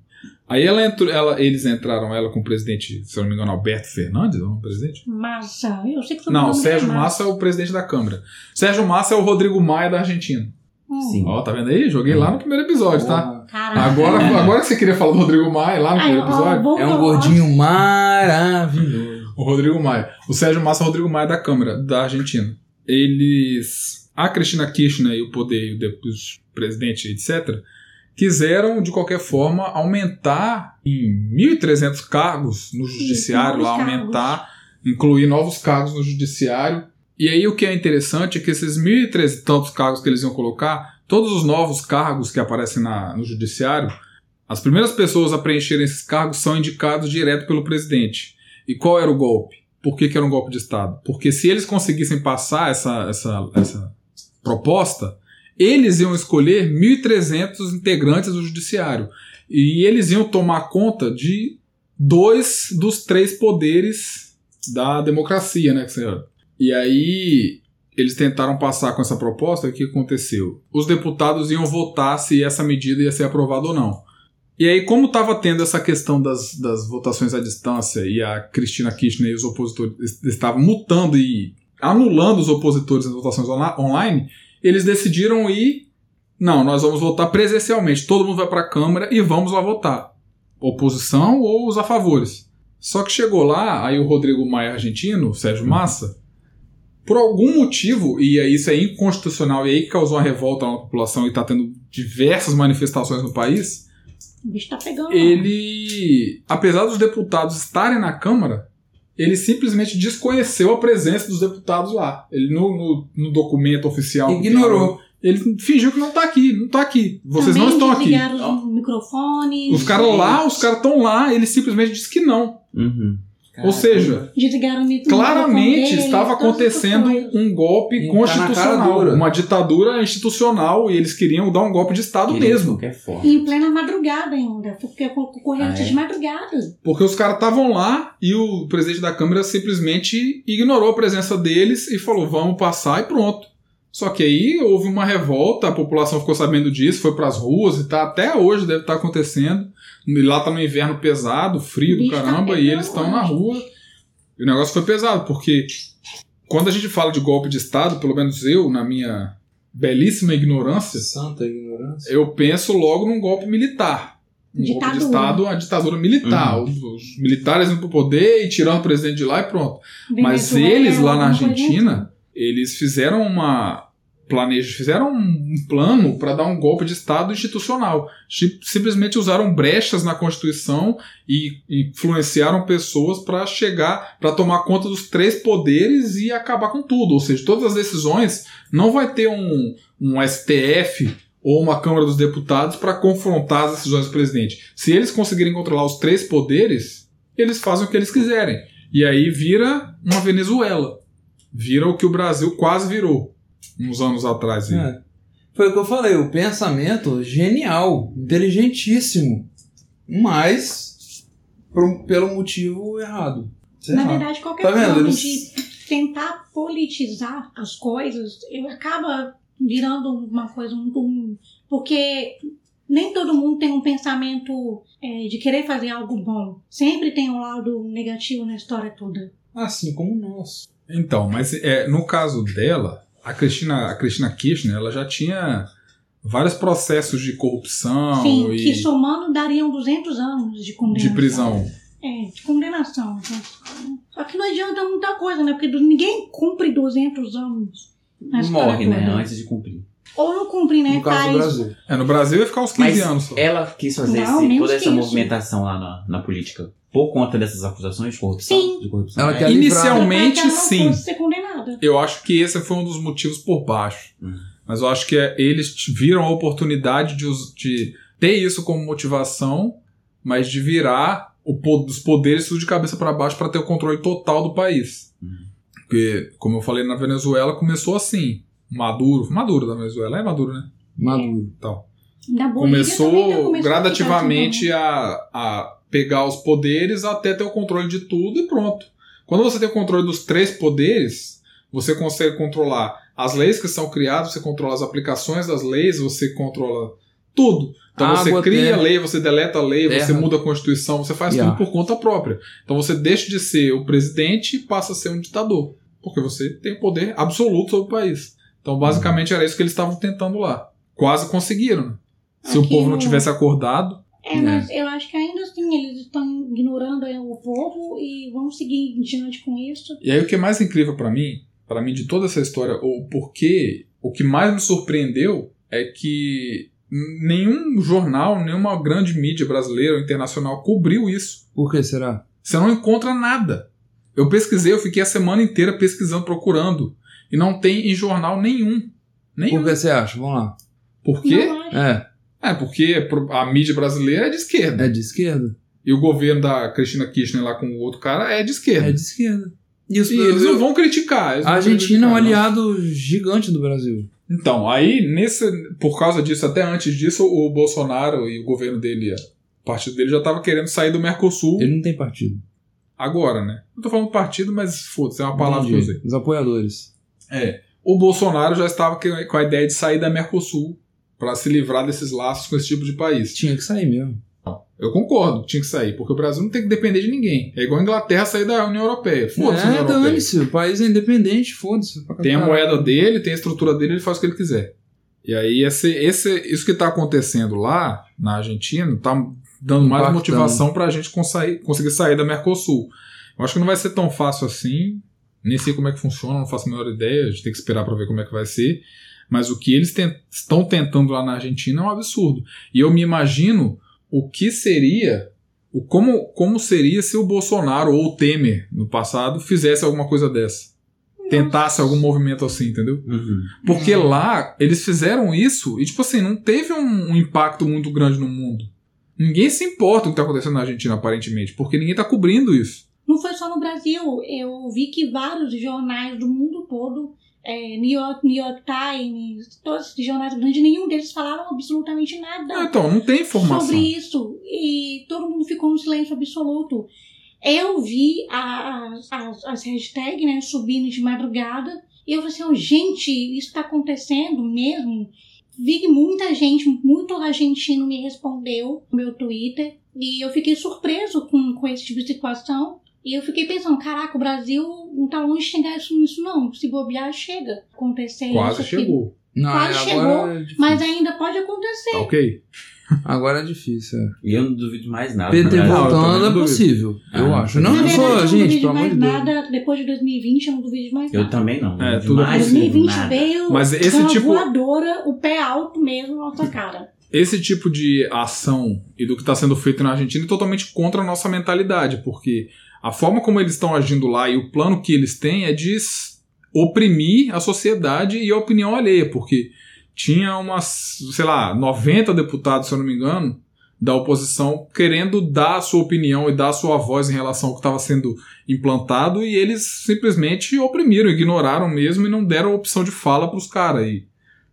[SPEAKER 1] Aí ela entrou, ela- eles entraram ela com o presidente, se eu não me engano, Alberto Fernandes, é o nome do presidente?
[SPEAKER 4] Massa. Eu sei que todo
[SPEAKER 1] Não,
[SPEAKER 4] mundo
[SPEAKER 1] Sérgio
[SPEAKER 4] chama.
[SPEAKER 1] Massa é o presidente da Câmara. Sérgio Massa é o Rodrigo Maia da Argentina.
[SPEAKER 4] Hum,
[SPEAKER 3] Sim.
[SPEAKER 1] Ó, tá vendo aí? Joguei lá no primeiro episódio, tá?
[SPEAKER 4] Caraca.
[SPEAKER 1] Agora, agora que você queria falar do Rodrigo Maia lá no
[SPEAKER 4] Ai,
[SPEAKER 1] primeiro
[SPEAKER 4] ó,
[SPEAKER 1] episódio,
[SPEAKER 4] vou
[SPEAKER 2] É um
[SPEAKER 4] falar.
[SPEAKER 2] gordinho maravilhoso.
[SPEAKER 1] o Rodrigo Maia. O Sérgio Massa é o Rodrigo Maia da Câmara, da Argentina. Eles. A Cristina Kirchner e o poder, e o de- os presidente, etc., quiseram, de qualquer forma, aumentar em 1.300 cargos no judiciário,
[SPEAKER 4] novos
[SPEAKER 1] lá,
[SPEAKER 4] cargos.
[SPEAKER 1] aumentar, incluir novos cargos no judiciário. E aí o que é interessante é que esses 1.300 e tantos cargos que eles iam colocar, todos os novos cargos que aparecem na, no judiciário, as primeiras pessoas a preencherem esses cargos são indicados direto pelo presidente. E qual era o golpe? Por que, que era um golpe de Estado? Porque se eles conseguissem passar essa, essa, essa proposta, eles iam escolher 1.300 integrantes do judiciário. E eles iam tomar conta de dois dos três poderes da democracia, né? que você- E aí eles tentaram passar com essa proposta, o que aconteceu? Os deputados iam votar se essa medida ia ser aprovada ou não. E aí, como estava tendo essa questão das, das votações à distância e a Cristina Kirchner e os opositores est- estavam mutando e anulando os opositores nas votações onla- online, eles decidiram ir. Não, nós vamos votar presencialmente. Todo mundo vai para a Câmara e vamos lá votar. Oposição ou os a favores. Só que chegou lá, aí o Rodrigo Maia argentino, o Sérgio Massa, por algum motivo, e aí isso é inconstitucional e aí que causou uma revolta na população e está tendo diversas manifestações no país,
[SPEAKER 4] O bicho tá pegando.
[SPEAKER 1] ele, apesar dos deputados estarem na Câmara, ele simplesmente desconheceu a presença dos deputados lá. Ele no, no- no documento
[SPEAKER 2] É
[SPEAKER 1] oficial.
[SPEAKER 2] um Ignorou.
[SPEAKER 1] Ele fingiu que não tá aqui, não tá aqui. Vocês
[SPEAKER 4] Também
[SPEAKER 1] não estão aqui.
[SPEAKER 4] desligaram os microfones.
[SPEAKER 1] Os caras lá, os caras estão lá, ele simplesmente disse que não.
[SPEAKER 3] Uhum.
[SPEAKER 1] Ou seja,
[SPEAKER 4] Desligaram o microfone.
[SPEAKER 1] claramente
[SPEAKER 4] dele,
[SPEAKER 1] estava
[SPEAKER 4] todas essas
[SPEAKER 1] acontecendo
[SPEAKER 4] coisas.
[SPEAKER 1] um golpe
[SPEAKER 2] E tá na cara
[SPEAKER 1] constitucional,
[SPEAKER 2] dura.
[SPEAKER 1] uma ditadura institucional e eles queriam dar um golpe de Estado
[SPEAKER 3] Queria de
[SPEAKER 1] mesmo.
[SPEAKER 3] qualquer forma.
[SPEAKER 4] Em plena madrugada ainda, porque ocorreu
[SPEAKER 3] Ah, é?
[SPEAKER 4] de madrugada.
[SPEAKER 1] Porque os caras estavam lá e o presidente da Câmara simplesmente ignorou a presença deles e falou: vamos passar e pronto. Só que aí houve uma revolta, a população ficou sabendo disso, foi pras ruas e tá até hoje, deve estar acontecendo. E lá tá no inverno pesado, frio do
[SPEAKER 4] Bicho tá
[SPEAKER 1] caramba, e
[SPEAKER 4] pegando
[SPEAKER 1] eles estão na
[SPEAKER 4] hoje.
[SPEAKER 1] rua. E o negócio foi pesado, porque quando a gente fala de golpe de Estado, pelo menos eu, na minha belíssima ignorância,
[SPEAKER 2] É Santa ignorância.
[SPEAKER 1] eu penso logo num golpe militar. Um golpe
[SPEAKER 4] Ditadura.
[SPEAKER 1] de Estado, uma ditadura militar. Os, os militares indo pro poder e tirando o presidente de lá e pronto. Mas
[SPEAKER 4] Venezuela,
[SPEAKER 1] eles lá na
[SPEAKER 4] alguma coisa
[SPEAKER 1] Argentina, eles fizeram uma. Planejo, fizeram um plano para dar um golpe de Estado institucional. Chi- Simplesmente usaram brechas na Constituição e influenciaram pessoas para chegar, para tomar conta dos três poderes e acabar com tudo. Ou seja, todas as decisões não vai ter um, um STF ou uma Câmara dos Deputados para confrontar as decisões do presidente. Se eles conseguirem controlar os três poderes, eles fazem o que eles quiserem. E aí vira uma Venezuela. Vira o que o Brasil quase virou uns anos atrás. aí.
[SPEAKER 2] É. Foi o que eu falei, o pensamento genial, inteligentíssimo, mas por um- pelo motivo errado. Sei
[SPEAKER 4] Na
[SPEAKER 2] lá.
[SPEAKER 4] verdade, qualquer
[SPEAKER 2] Tá vendo?
[SPEAKER 4] forma
[SPEAKER 2] Eles-
[SPEAKER 4] de tentar politizar as coisas eu- acaba virando uma coisa muito ruim. Porque nem todo mundo tem um pensamento é, de querer fazer algo bom. Sempre tem um lado negativo na história toda.
[SPEAKER 2] Assim como o nosso.
[SPEAKER 1] Então, mas é, no caso dela, a Cristina, a Cristina Kirchner, ela já tinha vários processos de corrupção
[SPEAKER 4] Sim,
[SPEAKER 1] e
[SPEAKER 4] que somando dariam 200 anos de condenação.
[SPEAKER 1] de prisão.
[SPEAKER 4] É, de condenação. então. Só que não adianta muita coisa, né? Porque do- ninguém cumpre 200 anos. na história
[SPEAKER 3] Morre, né?
[SPEAKER 4] toda.
[SPEAKER 3] Antes de cumprir.
[SPEAKER 4] Ou não cumpre, né?
[SPEAKER 2] No caso do
[SPEAKER 4] Faz
[SPEAKER 2] Brasil.
[SPEAKER 1] É, no Brasil ia ficar uns 15
[SPEAKER 3] Mas
[SPEAKER 1] anos
[SPEAKER 4] é,
[SPEAKER 1] só.
[SPEAKER 3] Ela quis fazer
[SPEAKER 4] Não,
[SPEAKER 3] esse-
[SPEAKER 4] menos
[SPEAKER 3] toda essa
[SPEAKER 4] que isso.
[SPEAKER 3] movimentação lá na, na política por conta dessas acusações de corrupção.
[SPEAKER 4] Sim.
[SPEAKER 3] De corrupção
[SPEAKER 2] Ela
[SPEAKER 3] né?
[SPEAKER 2] quer-
[SPEAKER 1] Inicialmente,
[SPEAKER 4] pra que é. ela não
[SPEAKER 1] sim.
[SPEAKER 4] fosse ser condenada.
[SPEAKER 1] Eu acho que esse foi um dos motivos por baixo.
[SPEAKER 3] Hum.
[SPEAKER 1] Mas eu acho que é- eles t- viram a oportunidade de, us- de ter isso como motivação, mas de virar o po- os poderes tudo de cabeça para baixo para ter o controle total do país.
[SPEAKER 3] Hum.
[SPEAKER 1] Porque, como eu falei, na Venezuela começou assim. Maduro, Maduro da Venezuela, é Maduro, né?
[SPEAKER 2] Maduro.
[SPEAKER 4] Na Bolívia também né, não
[SPEAKER 1] começou gradativamente
[SPEAKER 4] a
[SPEAKER 1] a, a pegar os poderes até ter o controle de tudo e pronto. Quando você tem o controle dos três poderes, você consegue controlar as leis que são criadas, você controla as aplicações das leis, você controla tudo. Então
[SPEAKER 2] Água,
[SPEAKER 1] você cria
[SPEAKER 2] terra.
[SPEAKER 1] a lei, você deleta a lei, você
[SPEAKER 2] Terra.
[SPEAKER 1] muda a constituição, você faz
[SPEAKER 2] Yeah.
[SPEAKER 1] tudo por conta própria. Então você deixa de ser o presidente e passa a ser um ditador, porque você tem o poder absoluto sobre o país. Então basicamente era isso que eles estavam tentando lá. Quase conseguiram. né? Se o
[SPEAKER 4] Aqui
[SPEAKER 1] povo não
[SPEAKER 4] no-
[SPEAKER 1] tivesse acordado,
[SPEAKER 4] É, mas
[SPEAKER 1] né.
[SPEAKER 4] eu acho que ainda assim eles estão ignorando é, o povo e vão seguir diante com isso.
[SPEAKER 1] e aí o que é mais incrível pra mim, pra mim de toda essa história, ou porque o que mais me surpreendeu é que nenhum jornal, nenhuma grande mídia brasileira ou internacional cobriu isso.
[SPEAKER 2] Por que será?
[SPEAKER 1] Você não encontra nada. Eu pesquisei, eu fiquei a semana inteira pesquisando, procurando. E não tem em jornal nenhum. Nenhum.
[SPEAKER 2] Por que você acha? Vamos lá.
[SPEAKER 1] Por quê?
[SPEAKER 4] Não acho.
[SPEAKER 2] É,
[SPEAKER 1] É, porque pro- a mídia brasileira é de esquerda.
[SPEAKER 2] é de esquerda.
[SPEAKER 1] E o governo da Cristina Kirchner lá com o outro cara é de esquerda.
[SPEAKER 2] É de esquerda. E os-
[SPEAKER 1] E eles não vão criticar. eles
[SPEAKER 2] A
[SPEAKER 1] não vão
[SPEAKER 2] Argentina é um
[SPEAKER 1] criticar, não.
[SPEAKER 2] aliado gigante do Brasil.
[SPEAKER 1] Então, aí, nesse, por causa disso, até antes disso, o Bolsonaro e o governo dele, O partido dele já estava querendo sair do Mercosul
[SPEAKER 2] Ele não tem partido.
[SPEAKER 1] agora, né? Não tô falando partido, mas foda-se, é uma palavra que eu
[SPEAKER 2] Entendi.
[SPEAKER 1] usei.
[SPEAKER 2] Os apoiadores.
[SPEAKER 1] O Bolsonaro já estava que- com a ideia de sair da Mercosul para se livrar desses laços com esse tipo de país.
[SPEAKER 2] Tinha que sair mesmo.
[SPEAKER 1] Eu concordo, tinha que sair, porque o Brasil não tem que depender de ninguém. É igual a Inglaterra sair da União Europeia. Foda-se, a União
[SPEAKER 2] é,
[SPEAKER 1] Europeia.
[SPEAKER 2] dane-se. O país é independente, foda-se. pra
[SPEAKER 1] Tem a
[SPEAKER 2] caralho.
[SPEAKER 1] moeda dele, tem a estrutura dele, ele faz o que ele quiser. E aí, esse, esse, isso que está acontecendo lá na Argentina tá dando mais
[SPEAKER 2] Impactando.
[SPEAKER 1] motivação para a gente consair- conseguir sair da Mercosul. Eu acho que não vai ser tão fácil assim. Nem sei como é que funciona, não faço a menor ideia. A gente tem que esperar para ver como é que vai ser. Mas o que eles ten- estão tentando lá na Argentina é um absurdo. E eu me imagino o que seria, o como, como seria se o Bolsonaro ou o Temer no passado fizesse alguma coisa dessa tentasse algum movimento assim, entendeu?
[SPEAKER 3] Uhum.
[SPEAKER 1] Porque lá eles fizeram isso e, tipo assim, não teve um, um impacto muito grande no mundo. Ninguém se importa o que tá acontecendo na Argentina, aparentemente, porque ninguém tá cobrindo isso.
[SPEAKER 4] Não foi só no Brasil. Eu vi que vários jornais do mundo todo, é, New, York, New York Times, todos esses jornais grandes, nenhum deles falaram absolutamente
[SPEAKER 1] Ah,
[SPEAKER 4] nada
[SPEAKER 1] Então, não tem informação.
[SPEAKER 4] sobre isso. E todo mundo ficou no silêncio absoluto. Eu vi a- as, as, as hashtags né, subindo de madrugada. E eu falei assim, "Oh, gente, isso está acontecendo mesmo? Vi que muita gente, muito argentino me respondeu no meu Twitter. E eu fiquei surpreso com, com esse tipo de situação. E eu fiquei pensando, caraca, o Brasil não tá longe de chegar isso nisso não. Se bobear, chega. Acontecer isso
[SPEAKER 1] Quase
[SPEAKER 4] aqui.
[SPEAKER 1] chegou.
[SPEAKER 2] Não,
[SPEAKER 4] Quase
[SPEAKER 2] agora, é difícil.
[SPEAKER 4] Mas ainda pode acontecer.
[SPEAKER 1] Tá ok?
[SPEAKER 2] agora é difícil. é.
[SPEAKER 3] E eu não duvido mais nada.
[SPEAKER 2] PT
[SPEAKER 3] na verdade.
[SPEAKER 1] eu também
[SPEAKER 2] voltando
[SPEAKER 1] não
[SPEAKER 2] é
[SPEAKER 1] duvido.
[SPEAKER 2] possível. Eu
[SPEAKER 3] Ah,
[SPEAKER 2] acho. Não,
[SPEAKER 4] Na
[SPEAKER 2] não
[SPEAKER 4] é verdade, eu
[SPEAKER 2] sou,
[SPEAKER 4] não
[SPEAKER 2] gente,
[SPEAKER 4] duvido
[SPEAKER 2] pelo amor
[SPEAKER 4] mais
[SPEAKER 2] de Deus.
[SPEAKER 4] nada. Depois de 2020, eu não duvido de mais
[SPEAKER 3] Eu
[SPEAKER 4] nada.
[SPEAKER 3] também não.
[SPEAKER 1] É,
[SPEAKER 3] não
[SPEAKER 1] tudo
[SPEAKER 3] mais
[SPEAKER 4] 2020
[SPEAKER 3] nada.
[SPEAKER 4] veio
[SPEAKER 1] Mas esse
[SPEAKER 4] uma
[SPEAKER 1] tipo-
[SPEAKER 4] voadora, o pé alto mesmo na
[SPEAKER 2] É.
[SPEAKER 4] nossa cara.
[SPEAKER 1] Esse tipo de ação e do que tá sendo feito na Argentina é totalmente contra a nossa mentalidade, porque a forma como eles estão agindo lá e o plano que eles têm é de s- oprimir a sociedade e a opinião alheia, porque tinha umas, sei lá, 90 deputados, se eu não me engano, da oposição querendo dar a sua opinião e dar a sua voz em relação ao que estava sendo implantado e eles simplesmente oprimiram, ignoraram mesmo e não deram a opção de fala para os caras. E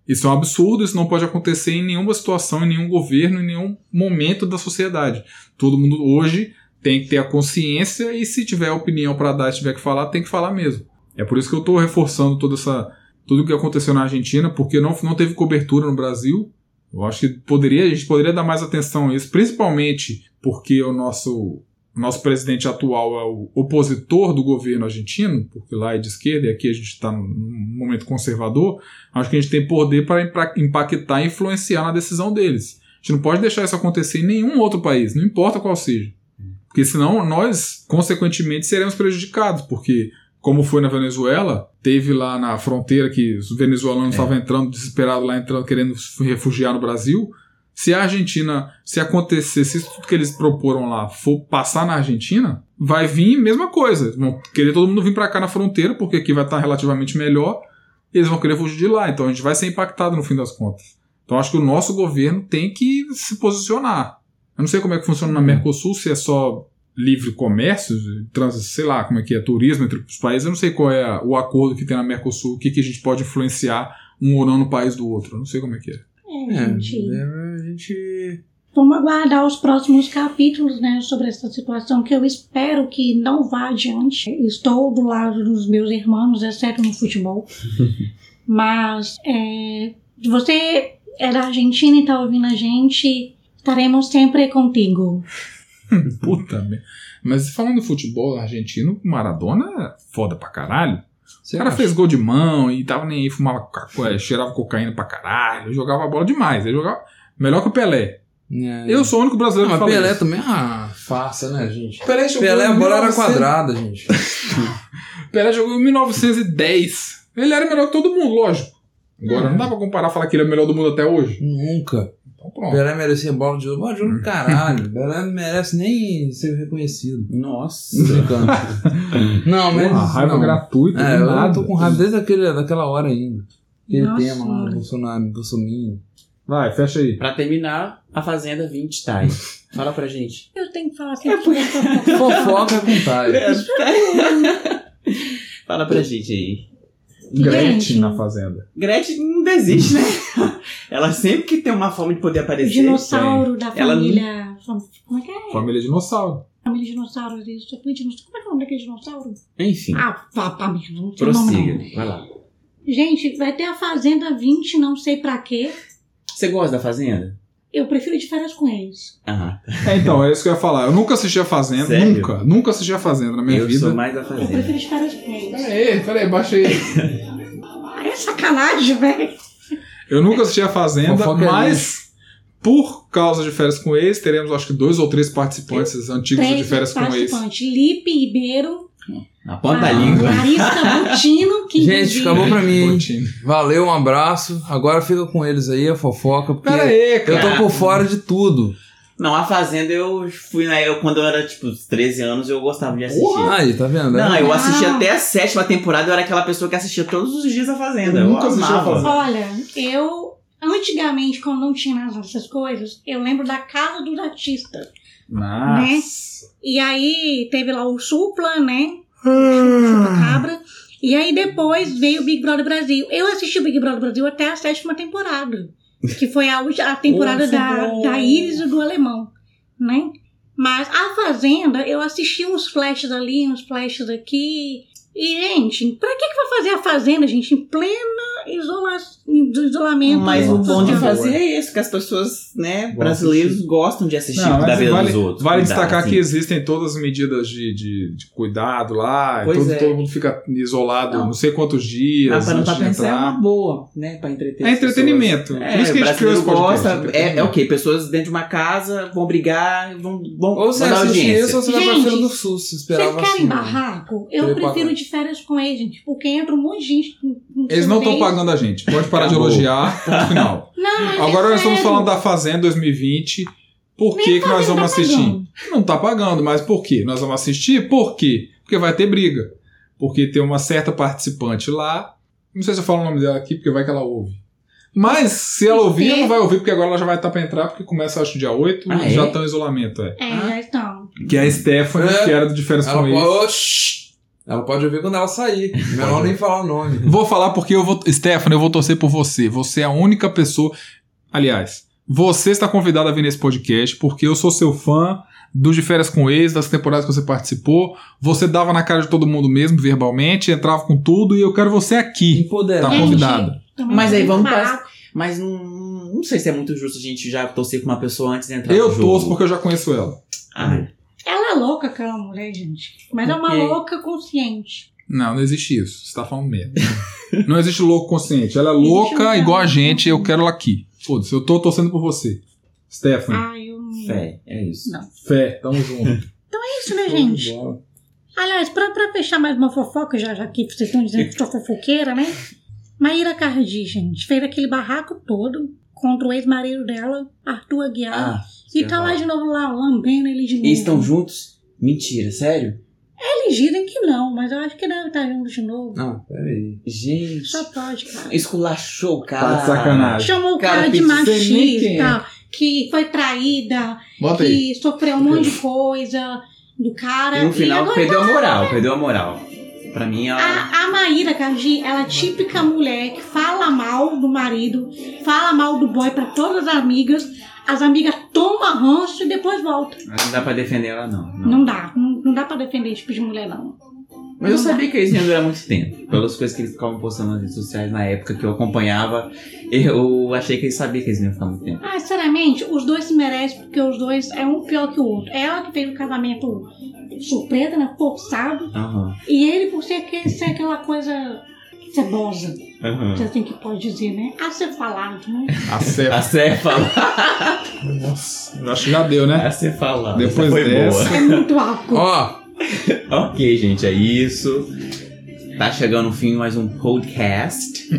[SPEAKER 1] Isso é um absurdo, isso não pode acontecer em nenhuma situação, em nenhum governo, em nenhum momento da sociedade. Todo mundo hoje tem que ter a consciência e se tiver opinião para dar, se tiver que falar, tem que falar mesmo. É por isso que eu estou reforçando toda essa tudo o que aconteceu na Argentina, porque não, não teve cobertura no Brasil. Eu acho que poderia, a gente poderia dar mais atenção a isso, principalmente porque o nosso, nosso presidente atual é o opositor do governo argentino, porque lá é de esquerda e aqui a gente está num momento conservador. Acho que a gente tem poder para impa- impactar e influenciar na decisão deles. A gente não pode deixar isso acontecer em nenhum outro país, não importa qual seja. Porque senão nós, consequentemente, seremos prejudicados, porque como foi na Venezuela, teve lá na fronteira que os venezuelanos estavam entrando desesperados lá, entrando querendo se refugiar no Brasil. Se a Argentina, se acontecer, se isso tudo que eles proporam lá for passar na Argentina, vai vir mesma coisa. Vão querer todo mundo vir para cá na fronteira, porque aqui vai estar relativamente melhor. Eles vão querer fugir de lá, então a gente vai ser impactado no fim das contas. Então acho que o nosso governo tem que se posicionar. Eu não sei como é que funciona na Mercosul, se é só livre comércio, trans, sei lá como é que é, turismo entre os países, eu não sei qual é a- o acordo que tem na Mercosul, o que, que a gente pode influenciar um ou não no país do outro, eu não sei como é que é.
[SPEAKER 4] É,
[SPEAKER 2] É,
[SPEAKER 4] gente.
[SPEAKER 2] deve- a gente.
[SPEAKER 4] Vamos aguardar os próximos capítulos, né, sobre essa situação que eu espero que não vá adiante. Estou do lado dos meus irmãos, exceto no futebol. Mas é, você é da Argentina e tá ouvindo a gente, estaremos sempre contigo.
[SPEAKER 1] Puta merda. Mas falando do futebol argentino, o Maradona é foda pra caralho. O
[SPEAKER 2] Você
[SPEAKER 1] cara
[SPEAKER 2] acha?
[SPEAKER 1] fez gol de mão e tava nem aí, fumava, co- eh, cheirava cocaína pra caralho, jogava bola demais, ele jogava melhor que o Pelé.
[SPEAKER 2] É.
[SPEAKER 1] Eu sou o único
[SPEAKER 2] Ah,
[SPEAKER 1] brasileiro que
[SPEAKER 2] mas
[SPEAKER 1] fala
[SPEAKER 2] Pelé
[SPEAKER 1] isso.
[SPEAKER 2] também. Ah, faça, né, gente?
[SPEAKER 1] Pelé, jogou
[SPEAKER 2] Pelé, a
[SPEAKER 1] em
[SPEAKER 2] bola era
[SPEAKER 1] 1900.
[SPEAKER 2] quadrada, gente. tá-
[SPEAKER 1] Pelé jogou em 1910. Ele era melhor que todo mundo, lógico. Agora, não dá pra comparar falar que ele é o melhor do mundo até hoje.
[SPEAKER 2] Nunca.
[SPEAKER 1] Então pronto.
[SPEAKER 2] Pelé merecia bola de ouro. Bola de ouro, do caralho. Pelé não merece nem ser reconhecido.
[SPEAKER 3] Nossa.
[SPEAKER 2] Tô brincando. não, mas.
[SPEAKER 1] Porra, raiva
[SPEAKER 2] não.
[SPEAKER 1] gratuita,
[SPEAKER 2] É,
[SPEAKER 1] do
[SPEAKER 2] eu
[SPEAKER 1] nada.
[SPEAKER 2] tô com raiva desde aquele, daquela hora ainda. Aquele
[SPEAKER 4] Nossa.
[SPEAKER 2] tema lá, Bolsonaro, Bolsonaro.
[SPEAKER 1] Vai, fecha aí.
[SPEAKER 3] Pra terminar, a Fazenda 20 tá aí. Fala pra gente.
[SPEAKER 4] Eu tenho que falar sempre sobre fofoca.
[SPEAKER 2] Fofoca é com Thay.
[SPEAKER 3] Fala pra gente aí.
[SPEAKER 1] Gretchen na fazenda.
[SPEAKER 3] Gretchen não desiste, né? Ela sempre que tem uma forma de poder
[SPEAKER 4] O
[SPEAKER 3] aparecer.
[SPEAKER 4] dinossauro da
[SPEAKER 3] Ela não-
[SPEAKER 4] família fam- Como é que é? um
[SPEAKER 1] Família dinossauro.
[SPEAKER 4] Família de dinossauros, isso. Família de dinossauros. Como é que é o nome daquele dinossauro?
[SPEAKER 3] Enfim,
[SPEAKER 4] Ah, vá pra merda. Não sei o nome,
[SPEAKER 3] prossiga.
[SPEAKER 4] não.
[SPEAKER 3] Vai lá.
[SPEAKER 4] Gente, vai ter a Fazenda 20, não sei pra quê.
[SPEAKER 3] Você gosta da Fazenda?
[SPEAKER 4] Eu prefiro de férias com eles.
[SPEAKER 3] Aham.
[SPEAKER 1] É, então, é isso que eu ia falar. Eu nunca assisti a Fazenda.
[SPEAKER 3] Sério?
[SPEAKER 1] Nunca. Nunca assisti a Fazenda na minha
[SPEAKER 3] Eu
[SPEAKER 1] vida.
[SPEAKER 3] sou mais da
[SPEAKER 4] Eu
[SPEAKER 3] Fazenda.
[SPEAKER 4] prefiro de férias com eles.
[SPEAKER 2] Peraí, peraí, baixa aí.
[SPEAKER 4] Ah, é sacanagem, velho.
[SPEAKER 1] Eu nunca assisti a Fazenda,
[SPEAKER 2] Fofoca é
[SPEAKER 1] mas por causa de Férias com Ex, teremos acho que dois ou três participantes antigos de
[SPEAKER 4] Três
[SPEAKER 1] Férias com Ex.
[SPEAKER 4] participantes. Lipe Ribeiro.
[SPEAKER 3] Na ponta da
[SPEAKER 4] Mar-
[SPEAKER 3] língua.
[SPEAKER 4] Marisa Butino. Que
[SPEAKER 2] Gente,
[SPEAKER 4] inclusive-
[SPEAKER 2] acabou pra mim. hein?
[SPEAKER 1] Continue.
[SPEAKER 2] Valeu, um abraço. Agora fica com eles aí, a fofoca. Porque
[SPEAKER 1] Pera aí,
[SPEAKER 2] eu
[SPEAKER 1] cara.
[SPEAKER 2] tô por fora de tudo.
[SPEAKER 3] Não, a Fazenda eu fui na. Eu, quando eu era, tipo, 13 anos, eu gostava
[SPEAKER 1] É
[SPEAKER 3] de assistir.
[SPEAKER 2] Aí, tá vendo?
[SPEAKER 3] Não, eu assisti
[SPEAKER 4] Não.
[SPEAKER 3] até a sétima temporada, eu era aquela pessoa que assistia todos os dias a Fazenda.
[SPEAKER 1] Eu
[SPEAKER 3] Eu,
[SPEAKER 1] nunca assisti a
[SPEAKER 3] amava.
[SPEAKER 1] Fazenda.
[SPEAKER 4] Olha, eu. Antigamente, quando não tinha essas coisas, eu lembro da Casa dos Artistas.
[SPEAKER 1] Nossa.
[SPEAKER 4] né? E aí teve lá o Supla, né?
[SPEAKER 3] Hum.
[SPEAKER 4] Supla Cabra. E aí depois veio o Big Brother Brasil. Eu assisti o Big Brother Brasil até a sétima temporada. Que foi a, ulti- a temporada
[SPEAKER 3] Nossa,
[SPEAKER 4] da,
[SPEAKER 3] bom.
[SPEAKER 4] da Iris e do Alemão, né? Mas a Fazenda, eu assisti uns flashes ali, uns flashes aqui. E, gente, pra que, que vai fazer a Fazenda, gente? Em plena isola... do isolamento.
[SPEAKER 3] Mas o bom
[SPEAKER 1] Nossa,
[SPEAKER 3] de
[SPEAKER 4] social.
[SPEAKER 3] fazer é isso, que as pessoas, né, brasileiros gostam de assistir
[SPEAKER 1] Não,
[SPEAKER 3] da
[SPEAKER 1] mas
[SPEAKER 3] vida
[SPEAKER 1] vale,
[SPEAKER 3] dos outros.
[SPEAKER 1] vale
[SPEAKER 3] cuidar,
[SPEAKER 1] destacar
[SPEAKER 3] assim.
[SPEAKER 1] que existem todas as medidas de, de, de cuidado lá. e
[SPEAKER 3] Pois
[SPEAKER 1] todo,
[SPEAKER 3] é.
[SPEAKER 1] todo mundo fica isolado não,
[SPEAKER 3] Não.
[SPEAKER 1] sei quantos
[SPEAKER 3] Mas
[SPEAKER 1] dias
[SPEAKER 3] pra não
[SPEAKER 1] antes
[SPEAKER 3] pra
[SPEAKER 1] de
[SPEAKER 3] pensar é uma
[SPEAKER 1] entrar.
[SPEAKER 3] boa, né? Pra entreter.
[SPEAKER 1] É
[SPEAKER 3] as pessoas.
[SPEAKER 1] entretenimento. Por
[SPEAKER 3] É,
[SPEAKER 1] isso
[SPEAKER 3] o
[SPEAKER 1] que a gente criou
[SPEAKER 3] brasileiro
[SPEAKER 1] esse podcast,
[SPEAKER 3] gosta. É, é o
[SPEAKER 1] entretenimento.
[SPEAKER 3] quê? Pessoas dentro de uma casa vão brigar, vão, vão
[SPEAKER 2] Ou você
[SPEAKER 3] vão dar
[SPEAKER 2] assiste
[SPEAKER 3] audiência.
[SPEAKER 2] isso ou você vai pra
[SPEAKER 4] Gente,
[SPEAKER 2] Feira do Sul, se
[SPEAKER 4] Vocês
[SPEAKER 2] esperava
[SPEAKER 4] querem
[SPEAKER 1] né?
[SPEAKER 2] assim.
[SPEAKER 4] barraco? Eu
[SPEAKER 2] Três, quatro
[SPEAKER 4] prefiro
[SPEAKER 2] anos.
[SPEAKER 4] de férias com eles, gente, porque entra um monte de gente. com- com
[SPEAKER 1] Eles não estão
[SPEAKER 4] sorteio.
[SPEAKER 1] pagando a gente. Pode parar de
[SPEAKER 3] Acabou.
[SPEAKER 1] elogiar. Ponto final.
[SPEAKER 4] Não, mas
[SPEAKER 1] Agora
[SPEAKER 4] é
[SPEAKER 1] nós estamos
[SPEAKER 4] sério.
[SPEAKER 1] falando da Fazenda 2020. Por
[SPEAKER 4] Nem
[SPEAKER 1] que, que nós
[SPEAKER 4] Fazenda
[SPEAKER 1] vamos
[SPEAKER 4] tá
[SPEAKER 1] assistir?
[SPEAKER 4] pagando.
[SPEAKER 1] Não tá pagando, mas por quê? Nós vamos assistir por quê? Porque vai ter briga. Porque tem uma certa participante lá. Não sei se eu falo o nome dela aqui, porque vai que ela ouve. Mas se ela ouvir, não vai ouvir, porque agora ela já vai estar pra entrar, porque começa, acho, dia 8
[SPEAKER 3] Ah,
[SPEAKER 1] e já
[SPEAKER 3] é?
[SPEAKER 1] tá em isolamento. É.
[SPEAKER 4] É, já estão.
[SPEAKER 1] Que é a Stephanie,
[SPEAKER 2] É.
[SPEAKER 1] que era do Diferença
[SPEAKER 2] Ela
[SPEAKER 1] com
[SPEAKER 2] pode...
[SPEAKER 1] Ex.
[SPEAKER 2] Oxi! Ela pode ouvir quando ela sair. Melhor nem falar o nome.
[SPEAKER 1] Vou falar porque eu vou. Stephanie, eu vou torcer por você. Você é a única pessoa. Aliás, você está convidada a vir nesse podcast porque eu sou seu fã do De Férias com Ex, das temporadas que você participou. Você dava na cara de todo mundo mesmo, verbalmente, entrava com tudo e eu quero você aqui. Tá
[SPEAKER 2] Empoderada.
[SPEAKER 4] Gente,
[SPEAKER 1] convidada.
[SPEAKER 4] também
[SPEAKER 3] Mas aí
[SPEAKER 4] tem
[SPEAKER 3] vamos
[SPEAKER 4] barraco.
[SPEAKER 3] Mas não, não sei se é muito justo a gente já torcer com uma pessoa antes de entrar
[SPEAKER 1] Eu
[SPEAKER 3] no jogo.
[SPEAKER 1] torço porque eu já conheço ela.
[SPEAKER 3] Ah,
[SPEAKER 4] Ela é louca, aquela mulher, gente. Mas é uma
[SPEAKER 3] Ok.
[SPEAKER 4] louca consciente.
[SPEAKER 1] Não, não existe isso. Você tá falando merda. não existe louco consciente. Ela é
[SPEAKER 4] Existe
[SPEAKER 1] louca
[SPEAKER 4] um
[SPEAKER 1] igual a
[SPEAKER 4] cara.
[SPEAKER 1] gente, eu quero ela aqui. Foda-se, eu tô torcendo por você. Stephanie,
[SPEAKER 4] Ah, eu me. É
[SPEAKER 3] fé, é isso.
[SPEAKER 4] Não.
[SPEAKER 1] fé, tamo junto.
[SPEAKER 4] isso, né, gente? Aliás, pra, pra fechar mais uma fofoca, já, já que vocês estão dizendo que eu sou fofoqueira, né? Maíra Cardi, gente, fez aquele barraco todo contra o ex-marido dela, Arthur Aguiar.
[SPEAKER 3] Ah,
[SPEAKER 4] e tá lá de novo, lá, lambendo ele de novo.
[SPEAKER 3] Eles estão juntos? Mentira, sério?
[SPEAKER 4] Eles dizem que não, mas eu acho que deve estar junto de novo.
[SPEAKER 2] Não, peraí.
[SPEAKER 3] Gente,
[SPEAKER 4] Só pode, cara.
[SPEAKER 3] esculachou o cara.
[SPEAKER 1] Tá de sacanagem.
[SPEAKER 4] Chamou o cara,
[SPEAKER 3] Cara,
[SPEAKER 4] de
[SPEAKER 3] eu pensei nem quem é.
[SPEAKER 4] machista, que foi traída,
[SPEAKER 1] Bota aí.
[SPEAKER 4] que sofreu um monte de coisa do cara.
[SPEAKER 3] E no final
[SPEAKER 4] agora
[SPEAKER 3] perdeu a moral, perdeu a moral. Pra mim, ela...
[SPEAKER 4] a, a Maíra Cardi, ela é a típica mulher que fala mal do marido, fala mal do boy pra todas as amigas, as amigas tomam ranço e depois volta.
[SPEAKER 3] não dá pra defender ela, não. não.
[SPEAKER 4] Não dá, não, não dá pra defender esse tipo de mulher, não.
[SPEAKER 3] Mas eu sabia que eles iam durar muito tempo. Pelas coisas que eles ficavam postando nas redes sociais na época que eu acompanhava, eu achei que eles sabiam que eles iam ficar muito tempo.
[SPEAKER 4] Ah, sinceramente, os dois se merecem porque os dois é um pior que o outro. Ela que fez o casamento surpresa, né? Forçado.
[SPEAKER 3] Aham.
[SPEAKER 4] E ele, por ser, que, ser aquela coisa cebosa,
[SPEAKER 3] Aham.
[SPEAKER 4] você tem que pode dizer, né? A ser falado, né?
[SPEAKER 1] A Stephanie.
[SPEAKER 3] Uhum. A Céfala.
[SPEAKER 1] Nossa, eu acho que já deu, né?
[SPEAKER 3] A Céfala.
[SPEAKER 1] Depois
[SPEAKER 3] Essa foi
[SPEAKER 1] dessa-
[SPEAKER 3] boa.
[SPEAKER 4] É muito álcool.
[SPEAKER 2] Ó,
[SPEAKER 3] Ok, gente, é isso. Tá chegando o fim de mais um podcast.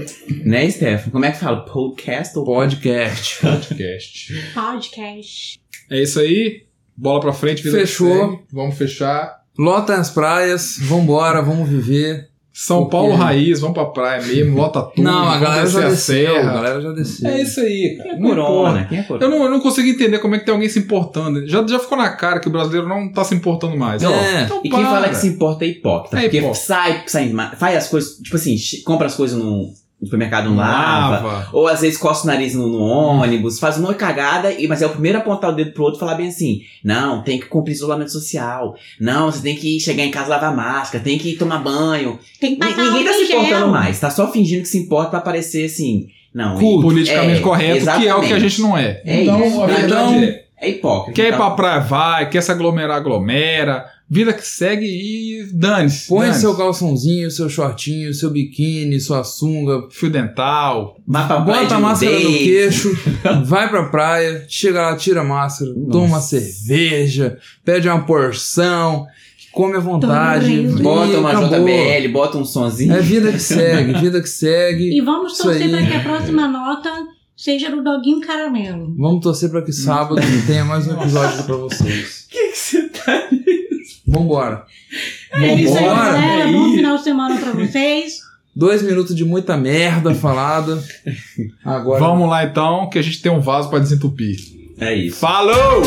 [SPEAKER 3] né, Stefan? Como é que fala? Podcast ou
[SPEAKER 2] podcast.
[SPEAKER 1] Podcast.
[SPEAKER 4] Podcast.
[SPEAKER 1] É isso aí. Bola pra frente, vida que
[SPEAKER 2] Fechou.
[SPEAKER 1] segue. Vamos fechar.
[SPEAKER 2] Lota as praias, vambora, vamos viver.
[SPEAKER 1] São
[SPEAKER 2] Ok.
[SPEAKER 1] Paulo Raiz, vamos pra praia mesmo, lota tudo.
[SPEAKER 2] Não, a
[SPEAKER 1] vamos
[SPEAKER 2] galera
[SPEAKER 1] descer
[SPEAKER 2] já
[SPEAKER 1] a
[SPEAKER 2] desceu. A
[SPEAKER 1] serra.
[SPEAKER 2] galera já desceu.
[SPEAKER 1] É isso aí, cara.
[SPEAKER 3] É
[SPEAKER 1] Não importa.
[SPEAKER 3] corona? Quem é corona?
[SPEAKER 1] Eu não, eu não consigo entender como é que tem alguém se importando. Já, já ficou na cara que o brasileiro não tá se importando mais.
[SPEAKER 3] Não.
[SPEAKER 2] É.
[SPEAKER 1] Então
[SPEAKER 3] E quem
[SPEAKER 1] para.
[SPEAKER 3] fala que se importa é hipócrita.
[SPEAKER 1] É
[SPEAKER 3] porque
[SPEAKER 1] hipócrita.
[SPEAKER 3] sai, sai, ma- faz as coisas, tipo assim, che- compra as coisas no, O supermercado não
[SPEAKER 1] Ah.
[SPEAKER 3] lava. Ou às vezes coça o nariz no, no ônibus, faz uma cagada, e, mas é o primeiro a apontar o dedo pro outro e falar bem assim: não, tem que cumprir isolamento social. Não, você tem que chegar em casa lavar máscara, tem que tomar banho.
[SPEAKER 4] Tem que é
[SPEAKER 3] Ni-
[SPEAKER 4] passar
[SPEAKER 3] Ninguém tá se
[SPEAKER 4] álcool em gel.
[SPEAKER 3] importando mais, tá só fingindo que se importa pra parecer assim. Não,
[SPEAKER 1] Culto,
[SPEAKER 3] e-
[SPEAKER 1] politicamente
[SPEAKER 3] é,
[SPEAKER 1] correto, que é o que a
[SPEAKER 3] exatamente.
[SPEAKER 1] gente não é.
[SPEAKER 3] É
[SPEAKER 2] Então,
[SPEAKER 3] isso.
[SPEAKER 2] a
[SPEAKER 1] verdade
[SPEAKER 3] Então, é hipócrita.
[SPEAKER 1] Quer ir
[SPEAKER 3] Então,
[SPEAKER 1] pra praia, vai. Quer se aglomerar, aglomera. Vida que segue e dane-se.
[SPEAKER 2] Põe
[SPEAKER 1] dane-se.
[SPEAKER 2] seu calçãozinho, seu shortinho, seu biquíni, sua sunga,
[SPEAKER 1] Fio dental.
[SPEAKER 3] mas pra praia de
[SPEAKER 2] bota a máscara no
[SPEAKER 3] nudez,
[SPEAKER 2] queixo, vai pra praia, chega lá, tira a máscara,
[SPEAKER 3] Nossa.
[SPEAKER 2] toma uma cerveja, pede uma porção, come à vontade,
[SPEAKER 4] Toma um
[SPEAKER 2] e
[SPEAKER 3] Bota uma
[SPEAKER 2] acabou.
[SPEAKER 3] JBL, bota um sonzinho.
[SPEAKER 2] É vida que segue, vida que segue.
[SPEAKER 4] E vamos
[SPEAKER 2] Isso
[SPEAKER 4] torcer
[SPEAKER 2] aí.
[SPEAKER 4] para que a próxima nota seja do doguinho caramelo.
[SPEAKER 2] Vamos torcer pra que sábado tenha mais um episódio pra vocês.
[SPEAKER 3] que que você tá...
[SPEAKER 2] Vambora.
[SPEAKER 4] É isso aí,
[SPEAKER 2] Vambora.
[SPEAKER 4] galera.
[SPEAKER 3] aí. né?
[SPEAKER 4] Bom final de semana pra vocês.
[SPEAKER 2] Dois minutos de muita merda falada. Agora
[SPEAKER 1] Vamos lá então, que a gente tem um vaso pra desentupir.
[SPEAKER 3] É isso.
[SPEAKER 1] Falou!